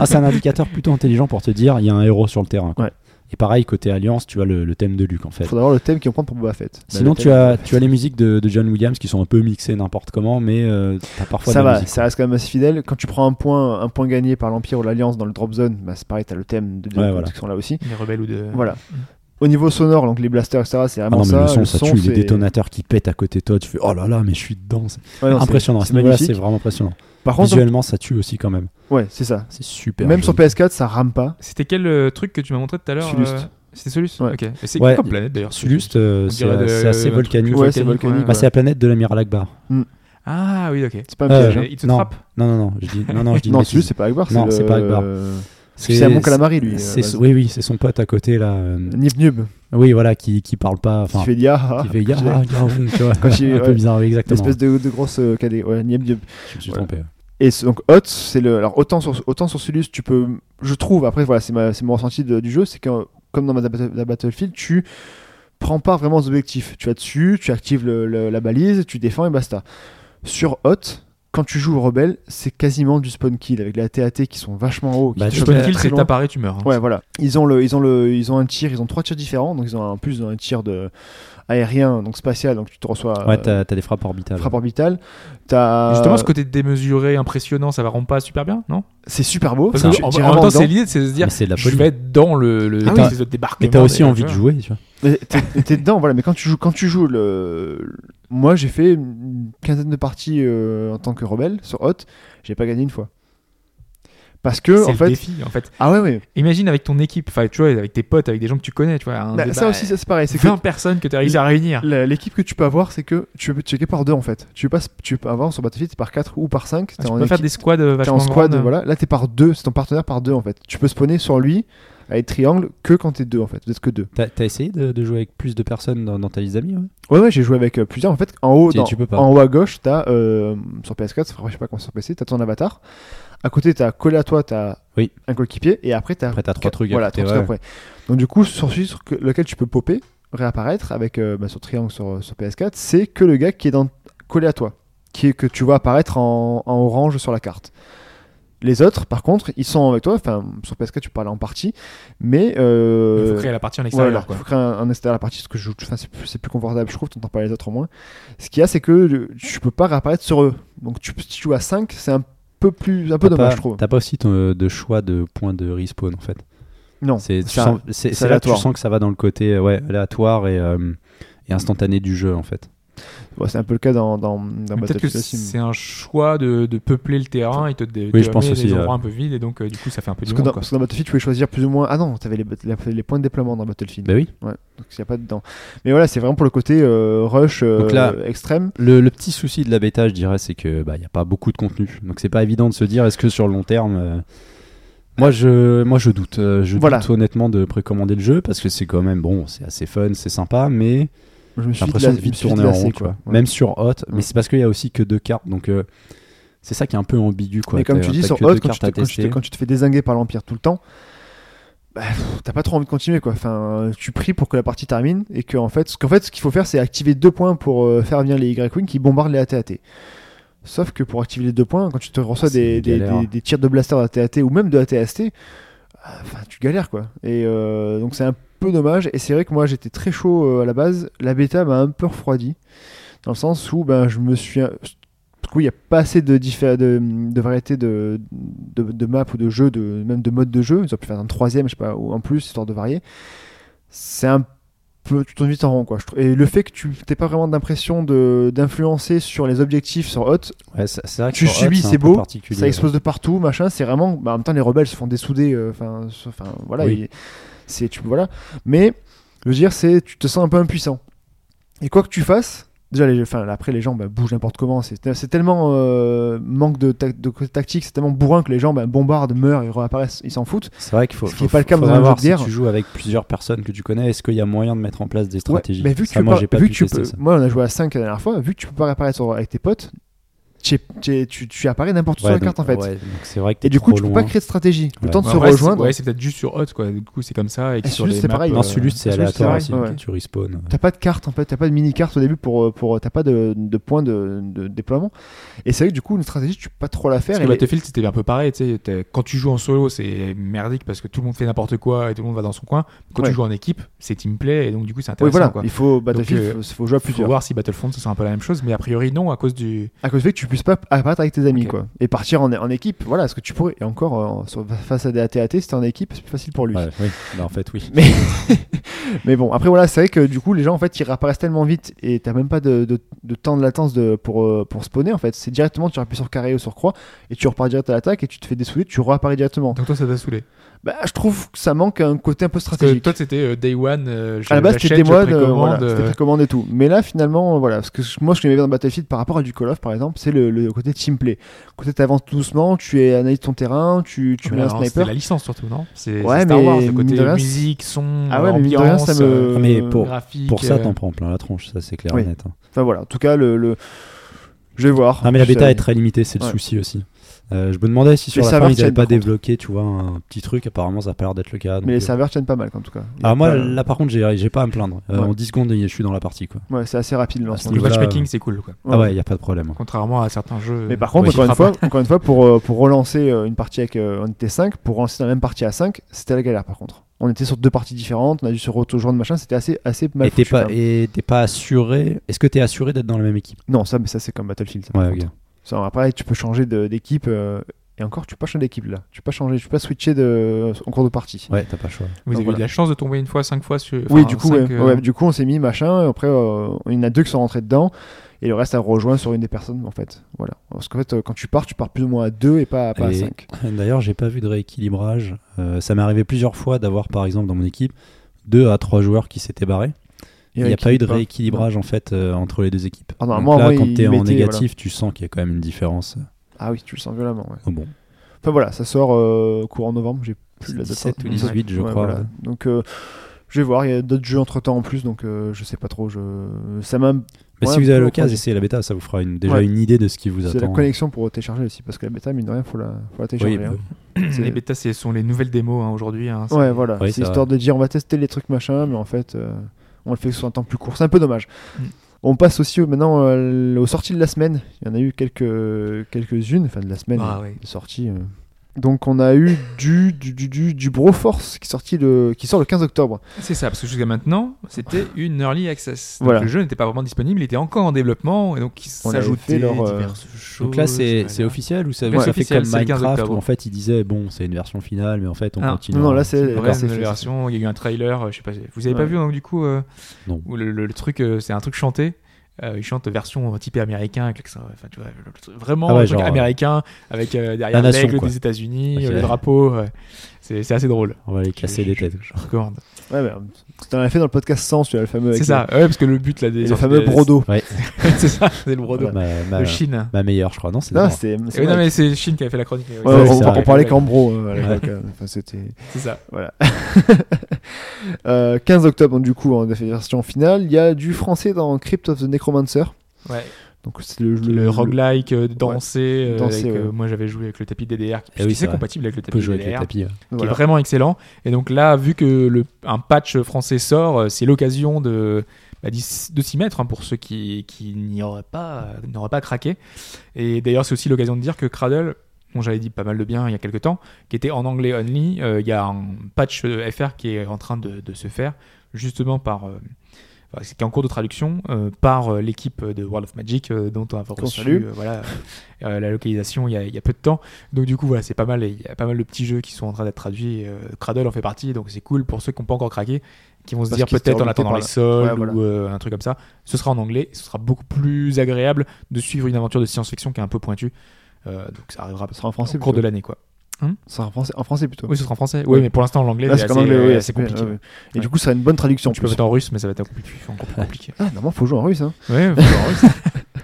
Ah, c'est un indicateur plutôt intelligent pour te dire il y a un héros sur le terrain. quoi.
Ouais.
Et pareil côté Alliance, tu as le, le thème de Luke en fait.
Faudra voir le thème qu'ils vont prendre pour Boba Fett. Bah,
Sinon,
Le
tu
thème.
as, tu as les musiques de, de John Williams qui sont un peu mixées n'importe comment, mais euh, t'as parfois
ça
de la
va,
musique.
ça reste quand même assez fidèle. Quand tu prends un point, un point gagné par l'Empire ou l'Alliance dans le drop zone, bah c'est pareil, t'as le thème de deux
Ouais, voilà.
qui sont là aussi.
Les rebelles ou de.
Voilà. Au niveau sonore, donc les blasters, etc., c'est
Ah
vraiment
non, mais
ça.
le son, ça tue, les
c'est-
détonateurs qui pètent à côté de toi, tu fais oh là là, mais je suis dedans. C'est
Ouais, non, c'est-
impressionnant, à ce
C'est
niveau-là, c'est
magnifique.
vraiment impressionnant.
Par contre,
Visuellement, ça tue aussi quand même.
ouais, c'est ça.
C'est super.
Même
joli.
sur PS4, ça rame pas.
C'était quel euh, truc que tu m'as montré tout à l'heure
Solust.
euh, C'était Solus
Ouais.
Ok. Et c'est
Ouais.
comme planète d'ailleurs.
Sulust, euh,
On
c'est
dirait de-
c'est assez
un truc
volcanique.
Ouais, c'est
volcanique,
volcanique, ouais.
Bah, c'est la planète de l'amiral Akbar.
Ah oui, ok.
C'est pas un
Euh,
piège. hein.
Et il te
non.
trappe
Non, non, non, je dis, non, non, je dis une
Non,
bêtise.
celui c'est pas Akbar, c'est
Non, c'est
le-
pas Akbar.
Parce que C'est mon calamari, lui. euh,
c'est- oui, oui, c'est son pote à côté là. euh,
Nib Nub,
Oui, voilà, qui, qui parle pas.
qui
Enfin,
fait dia, ah,
qui fait ya,
j'ai-
ya, ya, tu vois,
Quand il-
un peu
ouais.
bizarre, oui, exactement.
L'espèce de, de grosse euh, cadet. Ouais, Nib Nub.
Je me suis
Voilà.
trompé.
Et ce- donc Hot, c'est le. Alors autant sur autant sur Solus, tu peux. Je trouve. Après voilà, c'est ma- c'est mon ressenti de- du jeu, c'est que euh, comme dans ma- la Battlefield, tu prends pas vraiment aux objectifs. Tu vas dessus, tu actives le- le- la balise, tu défends et basta. Sur Hot, quand tu joues au rebelle, c'est quasiment du spawn kill avec les AT-AT qui sont vachement hauts. qui
Bah,
te
du
chopent
spawn
très
Kill, c'est
loin.
t'apparais, tu meurs. hein.
Ouais, voilà. Ils ont le, ils ont le, ils ont un tir, ils ont trois tirs différents. Donc ils ont un plus un tir de aérien, donc spatial, donc tu te reçois
Ouais,
euh,
t'as t'as des frappes orbitales.
frappe orbitale. T'as
Justement, ce côté démesuré, impressionnant, ça va rendre pas super bien, non
c'est super beau.
Parce
tu-
que
tu
en,
tires
en même
vraiment
temps,
dedans.
c'est l'idée, c'est de se dire,
Mais c'est de la
je
folie.
vais être dans le, le
Ah oui.
espèce de débarquement.
Mais t'as aussi
des-
envie
tu
de
vois.
jouer, tu vois.
Mais T'es t'es dedans, voilà, mais quand tu joues, quand tu joues le. Moi, j'ai fait une quinzaine de parties euh, en tant que rebelle sur Hot, j'ai pas gagné une fois. Parce que,
C'est
en
le
fait.
défi, en fait.
Ah ouais, ouais.
Imagine avec ton équipe, enfin, tu vois, avec tes potes, avec des gens que tu connais, tu vois. un
Bah,
débat-
ça aussi, ça, c'est pareil. C'est que
20 personnes que t'as réussi à réunir.
la- l'équipe que tu peux avoir, c'est que tu peux checker par deux, en fait. Tu passes, tu peux avoir sur Battlefield, c'est par 4 ou par 5.
Ah, Tu peux faire des squads euh,
t'es
vachement
en squad,
grandes.
voilà. Là, t'es par deux, c'est ton partenaire par deux, en fait. Tu peux spawner sur lui avec triangle que quand t'es deux, en fait. Vous êtes que deux.
T'as t'as essayé de, de jouer avec plus de personnes dans, dans ta liste d'amis ouais
Ouais, ouais, j'ai joué avec euh, plusieurs. En fait, en haut,
Tu-
dans-
tu peux pas.
en haut à gauche, t'as euh, sur PS4, ça fera- je sais pas comment sur PC, t'as ton avatar. À côté, t'as collé à toi, t'as
Oui.
un coéquipier, et après t'as
Après, t'as trois trucs à
Voilà,
côté,
trois trucs
ouais.
après. Donc du coup, sur celui sur que- lequel tu peux popper, réapparaître avec euh, bah, sur triangle sur, sur PS4, c'est que le gars qui est dans collé à toi, qui est que tu vois apparaître en, en orange sur la carte. Les autres, par contre, ils sont avec toi. Enfin, sur PS4, tu parles en partie, mais
Il faut
euh,
créer la partie en
voilà,
extérieur, quoi.
faut créer un, un extérieur à la partie parce que je, enfin, c'est plus, c'est plus confortable, je trouve, t'entends pas les autres au moins. Ce qu'il y a, c'est que le- tu peux pas réapparaître sur eux. Donc tu, si tu joues à 5, c'est un peu plus, un peu
T'as
dommage,
pas-
je trouve.
T'as pas aussi ton, euh, de choix de points de respawn en fait.
Non,
C'est tu
ça-
sens- c'est- c'est là que tu
aléatoire.
sens que ça va dans le côté euh, ouais, aléatoire et, euh, et instantané du jeu en fait.
Bon, c'est un peu le cas dans, dans, dans
Mais
Battle
Peut-être que
to the Sim.
c'est un choix de, de peupler le terrain et te, de,
Oui, je pense
des
aussi,
endroits
euh.
un peu vides et donc euh, du coup ça fait un peu du
Parce que,
monde.
dans,
quoi.
parce que dans Battlefield, tu pouvais choisir plus ou moins. Ah non, t'avais les, les, les points de déploiement dans Battlefield.
Bah oui.
Donc il n'y a pas dedans. Mais voilà, c'est vraiment pour le côté euh, rush euh,
Donc là-
extrême.
Le, le petit souci de la bêta, je dirais, c'est que bah, il n'y a pas beaucoup de contenu. Donc c'est pas évident de se dire est-ce que sur le long terme. euh, Moi je, moi je doute. Euh, je
Voilà.
doute honnêtement de précommander le jeu parce que c'est quand même bon, c'est assez fun, c'est sympa, mais
Je me
j'ai
suis
l'impression de
la- je me
vite
suis
tourner en
lassé,
rond. tu vois.
Ouais.
Même sur Hot, mais
Ouais.
c'est parce qu'il y a aussi que deux cartes, donc euh, c'est ça qui est un peu ambigu. Quoi.
Mais comme
T'as-
tu dis,
t'as
sur
que
Hot,
deux
quand tu,
cartes à
te, quand tu te-
tester.
quand tu te fais désinguer par l'Empire tout le temps, bah, pff, t'as pas trop envie de continuer quoi. Enfin, tu pries pour que la partie termine et que en fait, ce qu'en fait, ce qu'il faut faire, c'est activer deux points pour euh, faire venir les Y-Wing qui bombardent les AT-AT. Sauf que pour activer les deux points, quand tu te reçois
C'est
des,
une
des,
galère.
des- des tirs de blaster d'AT-AT ou même de AT-AST, euh, enfin, tu galères quoi. Et euh, donc c'est un peu dommage. Et c'est vrai que moi j'étais très chaud euh, à la base. La bêta m'a un peu refroidi dans le sens où ben je me suis du coup, il n'y a pas assez de, diffé- de, de variétés de, de, de maps ou de jeux, de, même de modes de jeu. Ils auraient pu faire un troisième, je sais pas, ou en plus, histoire de varier. C'est un peu. Tu tournes vite en rond, quoi. je trouve. Et le fait que tu n'aies pas vraiment d'impression de- d'influencer sur les objectifs sur Hot,
Ouais, c'est- c'est vrai que
tu
sur Hot,
subis,
un
c'est
peu
beau,
particulier,
ça explose de partout, machin. C'est vraiment. bah, en même temps, les rebelles se font dessouder. euh, Enfin, se- enfin, voilà.
Oui.
et C'est tu voilà. Mais je veux dire, c'est tu te sens un peu impuissant. Et quoi que tu fasses, déjà, les, enfin, après les gens bah, bougent n'importe comment. C'est c'est tellement euh, manque de, tac- de côté tactique, c'est tellement bourrin que les gens bah, bombardent, meurent, ils réapparaissent, ils s'en foutent.
C'est vrai qu'il faut,
Ce qui est pas le cas dans
faudrait
un jeu
voir
de
si
guerre.
tu joues avec plusieurs personnes que tu connais, est-ce qu'il y a moyen de mettre en place des stratégies
Ouais, mais vu que
Ça,
tu
moi,
peux
j'ai
pas-
pas
vu
pu
que tu
tester
peux-
ça.
moi on a joué à 5 la dernière fois, vu que tu peux pas réapparaître sur- avec tes potes, tu, es- tu es- tu- tu apparais n'importe où
Ouais,
sur la
donc-
carte en fait.
ouais, donc c'est vrai que t'es
Et du coup,
trop
tu peux
loin.
pas créer de stratégie. Le
Ouais.
temps de
Ouais,
se
Bah, ouais, c'est-
rejoindre,
Ouais, c'est peut-être juste sur Hot quoi. Du coup, c'est comme ça. Et que
Ah,
sur
Sulus,
les
c'est
maps,
pareil.
euh,
Non, Sulus, c'est
Sulus, c'est
aléatoire
vrai,
aussi.
ouais.
donc Tu respawns.
T'as pas de carte en fait, t'as pas de mini-carte au début pour, euh, pour t'as pas de, de points de, de déploiement. Et c'est vrai que du coup, une stratégie, tu peux pas trop la faire.
Parce
Et
que Battlefield, c'était un peu pareil. tu sais, t'es- Quand tu joues en solo, c'est merdique parce que tout le monde fait n'importe quoi et tout le monde va dans son coin. Quand
Ouais.
tu joues en équipe, c'est team play et donc du coup, c'est
oui,
intéressant.
voilà,
quoi.
il faut Battlefield,
euh,
faut- faut jouer à
Faut
plusieurs.
voir si Battlefront, ce sera un peu la même chose, mais a priori, non, à cause du.
À cause du fait que tu puisses pas apparaître avec tes amis
Ok.
quoi. Et partir en, en équipe, voilà, ce que tu pourrais. Et encore, euh, en- sur- face à des AT-AT, c'était en équipe, c'est plus facile pour lui.
Ouais, oui. Bah, en fait, oui.
Mais, mais bon, après voilà, c'est vrai que du coup, les gens en fait, ils réapparaissent tellement vite et t'as même pas de, de- de temps de latence de, pour, euh, pour spawner en fait. C'est directement, tu appuies sur carré ou sur croix et tu repars direct à l'attaque et tu te fais dessouder, tu réapparais directement.
Donc toi, ça t'a saoulé.
Bah, je trouve que ça manque un côté un peu
Parce que
stratégique.
toi, c'était euh, Day One. euh, je
à la base,
l'achète,
c'était des
je
modes, euh, voilà,
précommande,
c'était
euh,
précommande et tout. Mais là, finalement, euh, voilà, parce que je- moi, ce que j'aimais bien dans Battlefield par rapport à du Call of, par exemple, c'est le, le côté team play. Côté, t'avances tout doucement, tu es- analyses ton terrain, tu, tu
Ah, mais
mets un
alors, C'était
sniper.
la licence surtout, non C'est
Ouais,
c'est Star
mais
Wars, le
mine
côté
de rien,
musique, son,
Ah ouais, mais mine de rien,
ambiance,
ça me.
euh,
mais pour-
graphique.
Pour ça,
euh,
t'en prends plein la tronche, ça c'est clair
Oui.
et net. hein.
Enfin voilà, en tout cas, le. le- Je vais voir.
Non, mais la
Je-
bêta est très limitée, c'est le
Ouais.
souci aussi. Euh, je me demandais si sur
Les
la fin
serveurs
ils n'avaient
tiennent,
pas
par contre.
débloqué, tu vois, un petit truc. Apparemment, ça a pas l'air d'être le cas. donc,
Mais les
euh,
serveurs tiennent pas mal, en tout cas. Il y a
Alors Ah, moi,
pas-
là par contre, j'ai j'ai pas à me plaindre. Euh,
Ouais.
En 10 secondes, je suis dans la partie. Quoi.
Ouais, c'est assez rapide le lancement.
Ah,
Le
c'est- Voilà.
matchmaking, c'est cool, quoi.
Ah ouais, il y a pas de problème.
Contrairement à certains jeux.
Mais par contre,
Oui.
encore, une
Qui
fois, encore une fois, pour, euh, pour relancer euh, une partie avec. euh, on était 5, pour relancer la même partie à 5, c'était la galère par contre. On était sur deux parties différentes, on a dû se rejoindre, machin, c'était assez, assez mal
Et t'es
foutu, hein. quand
pas,
même.
et t'es pas assuré. Est-ce que t'es assuré d'être dans la même équipe
Non, ça, mais ça c'est comme Battlefield. ça, par
Ouais,
contre.
ok.
Ça, après, tu peux changer de- d'équipe. euh, et encore, tu peux pas changer d'équipe là. Tu peux pas changer, tu peux pas switcher de, en cours de partie.
Ouais, t'as pas le choix.
Vous avez eu
Voilà.
de la chance de tomber une fois, cinq fois sur.
oui,
enfin,
du coup,
cinq,
ouais.
euh,
Ouais, du coup, on s'est mis machin. Et après, euh, il y en a deux qui sont rentrés dedans. Et le reste a rejoint sur une des personnes, en fait. Voilà. Parce qu'en fait, euh, quand tu pars, tu pars plus ou moins à deux et pas, pas à
Et-
cinq.
D'ailleurs, j'ai pas vu de rééquilibrage. Euh, ça m'est arrivé plusieurs fois d'avoir, par exemple, dans mon équipe, deux à trois joueurs qui s'étaient barrés. Il n'y a pas eu de rééquilibrage en fait euh, entre les deux équipes.
Ah,
Donc
normalement,
là,
oui,
quand t'es
ils
en
mettaient,
négatif, tu sens qu'il y a quand même une différence.
Ah oui, tu le sens violemment. ouais.
Oh, bon,
Enfin voilà, ça sort euh, courant novembre. J'ai plus la date.
17 ou
Ouais.
18, je
Ouais,
crois.
voilà. Donc. euh, je vais voir, il y a d'autres jeux entre temps en plus, donc euh, je sais pas trop. Je... Ça m'a
Mais
Ouais,
si vous avez
pourquoi pas.
l'occasion, essayez la bêta, ça vous fera une- déjà
Ouais.
une idée de ce qui vous
C'est la
attend.
connexion pour télécharger aussi, parce que la bêta, mine de rien, faut la, faut la télécharger.
Oui, bah,
hein. C'est-
Les bêtas, ce sont les nouvelles démos hein, aujourd'hui. hein, c'est-
Ouais, voilà.
Oui,
c'est
c'est
histoire de dire on va tester les trucs machin, mais en fait, euh, on le fait sur un temps plus court. C'est un peu dommage.
Mm.
On passe aussi au- maintenant euh, aux sorties de la semaine. Il y en a eu quelques, quelques-unes, enfin de la semaine,
Ah, ouais.
de sorties. euh. Donc on a eu du, du, du, du, du Broforce qui, sortit le, qui sort le 15 octobre.
C'est ça, parce que jusqu'à maintenant, c'était une early access. Donc
Voilà.
Le jeu n'était pas vraiment disponible, il était encore en développement, et donc il
On avait
s'ajoutait
fait leur, euh,
diverses choses.
Donc là, c'est
voilà.
c'est officiel ou ça
Ouais,
ça fait
officiel,
comme
c'est le 15
Minecraft où
octobre.
en fait ils disaient bon, c'est une version finale, mais en fait on
Ah.
continue.
Non, non, là c'est.
Ouais,
là, c'est
une
fait.
version, il y a eu un trailer, euh, je sais pas, vous avez pas
Ouais.
vu donc du coup euh,
Non.
où le, le- le truc euh, c'est un truc chanté Euh, il chante version typée américain, avec l'accent- enfin, tu vois, le- le- le- vraiment
Ah ouais,
un truc
genre, euh,
américain, avec euh, derrière
la nation,
l'aigle
quoi.
des États-Unis,
Ok.
euh, le drapeau. ouais. C'est c'est assez drôle.
On va les casser
Je-
les
je-
têtes.
Je recommande.
Ouais, mais, euh, t'en as fait dans le podcast 100, celui-là, le fameux. avec
C'est ça, ouais, parce que le but là
Le,
des.
le fameux
des-
brodo.
Ouais.
c'est ça, c'est le brodo.
Ma, ma-
Le Chine.
ma meilleure, je crois. Non, c'est
Non,
d'abord.
c'était. c'est
Eh oui, non,
vrai.
mais c'est le Chine qui a fait la chronique. mais oui,
Ouais,
Ouais,
c'est
on,
c'est
ça.
on
vrai.
parlait qu'en bro euh, à l'époque. euh, Enfin, c'était.
C'est ça.
Euh, 15 octobre, donc, du coup, on a fait la version finale. Il y a du français dans Crypt of the Necromancer.
Ouais.
Donc, c'est le,
Le, roguelike, euh, danser. euh,
Danser,
avec, euh,
ouais.
Moi j'avais joué avec le tapis DDR, qui
Eh oui,
qui
c'est
c'est
vrai.
compatible avec le
On
tapis
peut jouer
DDR.
avec les tapis. hein. ouais.
qui
voilà.
est vraiment excellent. Et donc là, vu que le, un patch français sort, euh, c'est l'occasion de, bah, d'y s- de s'y mettre hein, pour ceux qui, qui n'y auraient pas, euh, n'auraient pas craqué. Et d'ailleurs, c'est aussi l'occasion de dire que Cradle, dont j'avais dit pas mal de bien il y a quelques temps, qui était en anglais only, euh, il y a un patch euh, FR qui est en train de, de se faire, justement par. euh, enfin, c'est qui est en cours de traduction euh, par euh, l'équipe de World of Magic euh, dont on a
salue.
reçu euh, voilà, euh, la localisation il y, a, il y a peu de temps. Donc du coup voilà c'est pas mal, et il y a pas mal de petits jeux qui sont en train d'être traduits. et, euh, Cradle en fait partie, donc c'est cool pour ceux qui n'ont pas encore craqué, qui vont se
Parce
dire
qu'ils
peut-être en
étaient
attendant les
rebutés
soldes
Ouais, voilà.
ou euh, un truc comme ça. Ce sera en anglais, ce sera beaucoup plus agréable de suivre une aventure de science-fiction qui est un peu pointue. Euh, donc ça arrivera
Ce sera en français
au cours de
plutôt.
l'année quoi.
C'est en français, en français plutôt.
Oui, ce sera en français.
Ouais.
Oui, mais pour l'instant, l'anglais,
Là,
c'est
c'est
assez,
en anglais,
euh,
ouais,
assez
c'est- ouais,
compliqué.
ouais. Et du coup, ça a une bonne traduction. en
Tu peux
plus.
mettre en russe, mais ça va être encore plus, encore plus compliqué.
Ah, normalement, faut jouer en russe. Hein.
Ouais, faut jouer en russe.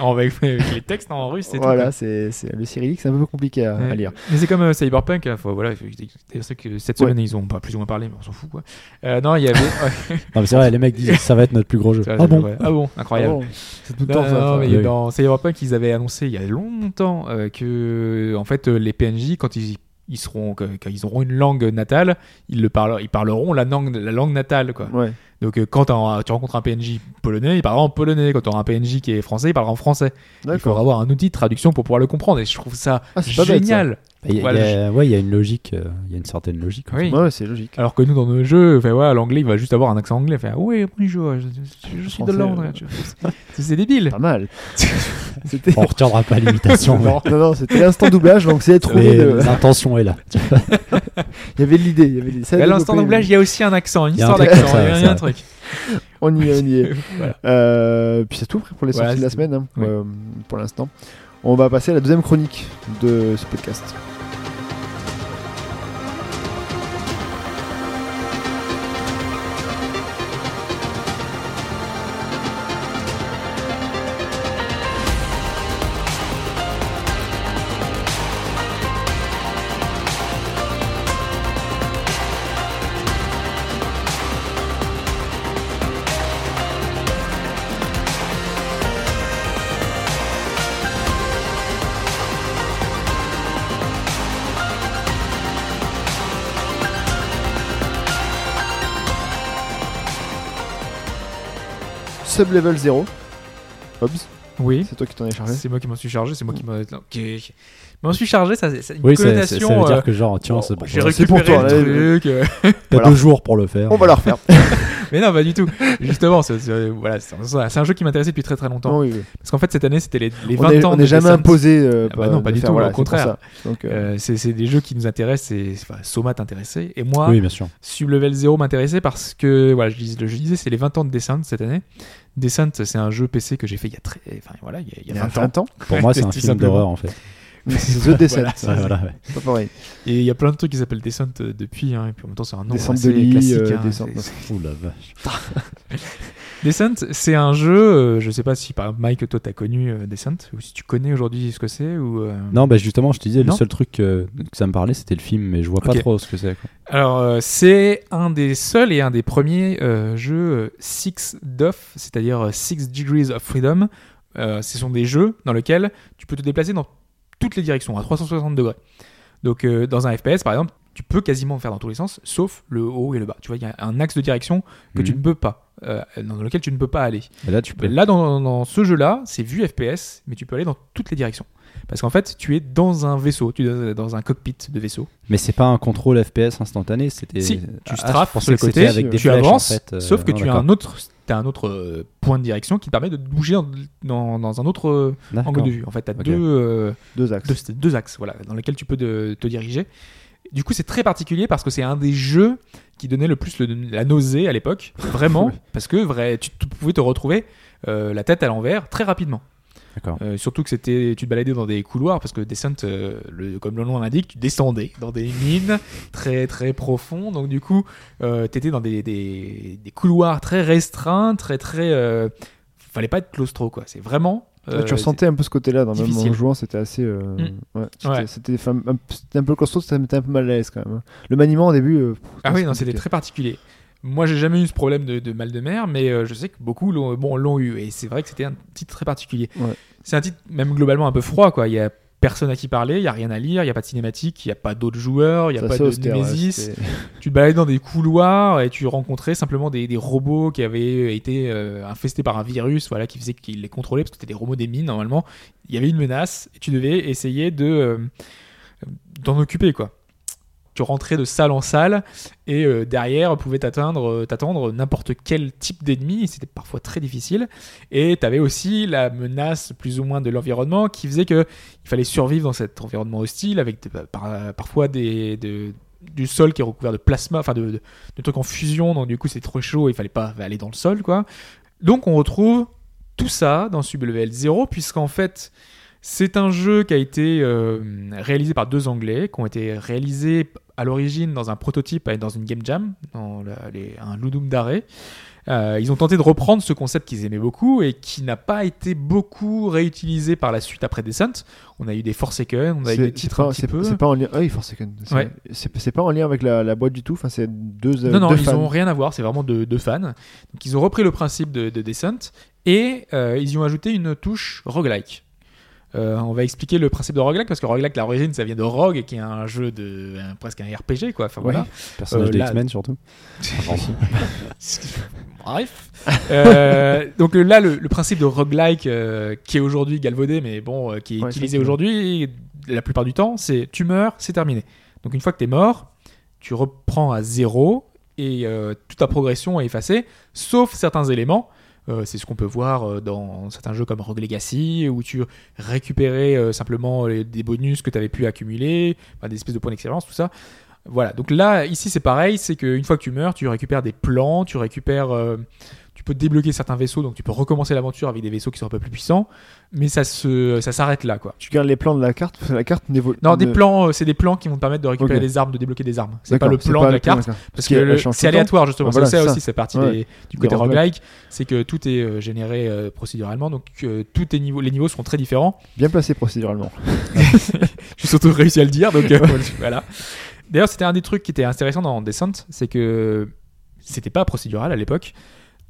On va avec avec les textes en russe et tout.
Voilà, c'est c'est- le cyrillique, c'est un peu compliqué à, à
Ouais.
lire.
Mais c'est comme euh, Cyberpunk, hein, faut- voilà, faut- c'est vrai que cette
Ouais.
semaine ils ont pas plus ou moins parlé, mais on s'en fout quoi. Euh, non, il y avait. ouais,
Non, mais c'est vrai, les mecs disent ça va être notre plus gros jeu.
ça,
Ah bon
ouais. ah bon, incroyable.
Ah bon, c'est tout le
Non,
temps
non,
ça, ça.
mais
oui, oui.
dans Cyberpunk, ils avaient annoncé il y a longtemps euh, que en fait euh, les PNJ quand ils ils seront que- quand ils auront une langue natale, ils le parleront, ils parleront la langue la langue natale quoi.
Ouais.
Donc euh, quand t'en- tu rencontres un PNJ polonais, il parlera en polonais, quand tu auras un PNJ qui est français, il parlera en français. Il faudra
D'accord.
avoir un outil de traduction pour pouvoir le comprendre et je trouve ça
Ah, c'est pas bête, ça.
génial.
Bah, Il y, a-
Voilà,
il y a- ouais, il y a une logique, euh, il y a une certaine logique. en
Oui.
fait.
Bah Ouais, c'est logique.
Alors que nous, dans nos jeux, enfin, ouais, l'anglais, il va juste avoir un accent anglais. Enfin, ouais, bonjour, je, je- je suis de
Français,
Londres.
euh.
tu vois. C'est- C'est débile.
Pas mal. C'était.
On retiendra pas l'imitation. mais-
Non, euh, non, non, c'était l'instant doublage, donc c'est trouvé.
Mais
de-
l'intention est là.
Il y avait l'idée. il y avait l'idée. Ça a
Mais à l'instant
développé,
doublage, il y a aussi un accent, une
Il y a un
histoire
truc
d'accent,
comme ça,
il y a
c'est
un
vrai.
truc.
On y est, on y est.
Voilà.
Euh, puis c'est tout pour les
Voilà,
sorties de la
c'est
semaine, hein,
Oui.
euh, pour l'instant. On va passer à la deuxième chronique de ce podcast. Sublevel 0. Hobbs,
Oui.
c'est toi qui t'en es chargé.
C'est moi qui m'en suis chargé, c'est moi qui m'en. non, qui- m'en suis chargé, ça, c'est c'est une
Oui, ça, ça-
connotation.
ça veut
euh,
dire que genre, tiens, c'est
oh,
bon,
J'ai
t'as
c'est pour
récupéré
toi, là,
le truc. euh,
Voilà.
deux jours pour le faire.
On va la refaire.
Mais non, pas du tout. Justement, c'est c'est- voilà, c'est un c'est un jeu qui m'intéressait depuis très très longtemps.
Non, oui, oui.
Parce qu'en fait, cette année, c'était les, les 20
On est-
ans
on
de
n'est jamais
Descent.
imposé. euh,
Ah bah non,
de
pas du
faire,
tout,
voilà,
au
c'est pour
contraire.
ça. Donc, euh,
Euh, c'est c'est des jeux qui nous intéressent, et enfin, Soma t'intéressait. Et moi,
Oui, bien sûr.
Sublevel 0 m'intéressait parce que, voilà, je, dis- je disais, c'est les 20 ans de Descent cette année. Descent, c'est un jeu PC que j'ai fait il y a très, enfin, voilà, il y a, il y a
il y a
20
20 ans.
Pour moi, c'est un
Tout
film
simplement.
d'horreur en fait.
C'est The Descent.
Voilà,
Ouais, voilà, ouais.
C'est pas pareil.
Et il y a plein de trucs qui s'appellent Descent euh, depuis, hein, et puis en même temps, c'est un nom
Descent de
assez
lit,
classique.
euh,
hein,
Descent,
c'est-
non.
c'est-
Ouh la vache.
Descent, c'est un jeu, euh, je sais pas si par exemple, Mike, toi, t'as connu euh, Descent, ou si tu connais aujourd'hui ce que c'est, ou. euh,
Non, bah justement, je te disais,
Non.
le seul truc euh, que ça me parlait, c'était le film, mais je vois pas
Ok.
trop ce que c'est. quoi.
Alors, euh, c'est un des seuls et un des premiers euh, jeux 6 DOF, c'est-à-dire 6 Degrees of Freedom. Euh, ce sont des jeux dans lesquels tu peux te déplacer dans toutes les directions, à 360 degrés. Donc, euh, dans un FPS, par exemple, tu peux quasiment faire dans tous les sens, sauf le haut et le bas. Tu vois, il y a un axe de direction que tu
Mhm.
ne peux pas, euh, dans lequel tu ne peux pas aller.
Et là, tu peux.
Là, dans, dans ce jeu-là, c'est vu FPS, mais tu peux aller dans toutes les directions. Parce qu'en fait, tu es dans un vaisseau, tu es dans un cockpit de vaisseau.
Mais c'est pas un contrôle FPS instantané, c'était.
Si,
Ah,
tu strafes
je
sur
pensais
le
que c'était
côté,
avec des
tu
flèches, en
avances,
fait, euh,
sauf que
non,
tu as
d'accord.
un autre, t'as un autre euh, point de direction qui te permet de bouger dans, dans- dans un autre euh,
D'accord.
angle de vue. En fait, tu as
Ok.
deux, euh,
Deux axes.
deux, deux axes voilà, dans lesquels tu peux de- te diriger. du coup, c'est très particulier parce que c'est un des jeux qui donnait le plus le- la nausée à l'époque, vraiment, parce que vrai, tu te- pouvais te retrouver euh, la tête à l'envers très rapidement.
D'accord.
Euh, surtout que c'était, tu te baladais dans des couloirs parce que Descent, euh, le, comme le nom l'indique, tu descendais dans des mines très très profondes. Donc du coup, euh, t'étais dans des, des, des couloirs très restreints, très très. euh, fallait pas être claustro quoi. C'est vraiment. euh,
tu ressentais un peu ce côté-là, dans- même en
difficile. Mm.
jouant, c'était assez. euh, ouais, c'était-
Ouais.
c'était enfin, un, c'était un peu costaud, ça mettait un peu mal à l'aise quand même. hein. Le maniement au début. euh, pff,
Ah oui, non,
compliqué.
c'était très particulier. Moi, j'ai jamais eu ce problème de, de mal de mer, mais euh, je sais que beaucoup l'ont bon, l'ont eu. Et c'est vrai que c'était un titre très particulier.
Ouais.
C'est un titre, même globalement, un peu froid, quoi. Il y a personne à qui parler, il y a rien à lire, il y a pas de cinématique, il y a pas d'autres joueurs, il y a
Ça,
pas
ça,
de
austère, ouais,
Nemesis.
c'était-
tu te baladais dans des couloirs et tu rencontrais simplement des, des robots qui avaient été euh, infestés par un virus, voilà, qui faisait qu'ils les contrôlaient parce que c'était des robots des mines normalement. Il y avait une menace et tu devais essayer de euh, d'en occuper quoi. Tu rentrais de salle en salle et euh, derrière pouvait t'atteindre, euh, t'attendre n'importe quel type d'ennemi. C'était parfois très difficile. Et tu avais aussi la menace plus ou moins de l'environnement qui faisait que il fallait survivre dans cet environnement hostile avec des- par- euh, parfois des, de- du sol qui est recouvert de plasma, enfin de, de- de trucs en fusion, donc du coup c'est trop chaud, il fallait pas aller dans le sol quoi. Donc on retrouve tout ça dans Sublevel 0 puisqu'en fait c'est un jeu qui a été euh, réalisé par deux Anglais, qui ont été réalisés à l'origine dans un prototype et dans une game jam, dans la- les- un Ludum d'arrêt. ils ont tenté de reprendre ce concept qu'ils aimaient beaucoup et qui n'a pas été beaucoup réutilisé par la suite après Descent. On a eu des Forsaken, on a
C'est-
eu des
C'est
titres un
pas,
petit
c'est-
peu.
c'est pas en lien. ah oui, Forsaken. C'est
Ouais.
c'est- c'est pas en lien avec la, la boîte du tout. Enfin, c'est deux. euh,
Non, non,
deux
ils
fans.
n'ont rien à voir, c'est vraiment de, de fans. Donc ils ont repris le principe de, de Descent et euh, ils y ont ajouté une touche roguelike. Euh, on va expliquer le principe de roguelike parce que roguelike, la origine, ça vient de Rogue, qui est un jeu de un- presque un RPG, quoi. Enfin,
Ouais.
voilà.
Personnage
Euh,
des
là-
X-Men surtout.
Bref. Euh, donc le- là, le, le principe de roguelike euh, qui est aujourd'hui galvaudé, mais bon, euh, qui est
Ouais,
utilisé
c'est vrai.
aujourd'hui la plupart du temps, c'est tu meurs, c'est terminé. Donc une fois que t'es mort, tu reprends à zéro et euh, toute ta progression est effacée, sauf certains éléments. Euh, c'est ce qu'on peut voir euh, dans certains jeux comme Rogue Legacy, où tu récupérais euh, simplement les- des bonus que tu avais pu accumuler, enfin, des espèces de points d'expérience, tout ça. Voilà, donc là, ici c'est pareil, c'est qu'une fois que tu meurs, tu récupères des plans, tu récupères... euh, tu peux débloquer certains vaisseaux, donc tu peux recommencer l'aventure avec des vaisseaux qui sont un peu plus puissants, mais ça se, ça s'arrête là, quoi.
Tu gardes les plans de la carte. parce que La carte n'évolue.
Non, des
ne-
plans, euh, c'est des plans qui vont te permettre de récupérer
Ok.
des armes, de débloquer des armes. C'est pas
D'accord,
le plan de la carte, parce que
elle
le-
change tout
c'est
le temps.
aléatoire justement.
Ah, voilà,
c'est
c'est
ça
ça.
aussi, c'est partie
Ouais.
des- du
Des
côté
roguelike.
roguelike, c'est que tout est euh, généré euh, procéduralement, donc euh, tous tes niveaux, les niveaux seront très différents.
Bien placé procéduralement.
J'ai surtout réussi à le dire, donc euh, voilà. D'ailleurs, c'était un des trucs qui était intéressant dans Descent, c'est que c'était pas procédural à l'époque.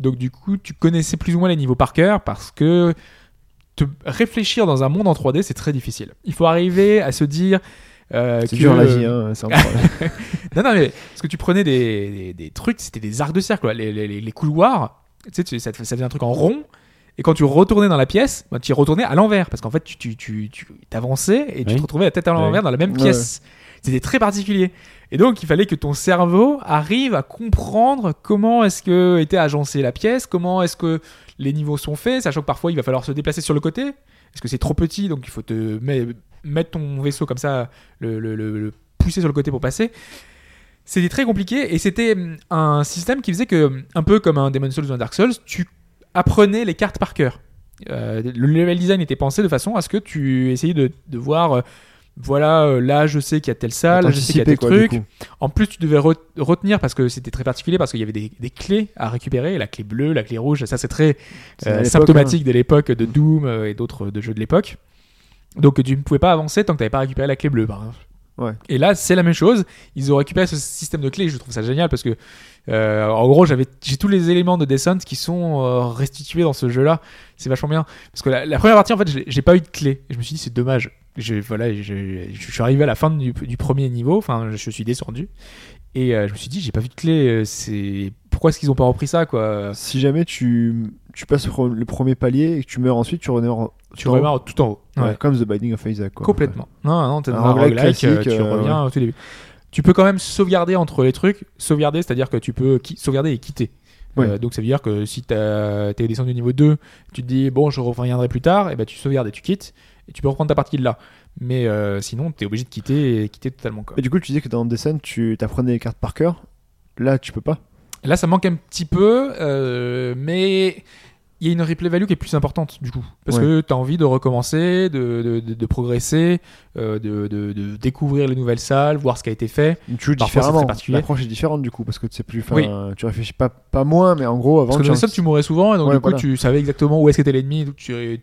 Donc du coup, tu connaissais plus ou moins les niveaux par cœur parce que te réfléchir dans un monde en 3D, c'est très difficile. Il faut arriver à se dire euh,
C'est
que-
dur la vie. Hein, c'est un problème.
Non, non, mais parce que tu prenais des, des- des trucs, c'était des arcs de cercle, quoi. les, les- les- les couloirs, tu sais, tu- ça, te- ça faisait un truc en rond. Et quand tu retournais dans la pièce, bah, tu y retournais à l'envers, parce qu'en fait, tu, tu, tu, tu- t'avançais et tu
Oui.
te retrouvais la tête à l'envers
Ouais.
dans la même
Ouais,
pièce. C'était très particulier. Et donc, il fallait que ton cerveau arrive à comprendre comment est-ce que était agencée la pièce, comment est-ce que les niveaux sont faits, sachant que parfois, il va falloir se déplacer sur le côté, parce que c'est trop petit, donc il faut te me- mettre ton vaisseau comme ça, le, le- le- le pousser sur le côté pour passer. C'était très compliqué et c'était hum, un système qui faisait que, hum, un peu comme un Demon Souls ou un Dark Souls, tu apprenais les cartes par cœur. Euh, le level design était pensé de façon à ce que tu essayais de, de voir, euh, voilà, euh, là je sais qu'il y a telle salle, là je sais qu'il y a
Anticiper
tel
quoi.
truc.
du coup.
En plus, tu devais re- retenir parce que c'était très particulier parce qu'il y avait des, des clés à récupérer, la clé bleue, la clé rouge. Ça, c'est très
C'est hein.
euh,
à l'époque,
symptomatique de l'époque de Doom euh, et d'autres euh, de jeux de l'époque. Donc, tu ne pouvais pas avancer tant que tu n'avais pas récupéré la clé bleue, par exemple.
Ouais.
Et là, c'est la même chose. Ils ont récupéré ce système de clés. Je trouve ça génial parce que, euh, en gros, j'avais j'ai tous les éléments de Descent qui sont euh, restitués dans ce jeu-là. C'est vachement bien. Parce que la, la première partie, en fait, j'ai- j'ai pas eu de clé. Je me suis dit, c'est dommage. Je, voilà, je, je suis arrivé à la fin du, du premier niveau. Enfin, je suis descendu. Et euh, je me suis dit, j'ai pas vu de clé. euh, C'est pourquoi est-ce qu'ils ont pas repris ça, quoi
Si jamais tu tu passes pro- le premier palier et que tu meurs ensuite, tu reviens euh,
Tu remarques tout en haut. Ouais.
Comme The Binding of Isaac. Quoi.
Complètement. Non, non, t'es
Un
dans un
roguelike
roguelike, euh, tu
classique, euh,
reviens au tout début. Tu peux quand même sauvegarder entre les trucs. Sauvegarder, c'est-à-dire que tu peux qui- sauvegarder et quitter.
Oui.
Euh, donc ça veut dire que si t'as- t'es descendu au niveau 2, tu te dis bon, je reviendrai plus tard, et ben tu sauvegardes et tu quittes, et tu peux reprendre ta partie de là. Mais euh, sinon, t'es obligé de quitter et quitter totalement. Quoi.
Mais du coup, tu dis que dans Descent, tu apprenais les cartes par cœur. Là, tu peux pas.
Là, ça manque un petit peu, euh, mais il y a une replay value qui est plus importante du coup. Parce
Ouais.
que tu as envie de recommencer, de, de- de- de progresser, euh, de, de- de découvrir les nouvelles salles, voir ce qui a été fait.
Tu joues
Parfois, c'est
différemment.
très particulier.
L'approche est différente du coup parce que tu sais plus. enfin,
Oui.
Tu réfléchis pas, pas moins, mais en gros, avant
Parce que
tu
dans
en-
ça, tu mourais souvent, et donc
Ouais,
du coup,
voilà.
tu savais exactement où est-ce qu'était l'ennemi. donc Tu,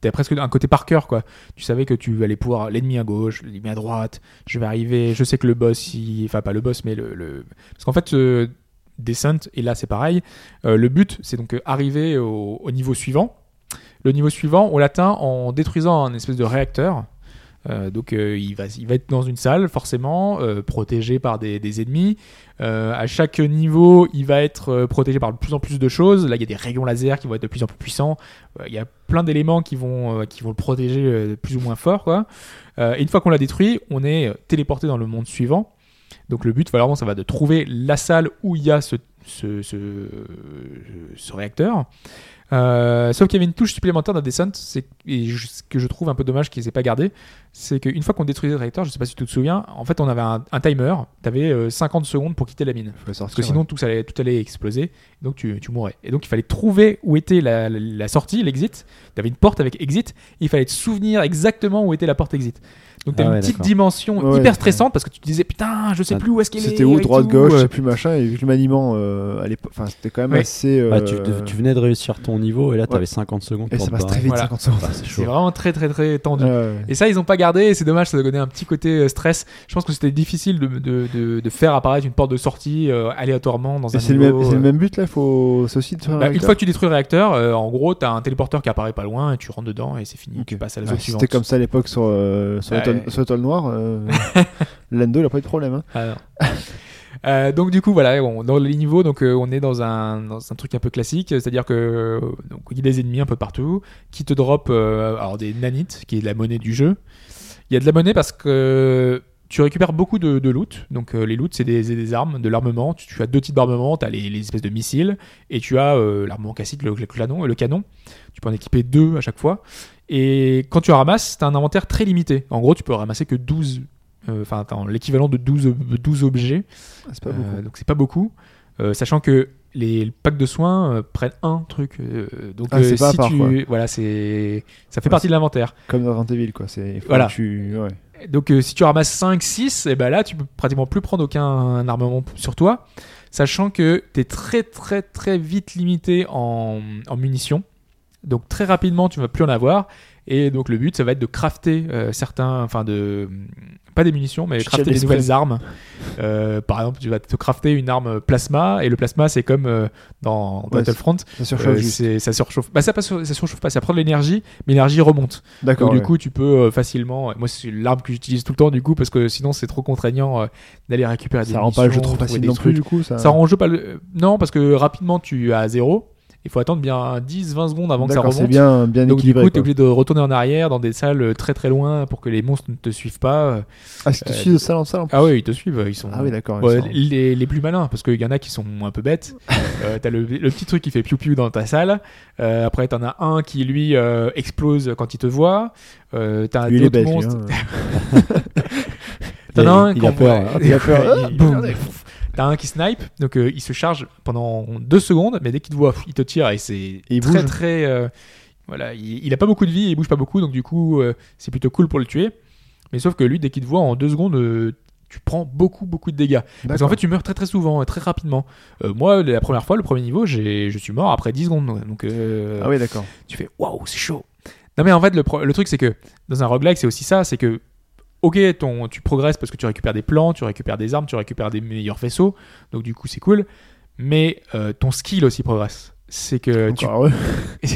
tu as presque un côté par cœur, quoi. Tu savais que tu allais pouvoir l'ennemi à gauche, l'ennemi à droite. Je vais arriver. Je sais que le boss, il- enfin pas le boss, mais le, le- parce qu'en fait, euh, Descent et là c'est pareil. euh, le but, c'est donc euh, arriver au, au niveau suivant. Le niveau suivant, on l'atteint en détruisant un espèce de réacteur. Euh, donc euh, il, va, il va être dans une salle forcément, euh, protégé par des, des ennemis. Euh, à chaque niveau, il va être euh, protégé par de plus en plus de choses. Là, il y a des rayons laser qui vont être de plus en plus puissants. Euh, il y a plein d'éléments qui vont euh, qui vont le protéger euh, plus ou moins fort, quoi. Euh, et une fois qu'on l'a détruit, on est euh, téléporté dans le monde suivant. Donc le but, vraiment, ça va de trouver la salle où il y a ce ce, ce, ce réacteur. Euh, sauf qu'il y avait une touche supplémentaire dans Descent, c'est et je- ce que je trouve un peu dommage qu'ils aient pas gardé, c'est qu'une fois qu'on détruisait le réacteur, je sais pas si tu te souviens, en fait on avait un, un timer, tu avais 50 secondes pour quitter la mine.
Faut sortir,
Parce que sinon, tout, ça allait, tout allait exploser. Donc, tu, tu mourrais. Et donc, il fallait trouver où était la, la- la sortie, l'exit. Tu avais une porte avec exit. Il fallait te souvenir exactement où était la porte exit. Donc, tu
Ah
une
ouais,
petite
d'accord.
dimension
Ouais,
hyper
ouais.
stressante parce que tu te disais, putain, je sais
Ah,
plus où est-ce qu'elle est.
C'était où,
et
droite,
tout.
gauche, je
Euh,
sais plus machin. Et vu que le maniement euh, à l'époque, enfin, c'était quand même
Ouais.
assez. euh,
Bah, tu, dev- tu venais de réussir ton niveau et là, t'avais 50 secondes
Et
pour
ça
te
passe très
barrer.
vite,
Voilà.
50 secondes.
Ah, c'est
C'est
chaud.
vraiment très, très, très tendu.
Ouais,
Et ça, ils ont pas gardé, et c'est dommage, ça a donné un petit côté euh, stress. Je pense que c'était difficile de, de- de- de faire apparaître une porte de sortie euh, aléatoirement dans
Et
un
c'est le,
niveau,
même- c'est le
euh,
même but là, faut ça aussi de faire un
Bah, une
réacteur.
fois que tu détruis le réacteur, euh, en gros, t'as un téléporteur qui apparaît pas loin et tu rentres dedans et c'est fini.
Ok.
Tu passes à la
Ah,
zone
si
suivante. Bah,
C'était comme ça à l'époque sur, euh, sur
Ouais.
l'étoile sur l'étoile noire. euh, L'Endo, il a pas eu de problème. hein.
Ah, non. Euh, donc du coup voilà on- dans les niveaux donc euh, on est dans un, dans un truc un peu classique c'est à dire que euh, donc, il y a des ennemis un peu partout qui te drop euh, alors des nanites qui est de la monnaie du jeu il y a de la monnaie parce que tu récupères beaucoup de, de loot donc euh, les loot c'est des, c'est des armes de l'armement tu, tu as deux types d'armement tu as les, les espèces de missiles et tu as euh, l'armement classique le, le canon le canon tu peux en équiper deux à chaque fois et quand tu en ramasses t'as un inventaire très limité en gros tu peux ramasser que 12 euh, enfin t'as l'équivalent de 12, ob- 12 objets
Ah, C'est pas
euh,
beaucoup.
donc c'est pas beaucoup Euh, sachant que les packs de soins euh, prennent un truc euh, donc
Ah, c'est pas à
si
part,
tu
quoi.
voilà c'est ça fait
Ouais,
partie
c'est-
de l'inventaire
Comme dans Renteville, quoi. C'est il faut
Voilà.
que tu- ouais.
donc euh, si tu ramasses 5 6 et ben là tu peux pratiquement plus prendre aucun armement p- sur toi sachant que tu es très très très vite limité en, en munitions donc très rapidement tu vas plus en avoir et donc le but ça va être de crafter euh, certains enfin de pas des munitions mais
Je tiens
crafter des
l'esprit.
nouvelles armes Euh, par exemple tu vas te crafter une arme plasma et le plasma c'est comme euh, dans Battlefront
Ça surchauffe
Euh,
juste.
c'est- ça surchauffe bah ça passe ça surchauffe pas ça prend de l'énergie mais l'énergie remonte
D'accord.
donc,
ouais.
du coup, tu peux euh, facilement. Moi, c'est l'arme que j'utilise tout le temps, du coup, parce que sinon, c'est trop contraignant euh, d'aller récupérer des
ça rend pas le jeu
munitions,
trop
trouver
facile
des
non plus,
trucs.
du coup. euh. Ça,
Ça rend le jeu pas le. Non, parce que rapidement, tu as à zéro. Il faut attendre bien 10-20 secondes avant que ça
D'accord, c'est
remonte.
bien, bien
Donc, du
équilibré.
coup, t'es
quoi.
obligé de retourner en arrière dans des salles euh, très très loin pour que les monstres ne te suivent pas.
Ah, si tu
euh,
suis de salle en salle. en plus.
Ah oui, ils te suivent. Ils sont.
Ah oui, d'accord.
Ouais,
ils sont-
les, les plus malins, parce qu'il y en a qui sont un peu bêtes. Euh, t'as le, le petit truc qui fait piou-piou dans ta salle. Euh, après, t'en as un qui, lui, euh, explose quand il te voit. Euh, t'as
Lui, il est
d'autres
bête, lui,
monstres.
hein.
T'en as
Il-
un
il
qu'on
a peur,
voit-
hein.
Il a peur. Ah,
Il- Pouf. T'as un qui snipe, donc euh, il se charge pendant deux secondes, mais dès qu'il te voit, il te tire et c'est
il
très
bouge.
très. euh, voilà, il, il a pas beaucoup de vie, il bouge pas beaucoup, donc du coup euh, c'est plutôt cool pour le tuer. Mais sauf que lui, dès qu'il te voit en deux secondes, euh, tu prends beaucoup beaucoup de dégâts. Parce qu'en
D'accord.
fait, tu meurs très très souvent, et très rapidement. Euh, moi, la première fois, le premier niveau, j'ai- je suis mort après 10 secondes. Donc, euh,
Ah oui, d'accord.
tu fais waouh, c'est chaud. Non, mais en fait, le, pro- le truc, c'est que dans un roguelike, c'est aussi ça c'est que, ok, ton, tu progresses parce que tu récupères des plans, tu récupères des armes, tu récupères des meilleurs vaisseaux, donc du coup, c'est cool. Mais euh, ton skill aussi progresse. C'est que tu-
Encore heureux.
Eh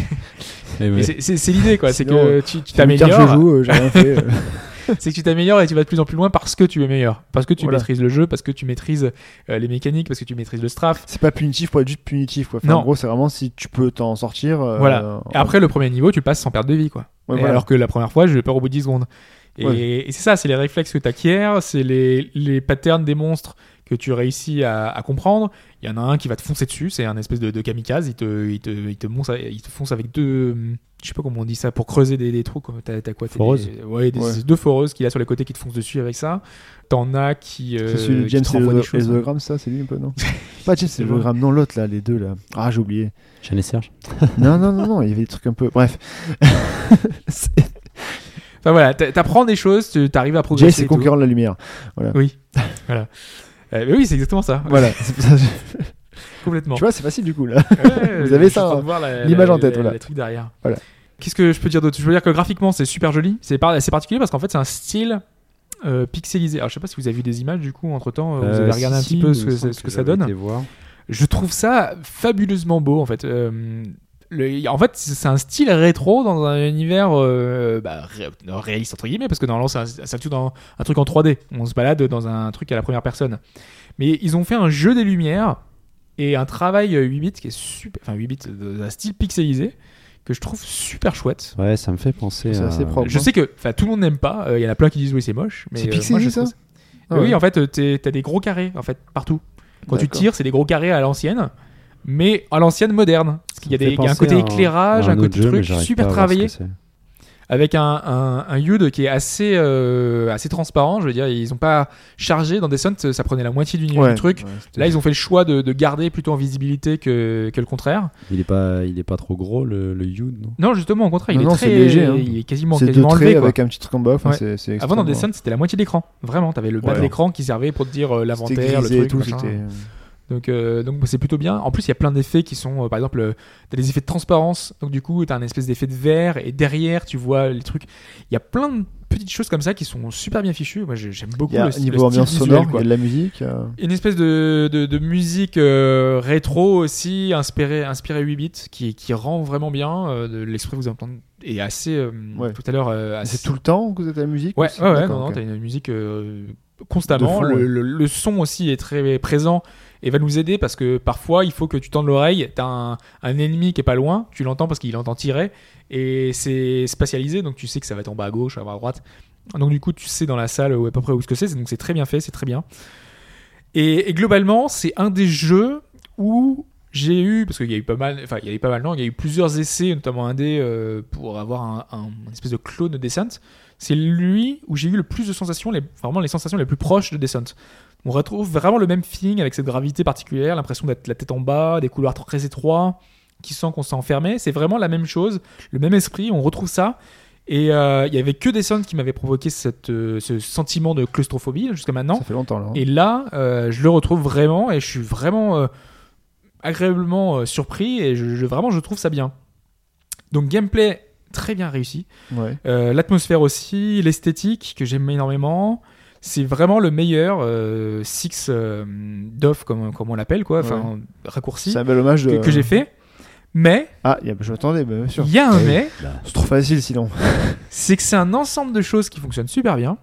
ouais.
mais c'est- c'est c'est l'idée quoi, c'est
Sinon,
que tu tu
C'est une carte que Je
t'améliores,
joue, euh, j'ai rien fait. euh.
c'est que tu t'améliores et tu vas de plus en plus loin parce que tu es meilleur, parce que tu
Voilà.
maîtrises le jeu, parce que tu maîtrises euh, les mécaniques, parce que tu maîtrises le strafe.
C'est pas punitif pour être juste punitif. Quoi. Enfin,
Non.
En gros, c'est vraiment si tu peux t'en sortir. euh,
Voilà. Et après le premier niveau, tu passes sans perdre de vie quoi.
ouais,
Et
voilà.
Alors que la première fois, je l'ai peur au bout de 10 secondes. Et,
Ouais.
et c'est ça, c'est les réflexes que tu acquiers, c'est les, les patterns des monstres que que tu réussis à, à comprendre. Il y en a un qui va te foncer dessus, c'est un espèce de, de kamikaze, il te, il, te, il, te monce à- il te fonce avec deux. Je sais pas comment on dit ça, pour creuser des, des trous, comme t'as t'as quoi t'as
Foreuses.
des- Ouais, des-
Ouais.
deux foreuses qu'il a sur les côtés qui te foncent dessus avec ça. T'en as qui. euh,
C'est celui de
qui
James
te renvoient
et
des
le-
choses.
et le hologramme, ça, c'est lui un peu, non Bah, Pas James et
le-
le hologramme, non, l'autre, là, les deux, là. Ah, j'ai oublié.
Jeanne et Serge.
Non, non, non, non, il y avait des trucs un peu. Bref. C'est-
Enfin voilà, t'a- t'apprends des choses, tu t'arrives à progresser.
Jay,
et
c'est
tout.
conquérant de la lumière.
Oui, voilà. Euh, mais oui, c'est exactement ça,
Voilà. c'est pour ça que je-
complètement.
Tu vois, c'est facile du coup, là.
Ouais,
Vous avez
je suis
ça,
en train
hein,
de voir la-
l'image
la-
en tête,
la-
voilà.
le truc derrière.
Voilà.
Qu'est-ce que je peux dire d'autre Je veux dire que graphiquement, c'est super joli. C'est par- c'est particulier parce qu'en fait, c'est un style euh, pixelisé. Alors, je sais pas si vous avez vu des images du coup entre temps. Vous
Euh,
avez regardé un petit peu ce que, ce que ça donne. Je trouve ça fabuleusement beau en fait. Euh, le- en fait, c'est un style rétro dans un univers euh, bah, ré- réaliste entre guillemets, parce que normalement, c'est un, c'est plutôt dans un truc en 3D. On se balade dans un truc à la première personne. Mais ils ont fait un jeu des lumières et un travail euh, 8 bits qui est super, enfin 8 bits euh, d'un style pixelisé que je trouve super chouette.
Ouais, ça me fait penser.
C'est
à-
assez propre.
Je sais que, enfin, tout le monde n'aime pas. Euh, Il y en a plein qui disent oui, c'est moche. Mais
C'est
euh,
pixelisé,
moi, je
ça
trouve
Ah
Mais Oui,
ouais.
en fait, euh, t'es- t'as des gros carrés en fait partout. Quand tu
D'accord.
tires, c'est des gros carrés à l'ancienne, mais à l'ancienne moderne. Parce qu'il y a,
Ça me
des,
fait
il y a un
penser
côté
à
éclairage,
à
un,
autre
côté
jeu, mais
truc
j'arrive
super
pas à voir ce
travaillé,
que c'est.
avec un, un, un HUD qui est assez, euh, assez transparent. Je veux dire, ils ont pas chargé dans Descent, ça prenait la moitié du, niveau
Ouais.
du truc.
Ouais, c'était-
Là, ils ont fait le choix de, de garder plutôt en visibilité que, que le contraire.
Il est pas, il est pas trop gros le, le Yude, non
Non, justement, au contraire, il
Non,
est
non,
très
c'est léger, hein.
Il est quasiment,
C'est deux
quasiment enlevé.
traits
quoi.
avec un petit truc en bas. enfin,
Ouais.
c'est- c'est
Avant, dans
extrêmement-
Descent, c'était la moitié de l'écran. Vraiment, t'avais le bas
Ouais.
de l'écran qui servait pour te dire euh,
c'était
l'inventaire, le
grisé
truc.
et tout,
machin.
c'était-
Donc, euh, donc c'est plutôt bien. En plus, il y a plein d'effets qui sont, euh, par exemple, euh, t'as des effets de transparence. Donc du coup, t'as un espèce d'effet de verre et derrière, tu vois les trucs. Il y a plein de petites choses comme ça qui sont super bien fichues. Moi, j'ai- j'aime beaucoup
Il y a
le,
un
sti- le
niveau
style
ambiance
visuel,
sonore, il y
quoi.
a de la musique. euh,
Une espèce de, de, de musique euh, rétro aussi inspirée inspirée 8 bits qui, qui rend vraiment bien. Euh, de- L'extrait que vous entendez est assez euh,
Ouais.
tout à l'heure euh, assez
C'est tout le temps que vous êtes à la musique
Ouais,
aussi
ouais, ouais,
D'accord,
non, non,
ok.
t'as une musique euh, constamment.
De fond,
le,
ouais.
le- le son aussi est très présent et va nous aider parce que parfois il faut que tu tendes l'oreille. T'as un, un ennemi qui est pas loin, tu l'entends parce qu'il entend tirer et c'est spatialisé donc tu sais que ça va être en bas à gauche, en bas à droite. Donc du coup, tu sais dans la salle où à peu près où ce que c'est, c'est- donc c'est très bien fait, c'est très bien. Et, et globalement, c'est un des jeux où j'ai eu, parce qu'il y a eu pas mal, enfin il y a eu pas mal, non, il y a eu plusieurs essais, notamment un des, euh, pour avoir un, un- un espèce de clone de Descent. C'est lui où j'ai eu le plus de sensations, les, vraiment les sensations les plus proches de Descent. On retrouve vraiment le même feeling avec cette gravité particulière, l'impression d'être la tête en bas, des couloirs très étroits, qui sent qu'on s'est enfermé. C'est vraiment la même chose, le même esprit, on retrouve ça. Et euh, il y avait que Descent qui m'avait provoqué cette, euh, ce sentiment de claustrophobie jusqu'à maintenant.
Ça fait longtemps là. hein.
Et là, euh, je le retrouve vraiment et je suis vraiment euh, agréablement euh, surpris et je, je- vraiment je trouve ça bien. Donc gameplay très bien réussi.
Ouais.
Euh, L'atmosphère aussi, l'esthétique que j'aime énormément. C'est vraiment le meilleur euh, Six euh, Dof comme, comme on l'appelle quoi, enfin raccourci
C'est un bel hommage de.
que, que j'ai fait. Mais
Ah, il y a- je m'attendais, euh, bah, bien sûr.
il y a un
Ah oui.
mais,
C'est trop facile sinon.
c'est que c'est un ensemble de choses qui fonctionnent super bien.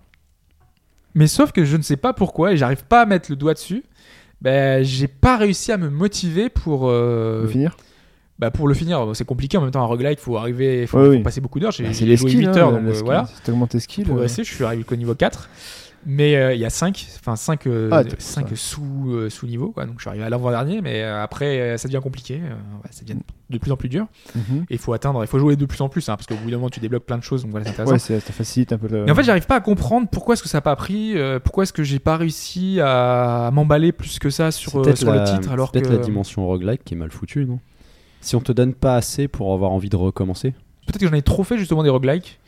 Mais sauf que je ne sais pas pourquoi et j'arrive pas à mettre le doigt dessus. Ben, j'ai pas réussi à me motiver pour, euh,
Faut finir
bah, pour le finir. C'est compliqué en même temps, un roguelike, il faut arriver, faut,
Ouais,
faut
oui.
passer beaucoup d'heures. J'ai
Bah,
j'ai joué 8
hein,
heures,
le-
donc
le
euh,
skill.
voilà.
Si t'augmentes tes skills.
Pour
euh,
progresser, je suis arrivé qu'au niveau 4. Mais euh, il y a 5, enfin 5,
Ah, t'es- ouais.
sous, euh, sous-niveaux. quoi. donc je suis arrivé à l'avant-dernier, mais euh, après euh, ça devient compliqué. euh, ouais, ça devient de plus en plus dur.
mhm.
Et il faut atteindre, il faut jouer de plus en plus, hein, parce qu'au bout d'un moment tu débloques plein de choses. Donc voilà, c'est intéressant.
Ouais, c'est- ça facilite un peu le.
Mais en fait, j'arrive pas à comprendre pourquoi est-ce que ça n'a pas pris, euh, pourquoi est-ce que j'ai pas réussi à m'emballer plus que ça
C'est
sur, euh,
peut-être
sur
la-
le titre,
c'est
alors que
peut-être la dimension roguelike qui est mal foutue, non Si on te donne pas assez pour avoir envie de recommencer,
peut-être que j'en ai trop fait justement des roguelikes.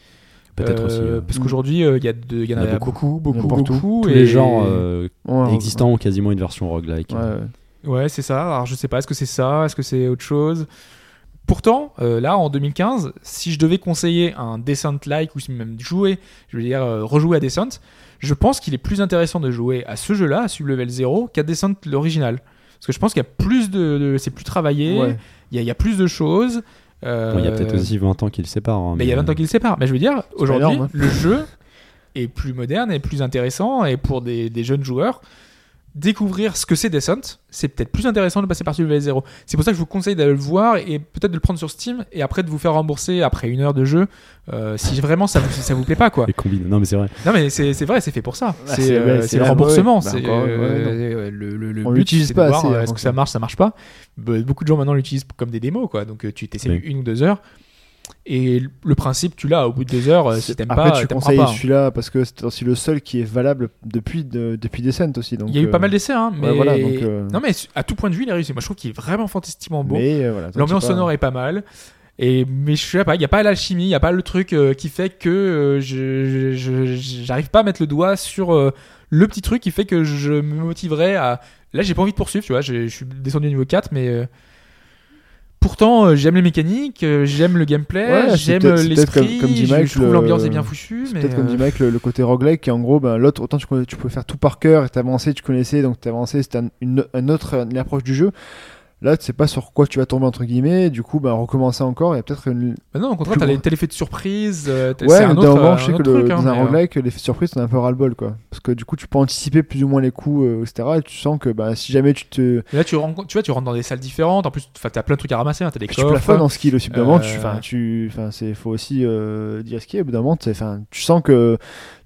peut-être
euh,
aussi. euh,
Parce
Mm.
qu'aujourd'hui, euh, il y, a de- il y en
Il y en
a,
a
beaucoup, beaucoup,
N'importe
beaucoup.
où.
Tous
et-
les genres euh,
Ouais,
existants ont quasiment une version roguelike.
Ouais, ouais.
Ouais, c'est ça. Alors je sais pas, est-ce que c'est ça, est-ce que c'est autre chose Pourtant, euh, là en 2015, si je devais conseiller un Descent like ou si même jouer, je veux dire euh, rejouer à Descent, je pense qu'il est plus intéressant de jouer à ce jeu-là, à Sublevel 0, qu'à Descent l'original. Parce que je pense qu'il y a plus de, de- c'est plus travaillé,
Ouais.
il y, a, il y a plus de choses. euh,
Bon, il y a peut-être aussi 20 ans qu'ils le séparent. hein,
mais il y a 20 ans qu'ils le séparent. Mais je veux dire, aujourd'hui,
énorme, hein.
le jeu est plus moderne et plus intéressant. Et pour des, des jeunes joueurs, découvrir ce que c'est Descent, c'est peut-être plus intéressant de passer par Survival 0. C'est pour ça que je vous conseille d'aller le voir et peut-être de le prendre sur Steam et après de vous faire rembourser après une heure de jeu euh, si vraiment ça vous, si ça vous plaît pas quoi.
Les combines. euh, Non, mais c'est vrai.
Non mais c'est c'est vrai, c'est fait pour ça.
Bah,
c'est
c'est-
euh,
ouais,
c'est
c'est
le
vrai,
remboursement.
bah ouais.
c'est,
Bah encore, ouais,
euh, le, le- le
On
but,
l'utilise
c'est de
pas
voir,
assez,
euh,
hein,
Est-ce
donc,
que ça
euh.
marche, ça marche pas Be- Beaucoup de gens maintenant l'utilisent comme des démos quoi. Donc euh, tu t'essayes
Oui.
une ou deux heures et le- le principe tu l'as au bout de deux heures. euh, Si t'aimes
Après,
pas,
tu
t'aimeras
conseilles
pas. hein.
celui-là parce que c'est aussi le seul qui est valable depuis, de- depuis Descent aussi. Donc,
Il y a eu
euh,
pas mal d'essais hein, mais
ouais, voilà, donc, euh,
non mais à tout point de vue il est réussi. Moi je trouve qu'il est vraiment fantastiquement beau.
Mais euh, voilà, toi,
L'ambiance
tu sais pas.
sonore est pas mal. Et, mais je sais pas, il n'y a pas l'alchimie, il n'y a pas le truc euh, qui fait que euh, je- je- je- j'arrive pas à mettre le doigt sur euh, le petit truc qui fait que je me motiverais à. Là, j'ai pas envie de poursuivre, tu vois, j'ai- je suis descendu au niveau 4, mais. euh, Pourtant, euh, j'aime les mécaniques, euh, j'aime le gameplay,
Ouais, c'est
j'aime
peut-être- c'est peut-être
l'esprit,
comme- comme dit
je-
Mike,
je trouve
le-
l'ambiance est bien foutue.
C'est
mais,
peut-être comme
euh,
dit Mike, le, le côté roguelike qui est en gros, ben, l'autre, autant tu, connais- tu pouvais faire tout par cœur et t'avançais, tu connaissais, donc t'avançais, c'était un- une, un autre, une approche du jeu. Là, tu sais pas sur quoi tu vas tomber, entre guillemets, et du coup, ben, recommencer encore, il y a peut-être une.
bah non, au contraire,
plus
t'as les-
gros.
t'as l'effet de surprise, euh, t'as-
Ouais,
c'est
mais
un
d'un
autre,
moment,
un
je sais que
autre
le-
truc. hein,
dans un
mais, euh,
roguelike, l'effet surprise, t'en as un peu ras-le-bol, quoi. Parce que du coup, tu peux anticiper plus ou moins les coups, euh, etc. Et tu sens que ben, si jamais tu te.
Là, tu, rencontres- tu vois, tu rentres dans des salles différentes. En plus, enfin, t'as plein de trucs à ramasser. hein, T'as des
Puis Bah, tu
coffres.
plafonnes en ski aussi, au bout d'un moment, tu,
Euh.
enfin, tu, enfin, c'est, faut aussi euh, dire ce qu'il y a, au bout d'un moment, t'sais, enfin, tu sens que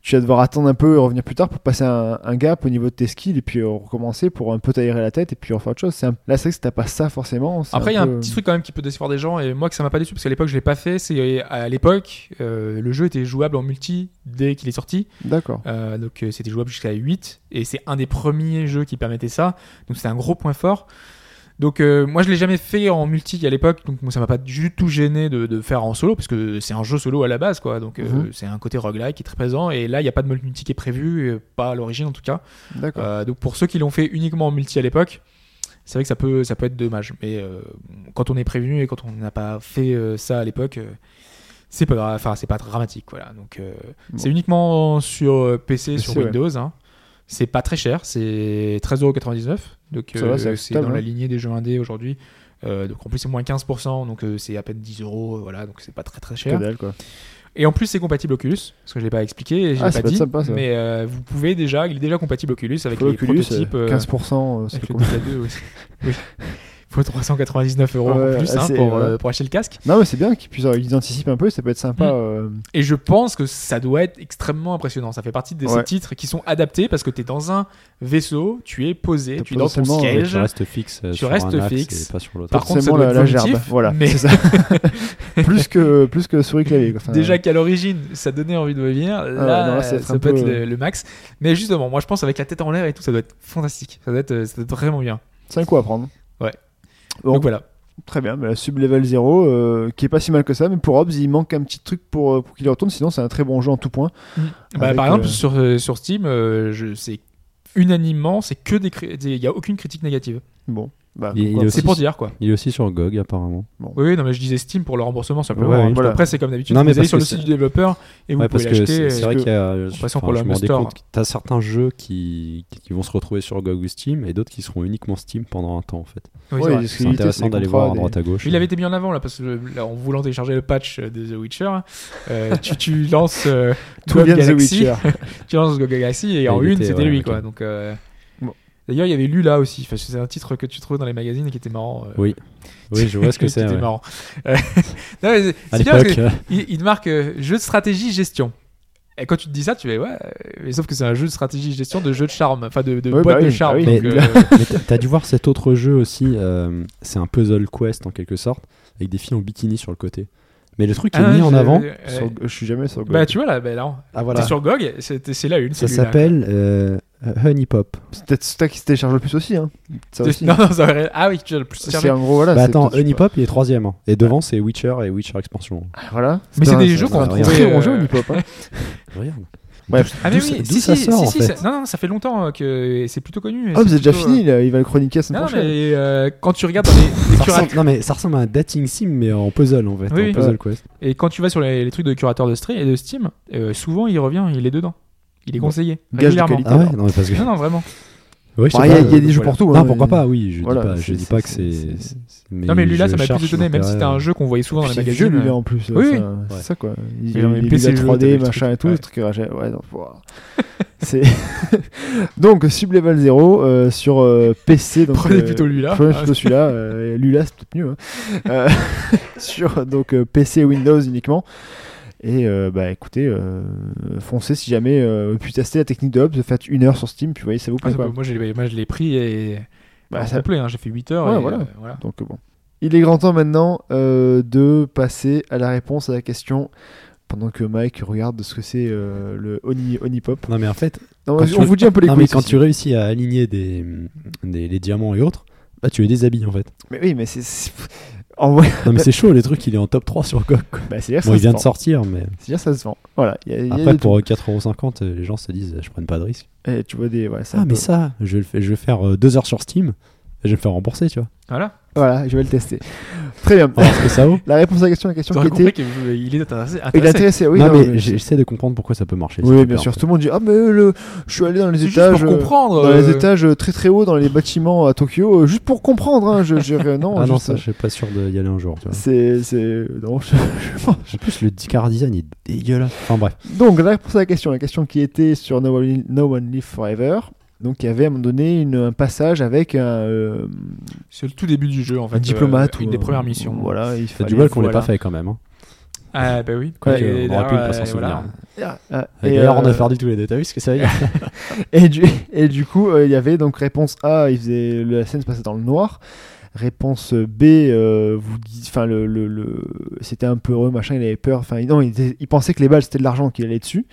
tu vas devoir attendre un peu et revenir plus tard pour passer un, un gap au niveau de tes skills et puis euh, recommencer pour un peu t'aérer la tête et puis refaire autre chose. C'est un- Là, c'est vrai que si t'as pas ça forcément. c'est
Après, il y a un
peu- euh,
petit truc quand même qui peut décevoir des gens, et moi que ça m'a pas déçu, parce qu'à l'époque, je l'ai pas fait. C'est à l'époque, euh, le jeu était jouable en multi dès qu'il est sorti.
D'accord.
Euh, donc, euh, c'était jouable jusqu'à 8, et c'est un des premiers jeux qui permettait ça. Donc, c'était un gros point fort. Donc, euh, moi, je l'ai jamais fait en multi à l'époque, donc moi, ça m'a pas du tout gêné de, de faire en solo, parce que c'est un jeu solo à la base, quoi. Donc, euh,
Mhm.
c'est un côté roguelike qui est très présent, et là, il n'y a pas de mode multi qui est prévu, euh, pas à l'origine en tout cas.
D'accord.
Euh, donc pour ceux qui l'ont fait uniquement en multi à l'époque, c'est vrai que ça peut, ça peut être dommage. Mais euh, quand on est prévenu et quand on n'a pas fait euh, ça à l'époque, euh, c'est pas grave. Enfin, c'est pas dramatique, voilà. Donc euh,
Bon.
c'est uniquement sur euh, PC, sur
PC, ouais.
Windows. hein. C'est pas très cher, c'est 13,99€. Donc
Ça va, c'est
euh, c'est dans
acceptable,
la
hein.
lignée des jeux indés aujourd'hui. Euh, donc en plus c'est moins 15%, donc euh, c'est à peine 10 euros, voilà, donc c'est pas très très
Que
cher.
dalle, quoi.
Et en plus, c'est compatible Oculus, parce que je l'ai pas expliqué, et je
Ah,
l'ai
ça
pas
peut être
dit,
sympa, ça.
mais euh, vous pouvez déjà, il est déjà compatible Oculus avec
Faut
les
Oculus,
prototypes.
euh,
euh,
15%, euh, c'est
avec
le
le
coup.
Delta 2 aussi. oui. Faut 399 euros
Ouais,
en plus
ah,
hein,
c'est-
pour,
voilà.
euh, pour acheter le casque.
Non, mais c'est bien qu'ils puissent, ils anticipent un peu, ça peut être sympa.
Mm.
euh,
Et je pense que ça doit être extrêmement impressionnant. Ça fait partie de ces
Ouais.
titres qui sont adaptés parce que tu es dans un vaisseau, tu es posé,
T'as
tu es dans ton
potentiellement,
Ouais,
siège.
tu restes fixe. euh,
Tu
sur
restes
un axe
fixe.
Et pas sur l'autre.
Par contre, ça
forcément,
doit
la-
être
la
vomitif,
gerbe, voilà,
mais
c'est plus que, plus que souris clavier. quoi. Enfin, Ah
Déjà qu'à l'origine, ça donnait envie de venir. Là,
non, là, ça va
ça,
être un
peut
peu,
être le,
euh,
le max. Mais justement, moi, je pense avec la tête en l'air et tout, ça doit être fantastique. Ça doit être, euh, ça doit être vraiment bien.
c'est un coup à prendre.
Ouais.
Bon,
Donc voilà.
Très bien, mais la sub-level 0, euh, qui est pas si mal que ça, mais pour Hobbs, il manque un petit truc pour, euh, pour qu'il y retourne, sinon c'est un très bon jeu en tout point.
Bah,
Avec,
par exemple,
euh,
sur, euh, sur Steam, euh, je sais unanimement, c'est que des, cri- des- il y a aucune critique négative.
Bon, bah,
Il-
comme
il
quoi.
est aussi-
C'est pour dire quoi.
Il est aussi sur GOG apparemment.
Oui, oui, non, mais je disais Steam pour le remboursement simplement.
Ouais,
hein.
oui.
Voilà.
Après, c'est comme d'habitude.
Non, mais
vous allez
parce
sur
que
le
c'est-
site du développeur et vous
ouais,
pouvez
parce que
l'acheter.
c'est c'est vrai
euh,
qu'il y a. euh,
en passant
enfin,
pour le
je me
Humble
rendais
Store.
compte que t'as certains jeux qui, qui vont se retrouver sur GOG ou Steam et d'autres qui seront uniquement Steam pendant un temps en fait.
oui,
Ouais,
c'est vrai.
il-
C'est
Oui,
intéressant
c'est
d'aller
les
voir à
contrats,
droite à gauche.
Il avait été mis en avant là parce que euh, là, en voulant télécharger le patch euh, de The Witcher, euh, tu, tu lances euh,
Tout
Go
vient de The
Galaxy,
Witcher.
tu lances Go Galaxy et
Et
en
il
une
était,
c'était
ouais,
lui
ok.
quoi. Donc euh,
Bon.
d'ailleurs il y avait lu là aussi. Enfin, c'est un titre que tu trouves dans les magazines et qui était marrant. euh,
Oui, Oui, je vois ce que
qui
c'est.
était
ouais.
marrant. Euh, non, mais c'est-
À
c'est bien parce que
l'époque, euh,
il, il te marque euh, jeu de stratégie gestion. Et quand tu te dis ça, tu fais ouais, euh, mais sauf que c'est un jeu de stratégie gestion de jeu de charme, enfin de, de
Ouais,
boîte
bah
de
oui,
charme.
bah
oui.
donc,
Mais-
euh,
mais t'as- t'as dû voir cet autre jeu aussi. euh, c'est un puzzle quest en quelque sorte avec des filles en bikini sur le côté. Mais le truc qui
ah,
est mis en
je-
avant.
euh,
Sur- Je suis jamais sur Go.
bah tu vois là, bah, là, on-
Ah voilà.
t'es sur GOG, c'est c'est la une.
Ça
celui-là.
s'appelle euh, Honey Pop.
C'est peut-être ça qui se télécharge le plus aussi. Hein. Ça
C'est-
aussi.
Non, non, ça aurait- Ah oui, tu as le plus
c'est
servi.
en gros, voilà.
bah
Ah, c'est
attends,
peut-être-
Honey Pop il est troisième. hein. Et devant c'est Witcher et Witcher Expansion.
Ah, Voilà.
Mais c'est
un-
des
c'est
jeux qu'on
un
va
très
trouver,
bon jeu,
euh,
Honeypop, hein.
Regarde.
Bref.
Ah mais
D'où ça-
oui,
d'où
si,
ça
si,
sort,
si,
en
si,
fait Ah,
ça- non, non, ça fait longtemps euh, que et c'est plutôt connu. et
Hobbs, c'est déjà
plutôt, euh,
fini, là, il va le chroniquer la semaine
Non,
prochaine.
mais euh, quand tu regardes dans les, les
Ça
curateurs-
ressemble- non mais ça ressemble à un dating sim mais en puzzle en fait,
Oui,
en
oui.
puzzle quest.
et quand tu vas sur les, les trucs de curateurs de Steam, et de Steam euh, souvent il revient, il est dedans, il est conseillé
Gage de
régulièrement.
qualité.
Ah ouais, non mais parce que
Non, non, vraiment.
Oui, je sais
Enfin, Il y a-
pas,
il y a
euh,
des jeux
voilà.
pour tout.
Non,
hein.
pourquoi pas, oui. Je
Voilà,
dis pas, je
c'est-
dis
c'est-
pas que
c'est-
c'est.
c'est-
Non, mais lui là, ça
je
m'a plus
cherche
étonné, même
l'intérêt,
si c'était un
euh,
jeu qu'on voyait souvent dans les
C'est vieux,
magazines. euh,
lui, là, en plus.
Oui,
ça-
oui.
C'est
Ouais.
ça, quoi. Il,
Et dans les
il,
PC
il a
jeux,
3D,
t'avais ce
machin et
truc.
tout.
Ouais.
ce truc, ah, ouais, non, faut voir. C'est- donc, Sublevel 0 euh, sur euh, PC. Donc,
Prenez
euh,
plutôt lui là.
Prenez plutôt celui-là. euh, Lula, c'est peut-être mieux. hein. Euh, sur donc, euh, PC et Windows uniquement. Et euh, bah écoutez, euh, foncez si jamais. euh, puis testez la technique de Hobbs, faites une heure sur Steam, puis voyez, ça vous
Ah,
plaît.
ça
quoi.
peut- moi, je l'ai- moi, je l'ai pris et.
Bah,
en
ça-
complet, hein, j'ai fait 8 heures.
Ouais,
et,
voilà.
euh, voilà.
Donc bon. Il est grand temps maintenant euh, de passer à la réponse à la question pendant que Mike regarde ce que c'est euh, le Oni, Onipop.
Non, mais en fait,
Non,
Quand
on
tu-
vous dit un peu les
non, mais
coulisses
quand
aussi.
tu réussis à aligner des, des- les diamants et autres, bah tu les déshabilles en fait.
Mais oui, mais c'est- c'est. En vrai,
Non, mais c'est chaud, les trucs, il est en top 3 sur GOG. quoi.
bah, c'est-à-dire que
Bon,
ça
il
se
vient de
vend.
sortir, mais
C'est-à-dire que ça se vend. Voilà. il Y a, il y a
après
de
pour 4,50€, euh, les gens se disent, je prends pas de risque.
tout. Et Eh, tu vois des. Voilà, ça
Ah,
peut-
mais ça, je vais, le faire- je vais faire 2 heures sur Steam et je vais me faire rembourser, tu vois.
Voilà.
Voilà, je vais le tester. Très bien.
On va voir ce que ça vaut.
La réponse à la question, la question
T'aurais
qui
compris
était.
qu'il est intéressé.
Il est
intéressé.
intéressé, oui.
non, mais,
mais-
j'essaie de comprendre pourquoi ça peut marcher. c'est
Oui,
super,
bien sûr.
en fait.
Tout le monde dit Ah, mais le... je suis allé dans les
C'est juste
étages.
pour
euh,
comprendre.
dans les
euh,
étages très très hauts dans les bâtiments à Tokyo, euh, juste pour comprendre. Hein, je, je- euh, non,
Ah non,
juste,
ça, je suis pas sûr d'y aller un jour. Tu vois.
c'est, c'est- non, je- je pense.
En plus, le car design est dégueulasse. Enfin bref.
Donc, la réponse à la question, la question qui était sur No One, No One Live Forever. Donc, il y avait à un moment donné une- un passage avec un, euh,
C'est le tout début du jeu en fait.
un diplomate.
euh, une
ou
des
un-
premières missions.
Voilà, il
C'est
fallait-
du mal qu'on l'ait
voilà.
pas fait quand même. hein.
Ah bah oui.
Quoi
Et
que, on aurait pu ne
d'ailleurs,
pas s'en
euh,
souvenir.
voilà.
Ah,
Et,
et,
d'ailleurs, on
euh,
a perdu tous les deux. T'as vu ce que ça veut dire
et, du, et du coup, euh, il y avait donc réponse A, il faisait, la scène se passait dans le noir. Réponse B, euh, vous dites, enfin le, le- le- c'était un peu heureux, machin, il avait peur, enfin non, il, était- il pensait que les balles c'était de l'argent qu'il allait dessus.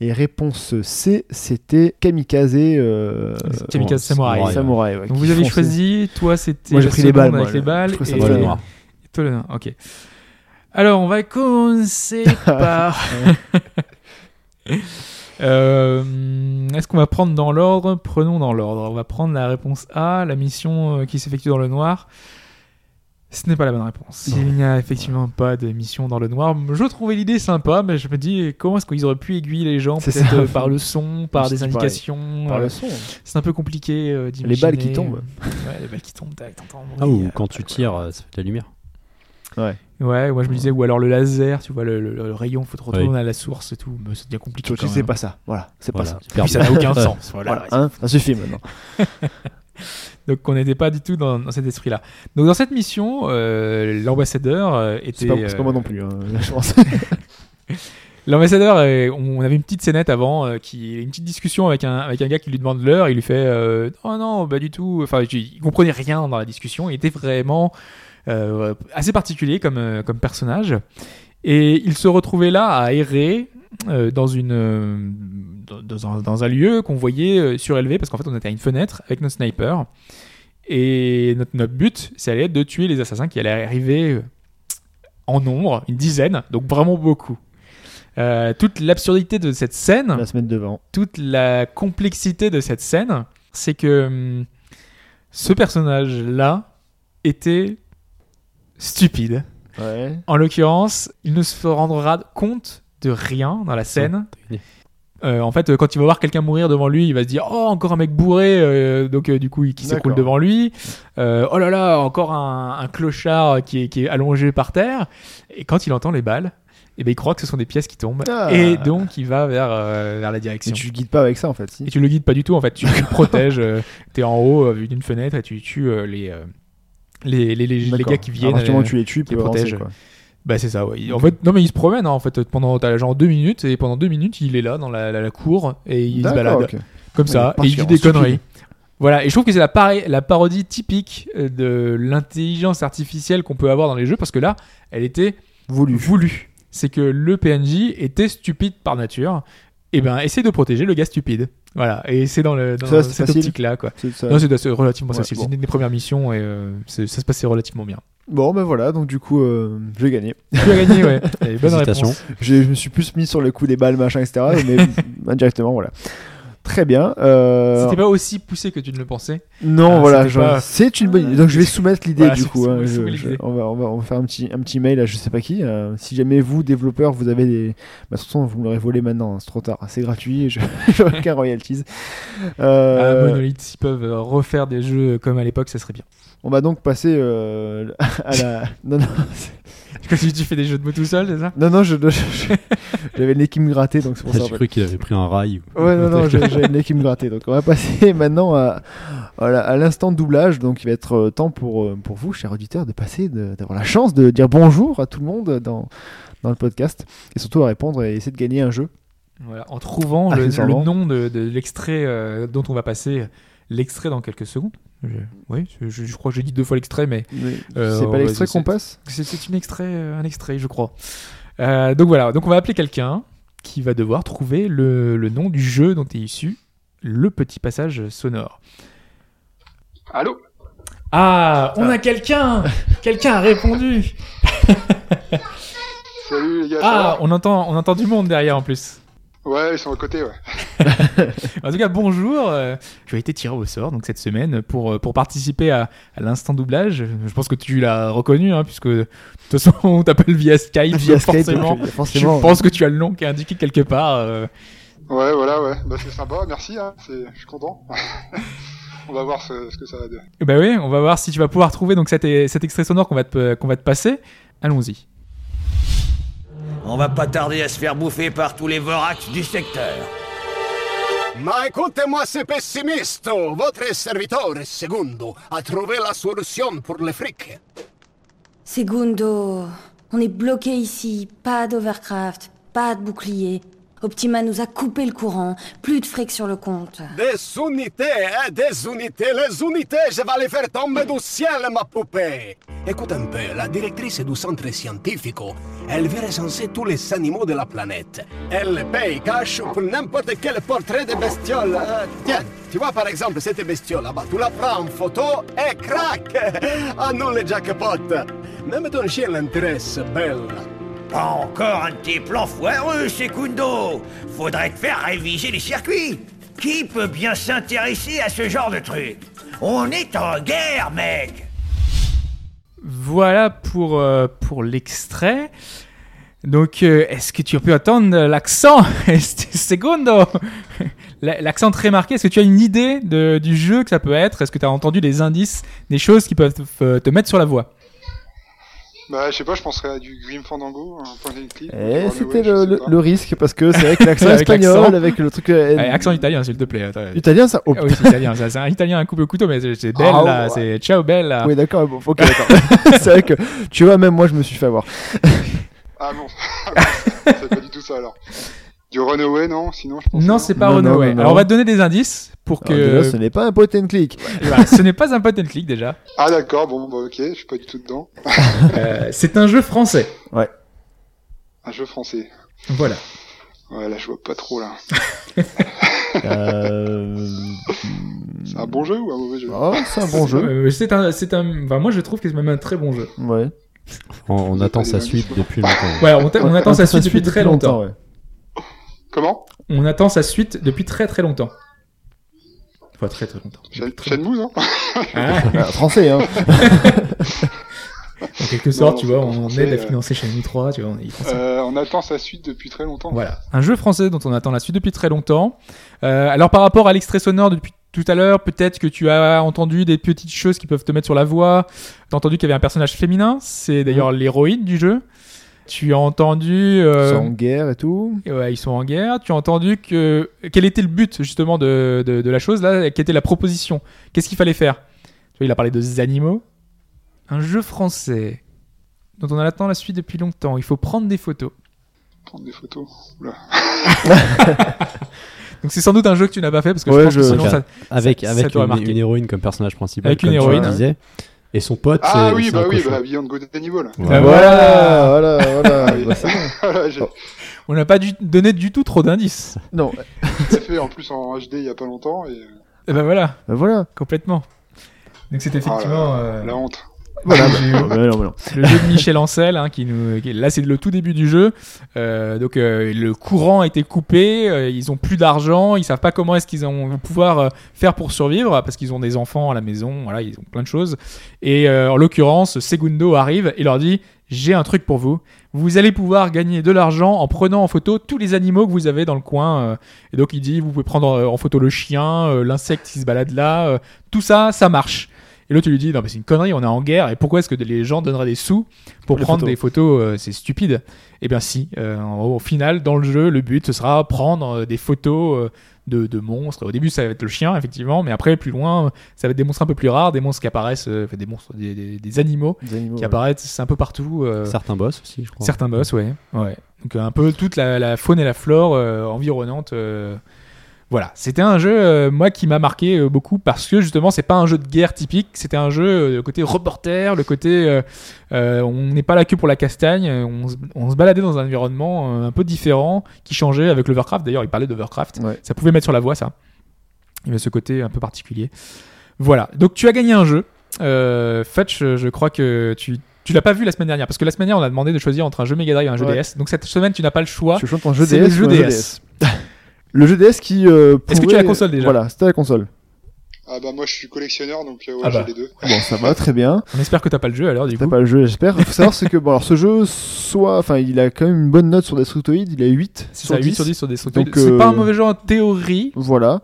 Et réponse C, c'était kamikaze. euh,
Kamikaze Samurai.
Samurai.
Samouraï, ouais,
Donc
Euh, qui
vous avez
fonçait.
choisi, toi c'était
Moi, j'ai
la
pris les
seconde
balles,
avec
moi,
les
le-
balles
je trouve ça
et
dans le
noir.
et toi, le noir. OK. Alors, on va commencer par Euh, Est-ce qu'on va prendre dans l'ordre Prenons dans l'ordre. On va prendre la réponse A, la mission euh, qui s'effectue dans le noir. Ce n'est pas la bonne réponse. Il n'y a effectivement pas de mission dans le noir. Je trouvais l'idée sympa, mais je me dis comment est-ce qu'ils auraient pu aiguiller les gens
C'est
Peut-être
ça.
euh, par le son, par
Je
des
dis pareil.
indications.
Par
euh,
le son. hein.
C'est un peu compliqué euh, d'imaginer.
balles qui tombent.
Ouais, les balles qui tombent. tac, t'entends
Ah,
bruit,
ou
euh,
quand tu tires, euh, ça fait de la lumière.
Ouais, moi je me disais, ou alors le laser, tu vois, le, le- le rayon, faut te retourner à la source et tout, mais c'est bien compliqué.
Tu
quand
sais
même.
pas ça. Voilà, c'est
Voilà.
pas ça.
Super
Puis ça n'a aucun
Ouais.
sens. Voilà.
Voilà, hein, ça suffit maintenant.
Donc on n'était pas du tout dans, dans cet esprit-là. Donc dans cette mission, euh, l'ambassadeur euh, était.
C'est pas, c'est
euh,
pas moi non plus, hein, je pense.
L'ambassadeur, euh, on on avait une petite scénette avant, euh, qui une petite discussion avec un, avec un gars qui lui demande l'heure, il lui fait euh, Oh non, pas du tout. Enfin, je- il comprenait rien dans la discussion, il était vraiment euh, assez particulier comme, euh, comme personnage. Et il se retrouvait là à errer euh, dans, une, euh, dans, dans un, dans un lieu qu'on voyait euh, surélevé, parce qu'en fait, on était à une fenêtre avec nos snipers. Et notre, notre but, ça allait être de tuer les assassins qui allaient arriver euh, en nombre, une dizaine, donc vraiment beaucoup. Euh, toute l'absurdité de cette scène,
la semaine devant.
toute la complexité de cette scène, c'est que hum, ce personnage-là était stupide.
Ouais.
En l'occurrence, il ne se rendra compte de rien dans la scène.
t'as une idée.
Euh, en fait, euh, quand il va voir quelqu'un mourir devant lui, il va se dire Oh, encore un mec bourré, euh, donc euh, du coup, il- qui s'écroule
D'accord.
devant lui. Euh, oh là là, encore un, un clochard qui est, qui est allongé par terre. Et quand il entend les balles, eh ben, il croit que ce sont des pièces qui tombent.
Ah.
Et donc, il va vers, euh, vers la
Et
direction.
tu guides pas avec ça en fait. Si.
Et tu le guides pas du tout, en fait, tu tu le protèges. euh, T'es en haut euh, d'une fenêtre et tu tues euh, les, euh, les, les, les, les
D'accord.
gars qui viennent.
À partir du moment
euh,
où tu les tues, ils
les
peuvent avancer,
protèges.
quoi.
bah c'est ça, ouais. En fait, non mais il se promène hein, en fait pendant t'as genre deux minutes et pendant deux minutes il est là dans la, la- la cour et il se
D'accord,
balade
ok.
comme
Ouais,
ça
parce
et il
qu'il
dit
est
des
stupide.
conneries. Voilà, et je trouve que c'est la, pari- la parodie typique euh, de l'intelligence artificielle qu'on peut avoir dans les jeux parce que là, elle était
Voulu.
voulue. C'est que le PNJ était stupide par nature. Et ben, essaie de protéger le gars stupide. Voilà, et c'est dans, le, dans
Mm. Ça, c'est
cette
facile.
optique-là quoi.
C'est ça.
Non, c'est assez- relativement
Ouais,
facile.
bon.
C'est une des premières missions et euh, c'est- ça se passait relativement bien.
Bon, ben voilà, donc du coup, euh, j'ai gagné.
Tu as gagné, ouais. Et Bonne
Félicitations.
réponse.
J'ai- Je me suis plus mis sur le coup des balles, machin, etc. Mais indirectement, voilà. Très bien. euh,
C'était pas aussi poussé que tu ne le pensais.
Non,
Ah,
voilà,
c'était
genre,
pas-
c'est une bonne idée. Donc je vais soumettre l'idée
Voilà,
du
c'est-
coup.
c'est-
hein,
c'est-
je-
c'est-
je-
l'idée.
on, va, on, va, on va faire un petit, un petit mail à je sais pas qui. euh, si jamais vous, développeurs, vous avez des. Bah, de toute façon, vous me l'aurez volé maintenant, hein, c'est trop tard. C'est gratuit, je n'aurai aucun royalties.
Ah,
Euh,
Monolith, s'ils peuvent euh, refaire des jeux comme à l'époque, ça serait bien.
on va donc passer euh, à la. Non, non, c'est-
Quand tu, tu fais des jeux de mots tout seul, c'est ça
non, non je- je- je- j'avais le nez qui me grattait, donc c'est pour ça. en
J'ai
fait.
cru qu'il avait pris un rail.
Ouais, non, non, j'ai j'ai le nez qui me grattait. Donc, on va passer maintenant à, à la- à l'instant doublage. Donc, il va être euh, temps pour, euh, pour vous, chers auditeurs, de passer, de- d'avoir la chance de dire bonjour à tout le monde dans, dans le podcast. Et surtout à répondre et essayer de gagner un jeu.
Voilà, en trouvant
Ah,
le,
c'est
le
marrant.
nom de, de l'extrait euh, dont on va passer l'extrait dans quelques secondes. Je- oui, je, je- je crois que j'ai dit deux fois l'extrait, mais Euh,
c'est pas
ouais,
l'extrait
je
qu'on
sais.
passe
c'est- c'est une extrait, euh, un extrait, je crois. Euh, donc voilà, donc on va appeler quelqu'un qui va devoir trouver le, le nom du jeu dont est issu le petit passage sonore.
Allô
Ah, on a quelqu'un Quelqu'un a répondu
Salut les gars, ça
Ah, on entend, on entend du monde derrière en plus.
va Ouais, ils sont à côté, ouais.
En tout cas, bonjour. euh, Tu as été tiré au sort donc cette semaine pour, euh, pour participer à, à l'instant doublage. Je pense que tu l'as reconnu, hein, puisque de toute façon, on t'appelle via Skype.
Via
donc
Skype, Ah,
forcément.
donc, euh,
Je
forcément, ouais.
pense que tu as le nom qui est indiqué quelque part. euh.
Ouais, voilà, ouais. Bah, c'est sympa, merci, hein. c'est- je suis content. On va voir ce, ce que ça va donner.
Eh Ben oui, on va voir si tu vas pouvoir trouver donc cet, cet extrait sonore qu'on va, te- euh, qu'on va te passer. Allons-y.
On va pas tarder à se faire bouffer par tous les vorax du secteur.
Ma écoutez-moi, c'est pessimiste. Votre serviteur, Segundo, a trouvé la solution pour le fric.
Segundo, on est bloqué ici. Pas d'overcraft, pas de bouclier. Optima nous a coupé le courant. Plus de fric sur le compte.
Des unités, hein, des unités, les unités, je vais les faire tomber du ciel, ma poupée. Écoute un peu, la directrice du centre scientifique, elle veut recenser tous les animaux de la planète. Elle paye cash pour n'importe quel portrait de bestiole. Euh, tiens, tu vois par exemple cette bestiole là-bas, tu la prends en photo et crac Ah non, le jackpot Même ton chien l'intéresse, belle.
Pas encore un de tes plans foireux, Secundo Faudrait te faire réviser les circuits Qui peut bien s'intéresser à ce genre de truc On est en guerre, mec
Voilà pour, euh, pour l'extrait. Donc, euh, est-ce que tu peux entendre l'accent Este Segundo La- L'accent très marqué, est-ce que tu as une idée de- du jeu que ça peut être Est-ce que tu as entendu des indices, des choses qui peuvent te- euh, te mettre sur la voie
Bah, je sais pas, je penserais à du Grim Fandango, un point and click.
Eh,
Runaway,
C'était
je
le,
sais
le-
pas.
le risque parce que c'est avec l'accent
Avec l'accent.
espagnol, avec le truc. euh,
Allez, Accent italien, s'il te plaît. Attends.
Italien, ça oh,
Ah oui, c'est italien, ça, c'est un italien à couper au couteau, mais c'est- c'est belle
Ah,
là,
ouais.
c'est ciao belle
Oui, d'accord, bon, ok, d'accord. c'est vrai que tu vois, même moi, je me suis fait avoir.
Ah non, c'est pas du tout ça alors. Du Runaway, non Sinon, je pense.
Non, c'est pas
Non, non,
Runaway.
non, non.
Alors, on va te donner des indices pour que.
Alors, déjà, ce n'est pas un pot and click.
Voilà, ce n'est pas un point and click déjà.
Ah d'accord, bon, bah ok, je suis pas du tout dedans.
Euh, c'est un jeu français.
Un jeu français.
Voilà.
Ouais, là, je vois pas trop là.
Euh...
C'est un bon jeu ou un mauvais jeu
Oh, c'est un bon jeu.
Euh, c'est un, c'est un. Enfin, moi, je trouve que c'est même un très bon jeu.
Ouais.
On, on
J'ai
attend
pas
sa
les
suite
indices,
depuis longtemps.
Voilà, on, t'a- on attend sa suite depuis très longtemps.
ouais.
Comment
On attend sa suite depuis très très longtemps. Enfin, très très longtemps.
Shen- Shenmue, non
Ah,
Ah, français, hein.
en quelque sorte,
Non,
tu vois,
non,
on
français,
aide à
euh.
financer chez nous 3, tu vois, on est français.
Euh, on attend sa suite depuis très longtemps.
Voilà, un jeu français dont on attend la suite depuis très longtemps. Euh, alors par rapport à l'extrait sonore depuis tout à l'heure, peut-être que tu as entendu des petites choses qui peuvent te mettre sur la voie. T'as entendu qu'il y avait un personnage féminin, c'est d'ailleurs l'héroïne du jeu. Tu as entendu euh,
Sans guerre et tout.
ouais, ils sont en guerre. Tu as entendu que quel était le but justement de, de, de la chose là, quelle était la proposition, qu'est-ce qu'il fallait faire. Tu vois, il a parlé de animaux. Un jeu français dont on attend la suite depuis longtemps. Il faut prendre des photos.
Prendre des photos.
Donc c'est sans doute un jeu que tu n'as pas fait parce que
Ouais,
je pense que
je-
sinon
Ok.
ça-
Avec,
Ça
avec
t'aurait
une,
marqué.
une héroïne comme personnage principal.
Avec une
comme tu le
héroïne.
disais. Et son pote.
Ah
c'est-
oui,
c'est
bah
un
oui,
cochon.
bah Beyond Good and Evil.
Voilà.
Ah,
Voilà, voilà, voilà.
Ah oui.
Bah, c'est bon.
Voilà, j'ai
On n'a pas du- donné du tout trop d'indices.
Non,
j'ai fait en plus en HD il y a pas longtemps et euh,
Et ben voilà,
bah, voilà.
complètement. Donc c'est effectivement.
Ah
euh,
la honte.
Voilà.
J'ai eu-
Non, mais non, mais non.
le jeu de Michel Ancel, hein, qui nous, qui- là c'est le tout début du jeu. Euh, donc euh, le courant a été coupé, euh, ils ont plus d'argent, ils savent pas comment est-ce qu'ils vont pouvoir euh, faire pour survivre parce qu'ils ont des enfants à la maison, voilà, ils ont plein de choses. Et euh, en l'occurrence, Segundo arrive et leur dit j'ai un truc pour vous. Vous allez pouvoir gagner de l'argent en prenant en photo tous les animaux que vous avez dans le coin. euh. Et donc il dit, vous pouvez prendre euh, en photo le chien, euh, l'insecte qui se balade là, euh, tout ça, ça marche. Et l'autre il lui dit non mais c'est une connerie, on est en guerre et pourquoi est-ce que les gens donneraient des sous pour
les
prendre
photos.
des photos euh, C'est stupide. Eh bien si, euh, en- au final dans le jeu le but ce sera prendre euh, des photos euh, de, de monstres. Au début ça va être le chien effectivement, mais après plus loin euh, ça va être des monstres un peu plus rares, des monstres qui apparaissent, euh, enfin, des monstres, des, des- des animaux
Des animaux, euh,
qui
ouais.
apparaissent un peu partout.
bah.
euh,
Certains boss aussi, je crois.
Certains boss, ouais. ouais. Donc euh, un peu toute la, la faune et la flore euh, environnante. euh, Voilà, c'était un jeu euh, moi qui m'a marqué euh, beaucoup parce que justement c'est pas un jeu de guerre typique, c'était un jeu euh, le côté reporter, le côté euh, euh, on n'est pas la queue pour la castagne, euh, on, se- on se baladait dans un environnement euh, un peu différent qui changeait avec le Warcraft. D'ailleurs, il parlait de Warcraft,
Ouais.
ça pouvait mettre sur la voie ça. Il y avait ce côté un peu particulier. Voilà, donc tu as gagné un jeu. Euh, Fetch, euh, je crois que tu, tu l'as pas vu la semaine dernière parce que la semaine dernière on a demandé de choisir entre un jeu Mega Drive et un jeu
Ouais.
DS. Donc cette semaine tu n'as pas le choix.
Tu chantes en jeu
c'est
DS.
le jeu
ou un
DS.
Le jeu DS qui. euh,
Est-ce que tu
pourrait-
as la console déjà
Voilà, c'était la console.
Ah bah moi je suis collectionneur donc euh, ouais,
Ah bah.
j'ai les deux.
Bon, ça va très bien.
On espère que t'as pas le jeu alors du
T'as
coup.
pas le jeu, j'espère. Faut savoir c'est que bon, alors ce jeu, soit, enfin, il a quand même une bonne note sur Destructoid, il a 8
C'est
sur
ça,
10.
8 sur 10 sur Destructoid.
Donc,
C'est
euh,
pas un mauvais jeu en théorie,
Voilà.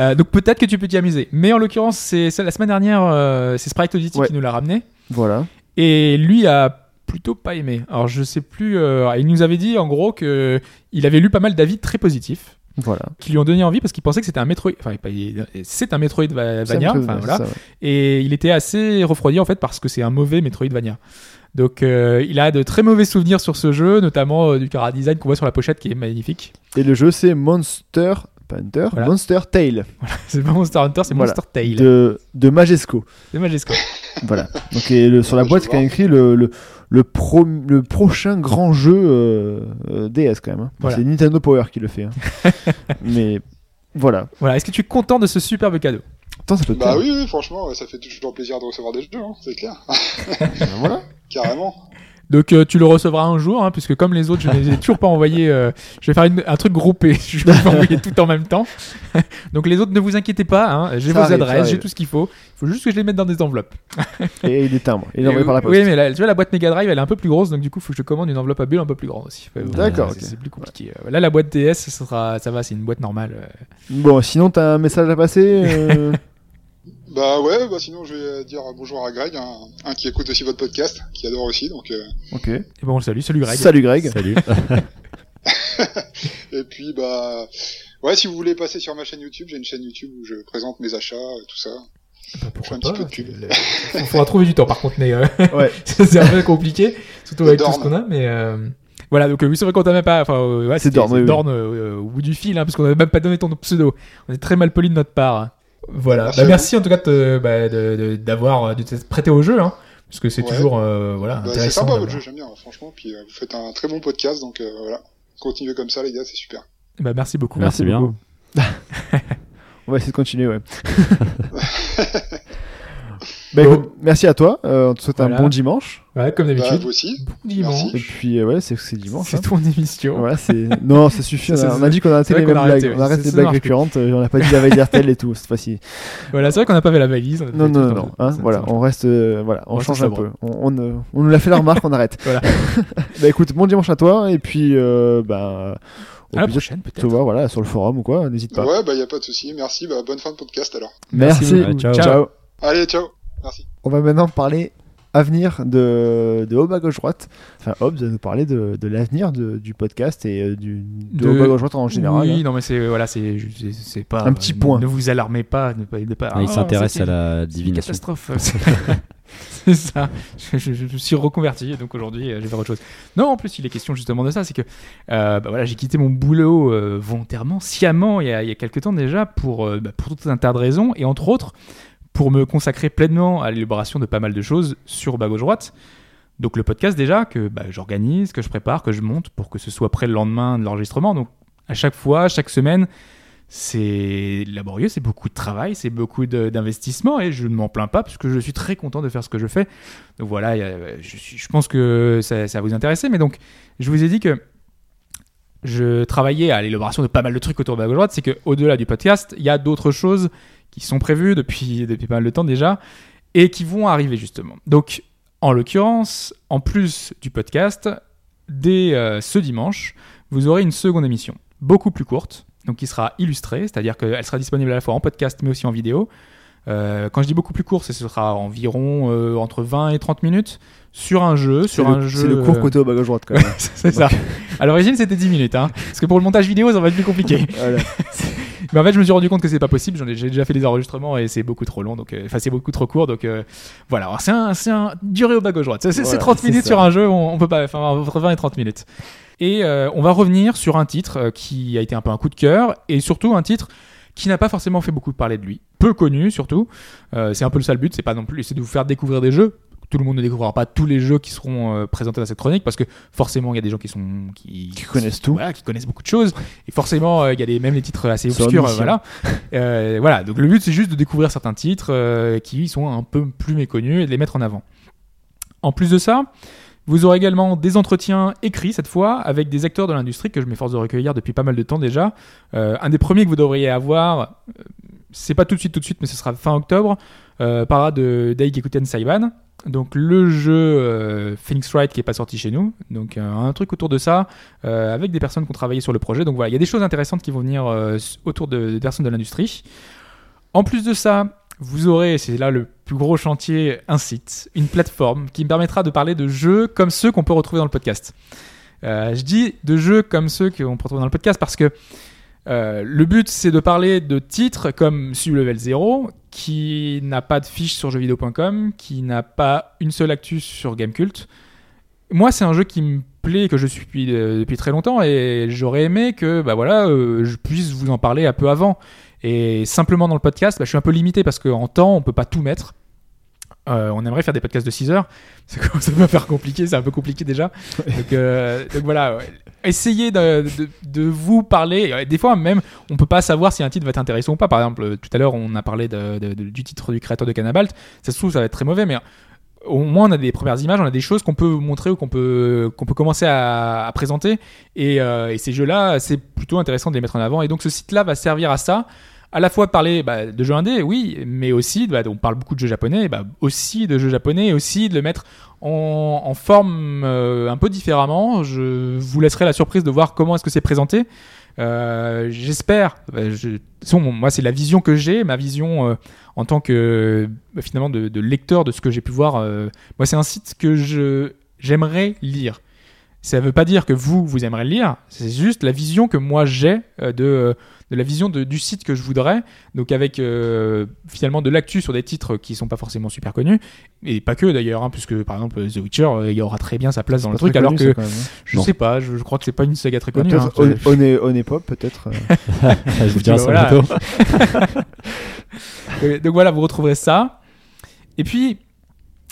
euh, donc peut-être que tu peux t'y amuser. Mais en l'occurrence, c'est c'est- la semaine dernière, euh, c'est Sprite Oddity
Ouais.
qui nous l'a ramené.
Voilà.
Et lui a plutôt pas aimé. Alors je sais plus. euh, il nous avait dit en gros que il avait lu pas mal d'avis très positifs
Voilà.
qui lui ont donné envie parce qu'il pensait que c'était un Metroid. Enfin, pas- c'est un
Ça me
Metroidvania.
fait-
Enfin voilà.
ça, ouais.
et il était assez refroidi en fait parce que c'est un mauvais Metroidvania. Donc euh, il a de très mauvais souvenirs sur ce jeu, notamment euh, du cara design qu'on voit sur la pochette qui est magnifique.
Et le jeu, c'est Monster. Pas Hunter,
Voilà.
Monster Tail
c'est pas Monster Hunter, c'est
Voilà.
Monster Tail.
de, de Majesco.
C'est Majesco.
voilà. Donc, et le- sur la
Je
boîte, c'est quand
vois.
même écrit le, le, le, pro- le prochain grand jeu euh, euh, DS quand même. hein.
Voilà.
C'est Nintendo Power qui le fait. hein. Mais voilà.
Voilà, est-ce que tu es content de ce superbe cadeau
Attends, ça peut être
Bah
bien.
oui, oui, franchement, ça fait toujours plaisir de recevoir des jeux, hein, c'est clair.
Ben
voilà.
Carrément.
Donc euh, tu le recevras un jour, hein, puisque comme les autres, je ne les ai toujours pas envoyés. euh, je vais faire une- un truc groupé, je vais vous envoyer tout en même temps. Donc les autres, ne vous inquiétez pas, hein, j'ai
Ça
vos
arrive, ça
adresses, j'ai
arrive.
tout ce qu'il faut. Il faut juste que je les mette dans des enveloppes.
Et des timbres. Et il est
Et
envoyé
oui,
par la poste.
Oui, mais la, tu vois, la boîte Mega Drive, elle est un peu plus grosse, donc du coup, il faut que je commande une enveloppe à bulles un peu plus grande aussi. Faut-
D'accord,
c'est-
ok.
C'est plus compliqué. Euh, Là, la boîte DS, ça, sera, ça va, c'est une boîte normale. euh.
Bon, sinon, t'as un message à passer euh,
Bah ouais, bah sinon je vais dire bonjour à Greg, un, un qui écoute aussi votre podcast, qui adore aussi, donc euh,
Ok.
Et bon, salut, salut Greg.
Salut Greg.
Salut.
Et puis bah ouais, si vous voulez passer sur ma chaîne YouTube, j'ai une chaîne YouTube où je présente mes achats, euh, tout ça.
Bah,
Je fais
pourquoi
un petit
pas
peu de pub.
Il faudra trouver du temps, par contre, mais euh,
Ouais.
c'est un peu compliqué, surtout
Le
avec tout
Dorn.
ce qu'on a, mais. euh, Voilà, donc euh, oui, c'est vrai qu'on t'a même pas. Enfin, euh, ouais,
C'est
c'était-
Dorn,
c'est
oui, oui.
Dorn euh, euh, au bout du fil, hein, parce qu'on avait même pas donné ton pseudo. On est très mal poli de notre part. Voilà.
Merci
Bah,
à vous.
merci en tout cas de te- bah, de- de- d'avoir euh, de t'être prêté au jeu, hein, parce que c'est
Ouais.
toujours euh, voilà
Bah, c'est
intéressant.
sympa
d'avoir-
votre jeu, j'aime bien, franchement. Puis euh, vous faites un très bon podcast, donc euh, voilà. Continuez comme ça, les gars, c'est super.
Bah, merci beaucoup.
Merci bien.
beaucoup. On va essayer de continuer, ouais. bah, écoute, merci à toi. Euh, on te souhaite
Voilà.
un bon dimanche.
Ouais, comme
Bah,
d'habitude.
vous aussi.
Bon dimanche.
Merci.
Et puis, euh, ouais, c'est c'est dimanche. hein.
C'est ton émission.
Voilà, c'est... Non, ça suffit.
Ça,
on, a,
c'est-
on a dit qu'on arrêtait
c'est
les
vrai
mêmes
qu'on a
blagues.
arrêté,
on arrête
ça
les
ne
blagues
marche plus.
récurrentes. euh, On n'a pas dit la veille d'Artel et tout cette fois-ci.
Voilà, c'est vrai qu'on n'a pas fait la valise. on
Non,
a fait
non,
tout
non.
comme
non,
ça.
hein,
Ça,
voilà,
ça marche.
on reste. euh, voilà, on,
On reste
change un
sobre.
peu. On, on, euh, on nous l'a fait la remarque, on arrête.
Voilà.
bah écoute, bon dimanche à toi. Et puis, euh, bah, au
À la
plaisir
prochaine,
de te
peut-être.
voir voilà, sur le forum ou quoi. N'hésite pas.
Ouais, bah y a pas de souci. Merci, bah bonne fin de podcast alors.
Merci.
Merci
beaucoup.
Ciao.
Ciao.
Ciao.
Allez, ciao. Merci.
On va maintenant parler avenir de, de Hobbes à gauche droite. Enfin, Hobbes va nous parler de, de l'avenir de- du podcast et euh, du, de,
De-
Hobbes à gauche droite en général.
Oui,
hein.
non, mais c'est voilà, c'est je- c'est- c'est pas
Un petit
ne-
point.
Ne vous alarmez pas, ne pas. ne pas-
il
Ah,
s'intéresse
c'était
à la
une
divination.
Catastrophe. c'est ça. Je, je- je me suis reconverti, donc aujourd'hui, euh, je vais faire autre chose. Non, en plus, il est question justement de ça, c'est que euh, bah voilà, j'ai quitté mon boulot euh, volontairement, sciemment, il y, a, il y a quelques temps déjà, pour, euh, bah, pour tout un tas de raisons, et entre autres, pour me consacrer pleinement à l'élaboration de pas mal de choses sur bas gauche-droite. Donc le podcast déjà, que bah, j'organise, que je prépare, que je monte, pour que ce soit prêt le lendemain de l'enregistrement. Donc à chaque fois, chaque semaine, c'est laborieux, c'est beaucoup de travail, c'est beaucoup de- d'investissement et je ne m'en plains pas parce que je suis très content de faire ce que je fais. Donc voilà, il y a- je, suis- je pense que ça, ça va vous intéresser. Mais donc, je vous ai dit que je travaillais à l'élaboration de pas mal de trucs autour de la gauche droite. C'est qu'au-delà du podcast, il y a d'autres choses qui sont prévues depuis, depuis pas mal de temps déjà et qui vont arriver justement. Donc, en l'occurrence, en plus du podcast, dès euh, ce dimanche, vous aurez une seconde émission, beaucoup plus courte, donc qui sera illustrée, c'est-à-dire qu'elle sera disponible à la fois en podcast mais aussi en vidéo. Euh, quand je dis beaucoup plus court, c'est- ce sera environ euh, entre 20 et 30 minutes sur un jeu, sur
C'est
un
le-
jeu.
C'est le court
euh,
côté au bas gauche-droite, quand même.
c'est ça. À l'origine, c'était 10 minutes, hein, parce que pour le montage vidéo, ça va être plus compliqué.
Voilà.
Mais en fait, je me suis rendu compte que c'est pas possible. J'en ai, j'ai déjà fait des enregistrements et c'est beaucoup trop long. Donc, euh, enfin, c'est beaucoup trop court. Donc, euh, voilà. Alors, c'est un, c'est un durée au bas gauche droite. C'est, c'est- c'est
Voilà,
30
c'est
minutes
ça.
sur un jeu. On, on peut pas. Enfin, entre 20 et 30 minutes. Et euh, on va revenir sur un titre euh, qui a été un peu un coup de cœur et surtout un titre qui n'a pas forcément fait beaucoup parler de lui, peu connu surtout. Euh, c'est un peu le sale but. C'est pas non plus. C'est de vous faire découvrir des jeux. Tout le monde ne découvrira pas tous les jeux qui seront euh, présentés dans cette chronique parce que forcément il y a des gens qui sont qui,
Qui connaissent tout.
voilà, qui connaissent beaucoup de choses et forcément euh, il y a des, même les titres assez
Sur
obscurs, euh,
mission.
voilà. Euh, voilà, donc le but c'est juste de découvrir certains titres euh, qui sont un peu plus méconnus et de les mettre en avant. En plus de ça, vous aurez également des entretiens écrits cette fois avec des acteurs de l'industrie que je m'efforce de recueillir depuis pas mal de temps déjà. Euh, un des premiers que vous devriez avoir, euh, c'est pas tout de suite tout de suite, mais ce sera fin octobre, euh, parlera de Daikekuten Saiban. Donc le jeu euh, Phoenix Wright qui est pas sorti chez nous, donc euh, un truc autour de ça, euh, avec des personnes qui ont travaillé sur le projet. Donc voilà, il y a des choses intéressantes qui vont venir euh, s- autour de, des personnes de l'industrie. En plus de ça, vous aurez, et c'est là le plus gros chantier, un site, une plateforme qui me permettra de parler de jeux comme ceux qu'on peut retrouver dans le podcast. Euh, je dis de jeux comme ceux qu'on peut retrouver dans le podcast parce que euh, le but c'est de parler de titres comme Sublevel 0 qui n'a pas de fiche sur jeuxvideo.com, qui n'a pas une seule actu sur Gamecult. Moi, c'est un jeu qui me plaît, que je suis depuis, euh, depuis très longtemps, et j'aurais aimé que bah voilà, euh, je puisse vous en parler un peu avant. Et simplement dans le podcast, bah, je suis un peu limité parce qu'en temps, on peut pas tout mettre. Euh, on aimerait faire des podcasts de 6 heures. C'est comme- ça va faire compliqué, c'est un peu compliqué déjà. Donc, euh, donc voilà, ouais. essayez de, de- de vous parler. Euh, Des fois même, on peut pas savoir si un titre va t'intéresser ou pas. Par exemple, euh, tout à l'heure, on a parlé de- de- de- du titre du créateur de Canabalt. Ça se trouve, ça va être très mauvais, mais au moins on a des premières images, on a des choses qu'on peut montrer ou qu'on peut, qu'on peut commencer à, à présenter. Et, euh, et ces jeux-là, c'est plutôt intéressant de les mettre en avant. Et donc ce site-là va servir à ça, à la fois de parler bah, de jeux indés, oui, mais aussi, bah, on parle beaucoup de jeux japonais, bah, aussi de jeux japonais, et aussi de le mettre en, en forme euh, un peu différemment. Je vous laisserai la surprise de voir comment est-ce que c'est présenté. Euh, J'espère, bah, je- de toute façon, moi c'est la vision que j'ai, ma vision euh, en tant que bah, finalement de, de lecteur de ce que j'ai pu voir. euh, moi, c'est un site que je j'aimerais lire. Ça ne veut pas dire que vous vous aimerez le lire. C'est juste la vision que moi j'ai euh, de de la vision de- du site que je voudrais. Donc avec euh, finalement de l'actu sur des titres qui sont pas forcément super connus et pas que d'ailleurs, hein, puisque par exemple The Witcher, euh, il y aura très bien sa place dans le
Pas très
truc, alors
connu, ça, Bah,
que
quand même, hein.
je
Non.
sais pas, je, je crois que c'est pas une saga très connue. hein.
Peut-être on- on est- on est pop, peut-être. euh,
Ah, je vous dirai
bah
ça
voilà.
bientôt.
Euh, Donc voilà, vous retrouverez ça. Et puis,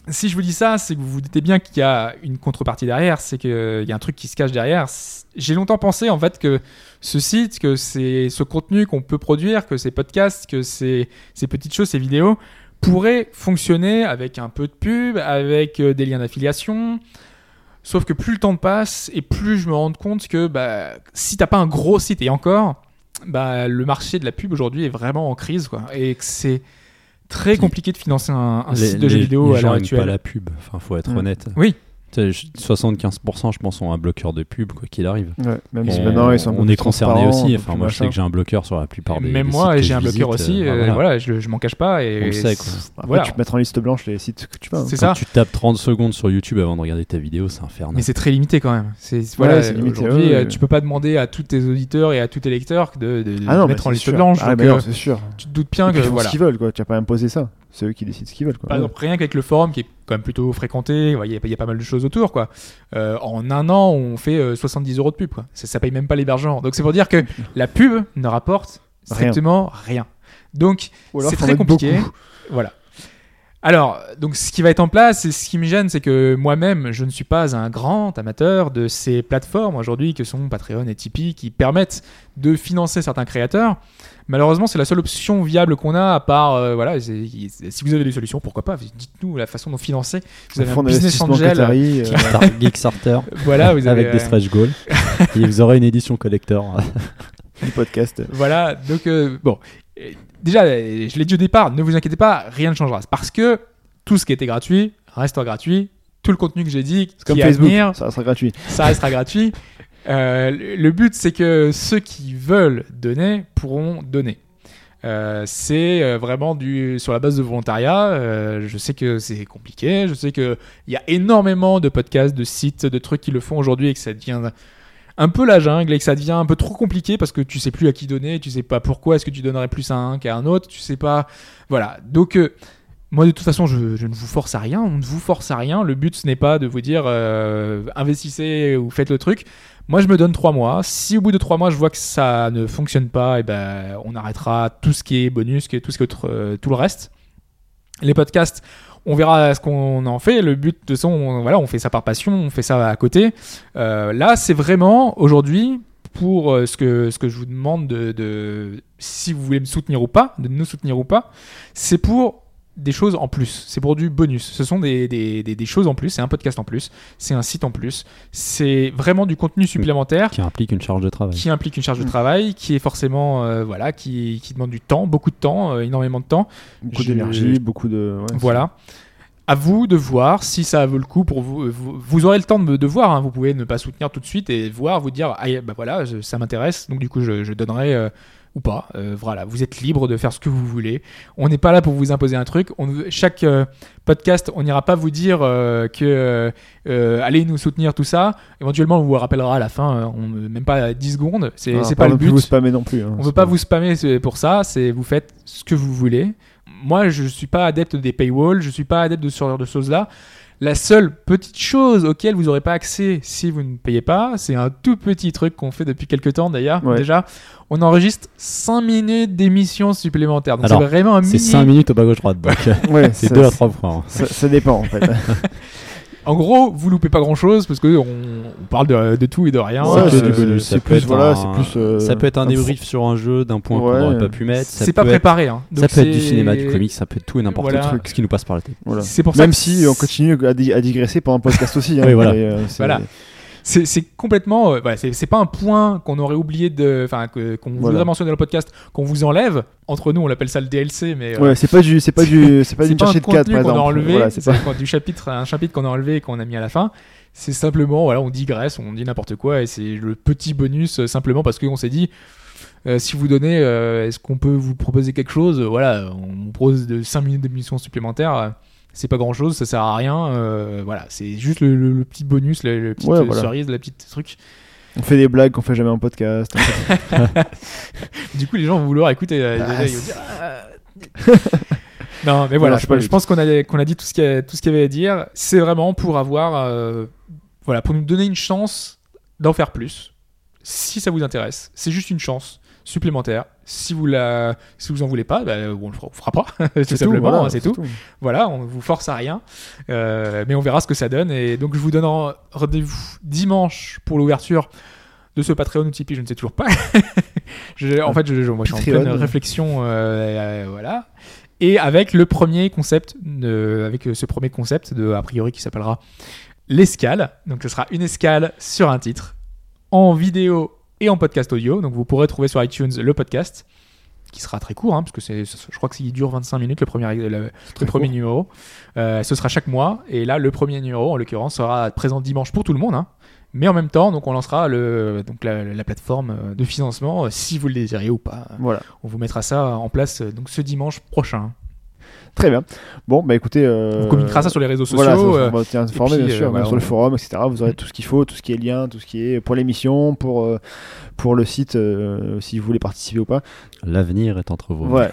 si je vous dis ça, c'est que vous vous doutez bien qu'il y a une contrepartie derrière, c'est qu'il y a un truc qui se cache derrière. C'est- J'ai longtemps pensé en fait que ce site, que c'est ce contenu qu'on peut produire, que ces podcasts, que ces, ces petites choses, ces vidéos, pourraient fonctionner avec un peu de pub, avec euh, des liens d'affiliation. Sauf que plus le temps passe et plus je me rends compte que bah, si t'as pas un gros site et encore, bah, le marché de la pub aujourd'hui est vraiment en crise quoi, et que c'est très compliqué de financer un, un
Les-
site de jeux
les-
vidéo
les
à
gens
l'heure
aiment pas
actuelle.
la pub, enfin faut être
Mm.
honnête.
Oui.
Tu sais, je- 75% je pense ont un bloqueur de pub quoi qu'il arrive.
ouais, même si
on
maintenant ils sont un peu
on
plus
est concerné
transparents,
aussi.
un peu
Enfin
plus
moi je sais
machin.
que j'ai un bloqueur sur la plupart des.
Même
des
moi,
sites que
j'ai un
je
bloqueur
visite,
aussi.
euh,
euh,
voilà.
voilà, je, je m'en cache pas. Et
On le sait, quoi.
Après,
Voilà.
tu peux mettre en liste blanche les sites que tu veux. hein.
C'est ça.
Quand tu tapes 30 secondes sur YouTube avant de regarder ta vidéo, c'est infernal.
Mais c'est très limité quand même. C'est voilà,
c'est limité,
aujourd'hui,
ouais,
euh,
ouais.
tu peux pas demander à tous tes auditeurs et à tous tes lecteurs de, de- de
Ah non, mais
mettre en
c'est
liste
sûr.
blanche.
Ah,
donc,
mais non,
euh,
c'est sûr.
tu te doutes bien que
Ils font
voilà.
ce qu'ils veulent, quoi. Tu n'as pas imposé ça. C'est eux qui décident ce qu'ils veulent, quoi.
Par exemple, rien qu'avec le forum qui est quand même plutôt fréquenté, il y, a- il y a pas mal de choses autour. Quoi. Euh, en un an, on fait euh, 70 euros de pub. Quoi. Ça, ça paye même pas l'hébergeur. Donc c'est pour dire que la pub ne rapporte
Rien.
strictement rien. Donc
Ou alors,
c'est
faut en
très
mettre
compliqué.
beaucoup.
Voilà. Alors, donc ce qui va être en place, et ce qui me gêne, c'est que moi-même, je ne suis pas un grand amateur de ces plateformes aujourd'hui que sont Patreon et Tipeee qui permettent de financer certains créateurs. Malheureusement, c'est la seule option viable qu'on a, à part, euh, voilà, c'est- si vous avez des solutions, pourquoi pas, dites-nous la façon dont financer. Vous avez un
Fonds
business
d'investissement
angel. euh,
qatari, euh,
Star- Kickstarter
Voilà, vous avez,
avec des
euh,
stretch goals. et vous aurez une édition collector. euh,
du podcast.
Voilà, donc euh, bon. Et Déjà, euh, je l'ai dit au départ, ne vous inquiétez pas, rien ne changera. Parce que tout ce qui était gratuit restera gratuit. Tout le contenu que j'ai dit,
C'est comme
qui est
Facebook,
à venir,
ça sera gratuit.
ça restera gratuit. Euh, le le but, c'est que ceux qui veulent donner pourront donner. Euh, c'est euh, vraiment du, sur la base de volontariat. Euh, je sais que c'est compliqué. Je sais qu'il y a énormément de podcasts, de sites, de trucs qui le font aujourd'hui et que ça devient un peu la jungle et que ça devient un peu trop compliqué parce que tu sais plus à qui donner, tu sais pas pourquoi est-ce que tu donnerais plus à un qu'à un autre, tu sais pas. Voilà. Donc, euh, moi, de toute façon, je, je ne vous force à rien, on ne vous force à rien. Le but, ce n'est pas de vous dire euh, investissez ou faites le truc. Moi, je me donne trois mois. Si au bout de trois mois, je vois que ça ne fonctionne pas, et ben, on arrêtera tout ce qui est bonus, que- tout, ce qui est autre- euh, tout le reste. Les podcasts, on verra ce qu'on en fait. Le but, de toute façon, on, voilà, on fait ça par passion, on fait ça à côté. Euh, là, c'est vraiment aujourd'hui pour euh, ce que, ce que je vous demande de, de- si vous voulez me soutenir ou pas, de nous soutenir ou pas, c'est pour des choses en plus, c'est pour du bonus. Ce sont des, des, des- des choses en plus, c'est un podcast en plus, c'est un site en plus, c'est vraiment du contenu supplémentaire
qui implique une charge de travail.
qui implique une charge de travail, qui est forcément, euh, voilà, qui, qui demande du temps, beaucoup de temps, euh, énormément de temps.
Beaucoup
Je-
d'énergie, beaucoup de. ouais,
Voilà. À vous de voir si ça vaut le coup pour vous. Vous, vous aurez le temps de, de voir. hein. Vous pouvez ne pas soutenir tout de suite et voir, vous dire, ah bah voilà, je- ça m'intéresse, donc du coup je, je donnerai euh, ou pas. Euh, voilà, vous êtes libre de faire ce que vous voulez. On n'est pas là pour vous imposer un truc. On, ne- chaque euh, podcast, on n'ira pas vous dire euh, que euh, allez nous soutenir tout ça. Éventuellement, on vous rappellera à la fin, euh, on, même pas 10 secondes. C'est
c'est Ah,
c'est pas le
non plus
but.
vous spammer non plus. hein.
On veut pas vous spammer c'est pour ça, c'est vous faites ce que vous voulez. Moi, je suis pas adepte des paywalls, je suis pas adepte de ce genre de choses-là. La seule petite chose auquel vous n'aurez pas accès si vous ne payez pas, c'est un tout petit truc qu'on fait depuis quelques temps d'ailleurs.
Ouais.
Déjà, on enregistre 5 minutes d'émission supplémentaires. Donc c'est
Alors,
vraiment un
C'est
mini.
5 minutes au bas gauche droite. Donc, euh,
Ouais,
c'est
ça-
2 à 3 points. hein.
Ça, ça dépend en fait.
En gros, vous loupez pas grand-chose parce que on, on parle de, de tout et de rien.
Ouais,
que
c'est-
du bonus.
c'est
Ça peut
plus,
être
voilà,
un-
c'est plus, euh,
Ça peut être un
un
débrief sur un jeu d'un point
Ouais.
qu'on n'aurait pas pu mettre. Ça
c'est pas
peut être-
préparé. hein. Donc
Ça peut être du
c'est-
cinéma, du comics, ça peut être tout et n'importe
Voilà.
quel truc. Ce qui nous passe par la tête.
Voilà.
C'est pour ça
Même
que
si on continue à, di- à digresser pendant le podcast aussi. hein,
Oui, voilà.
mais, euh, c'est-
Voilà. C'est c'est complètement. euh, voilà, c'est c'est pas un point qu'on aurait oublié de. Enfin, que- qu'on
Voilà.
voudrait mentionner dans le podcast, qu'on vous enlève. Entre nous, on l'appelle ça le DLC, mais. euh,
Ouais, c'est pas du, c'est pas du, c'est pas
c'est
d'une
pas un
chercher de
contenu
4 par
qu'on
exemple.
a enlevé,
Voilà, c'est
c'est
pas-
quand du chapitre, un chapitre qu'on a enlevé et qu'on a mis à la fin. C'est simplement, voilà, on digresse, on dit n'importe quoi, et c'est le petit bonus euh, simplement parce qu'on s'est dit, euh, si vous donnez, euh, est-ce qu'on peut vous proposer quelque chose Euh, Voilà, on propose de 5 minutes d'émission supplémentaire. euh, c'est pas grand chose, ça sert à rien. euh, voilà, c'est juste le, le- le petit bonus, le, le petit
Ouais,
euh,
voilà.
cerise, la petite truc.
On fait des blagues qu'on fait jamais en podcast.
Du coup, les gens vont vouloir écouter. euh,
Ah,
déjà, ils vont dire, Ah. non, mais voilà,
c'est pas
je,
le
je pense qu'on a, qu'on a dit tout ce qu'il y, a- tout ce qu'il y avait à dire. C'est vraiment pour avoir. euh, voilà, pour nous donner une chance d'en faire plus. Si ça vous intéresse, c'est juste une chance supplémentaire. Si vous, la, si vous en voulez pas, bah, on le fera, on fera pas, tout simplement,
voilà,
hein, c'est tout. Voilà, on vous force à rien, Euh, mais on verra ce que ça donne. Et donc, je vous donne en- rendez-vous dimanche pour l'ouverture de ce Patreon ou Tipeee, je ne sais toujours pas. Je- en fait, je, je- moi, je suis en
Patreon.
pleine réflexion, euh, euh, voilà. Et avec le premier concept, de- avec euh, ce premier concept de, a priori, qui s'appellera l'escale. Donc, ce sera une escale sur un titre, en vidéo et en podcast audio. Donc, vous pourrez trouver sur iTunes le podcast qui sera très court, hein, parce que c'est, je crois que c'est- il dure 25 minutes le premier, le- le premier numéro. Euh, ce sera chaque mois, et là le premier numéro en l'occurrence sera présent dimanche pour tout le monde, hein. mais en même temps donc on lancera le, donc la, la plateforme euh, de financement euh, si vous le désirez ou pas.
Voilà.
On vous mettra ça en place euh, donc ce dimanche prochain.
Très bien. Bon, bah écoutez. euh,
On communiquera ça sur les réseaux sociaux.
Voilà, ça,
euh,
on va tenir informé,
puis,
bien
euh,
sûr,
voilà,
sur le
on-
forum, etc. Vous aurez tout ce qu'il faut, tout ce qui est lien, tout ce qui est pour l'émission, pour, euh, pour le site, euh, si vous voulez participer ou pas.
L'avenir est entre vos mains.
Voilà.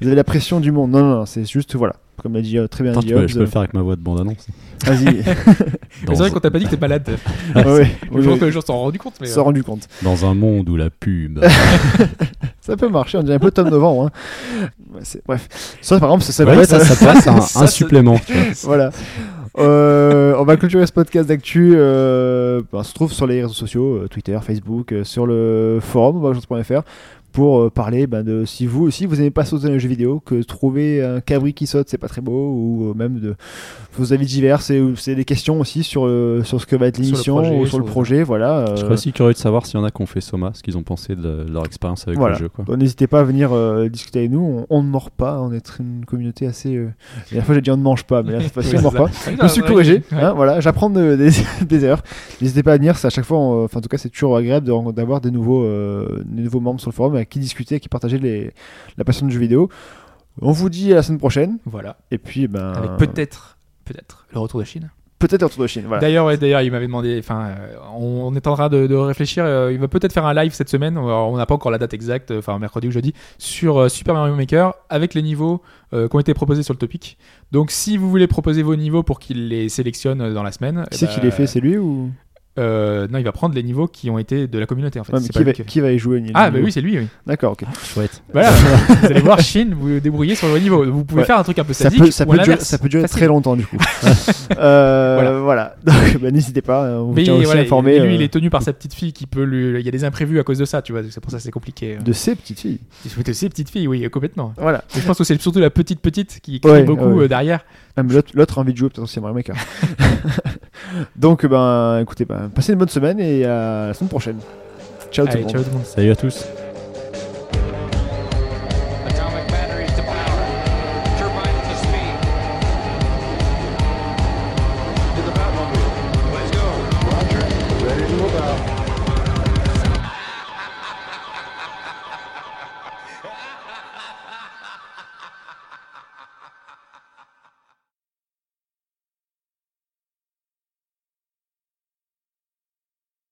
vous avez la pression du monde. Non, non, non, c'est juste, voilà. Comme l'a dit euh, très bien
Attends,
dit
tu peux-
Hobbes.
je peux le faire avec ma voix de bande-annonce.
Vas-y.
Mais C'est vrai
Dans-
qu'on t'a pas dit que t'es malade.
Ah ouais,
Je hein. pense
oui,
que les gens s'en sont rendus compte. Mais, euh,
oui, s'en rendu compte.
Dans un monde où la pub.
Ça peut marcher, on dirait un peu Tom Novembre. hein. Ouais, c'est- Bref. Ça, par exemple, ça, ça
Ouais,
devrait être euh,
ça, ça passe hein. un,
ça, ça-
un supplément. tu vois.
voilà. Euh, on va clôturer ce podcast d'actu. euh, bah, on se trouve sur les réseaux sociaux, euh, Twitter, Facebook, euh, sur le forum bagagence.fr pour euh, parler ben, de si vous aussi vous n'aimez pas sauter dans les jeux vidéo, que trouver un cabri qui saute c'est pas très beau, ou euh, même de vos avis divers, c'est c'est des questions aussi sur, euh, sur ce que va être
le
l'émission
projet,
ou sur
sur
le
le-
projet. Voilà.
Je
euh,
serais aussi curieux de savoir s'il y en a qui ont fait Soma, ce qu'ils ont pensé de leur expérience avec
Voilà.
le jeu. Quoi.
Donc, N'hésitez pas à venir euh, discuter avec nous. On on ne mord pas. On est une communauté assez. euh, La dernière fois, j'ai dit on ne mange pas, mais là, cette
Oui,
fois-ci,
c'est
on ne mord
ça.
pas.
Oui,
Je me suis
ouais.
corrigé,
Ouais.
hein, voilà, j'apprends de- des, des erreurs. N'hésitez pas à venir, c'est à chaque fois, on- enfin en tout cas c'est toujours agréable de- d'avoir des nouveaux, euh, des nouveaux membres sur le forum avec qui discuter, avec qui partager les, la passion du jeu vidéo. On vous dit à la semaine prochaine,
Voilà.
et puis ben,
Avec peut-être, peut-être le retour de Chine.
peut-être un tour de Chine. Voilà.
D'ailleurs, ouais, d'ailleurs, il m'avait demandé. Enfin, euh, on, on est en train de, de réfléchir. euh, il va peut-être faire un live cette semaine. alors, on n'a pas encore la date exacte. euh, Enfin, mercredi ou jeudi sur euh, Super Mario Maker avec les niveaux euh, qui ont été proposés sur le topic. Donc, si vous voulez proposer vos niveaux pour qu'il les sélectionne euh, dans la semaine,
Qui
eh
c'est
ben,
qui les fait C'est lui ou
euh, Non, il va prendre les niveaux qui ont été de la communauté en fait.
Ouais, mais
C'est
qui,
pas
va,
lui qui-
qui va y jouer Nino
Ah, bah oui, c'est lui. Oui.
D'accord, ok.
Chouette.
Voilà. vous allez voir Chine vous débrouiller sur le niveau. Vous pouvez
Ouais.
faire un truc un peu
Ça
sadique.
peut, ça,
ou
peut
à
durer,
l'inverse.
ça peut durer
Facile.
très longtemps du coup. Euh, voilà. Donc ben, n'hésitez pas, on vous
Mais
tient aussi
voilà,
informé
et lui,
euh,
il est tenu par sa petite fille qui peut lui. Il y a des imprévus à cause de ça, tu vois. C'est pour ça que c'est compliqué. euh.
de ces petites filles.
C'est aussi petite fille, oui, euh, complètement.
Voilà.
Mais je pense que c'est surtout la petite petite qui crie
Ouais,
beaucoup
ouais.
euh, derrière.
Ah, mais L'autre l'autre a envie de jouer peut-être c'est Mario Maker. hein. Donc ben écoutez, ben, passez une bonne semaine et à la semaine prochaine. Ciao tout
Allez,
le monde.
ciao tout le monde.
Salut à tous.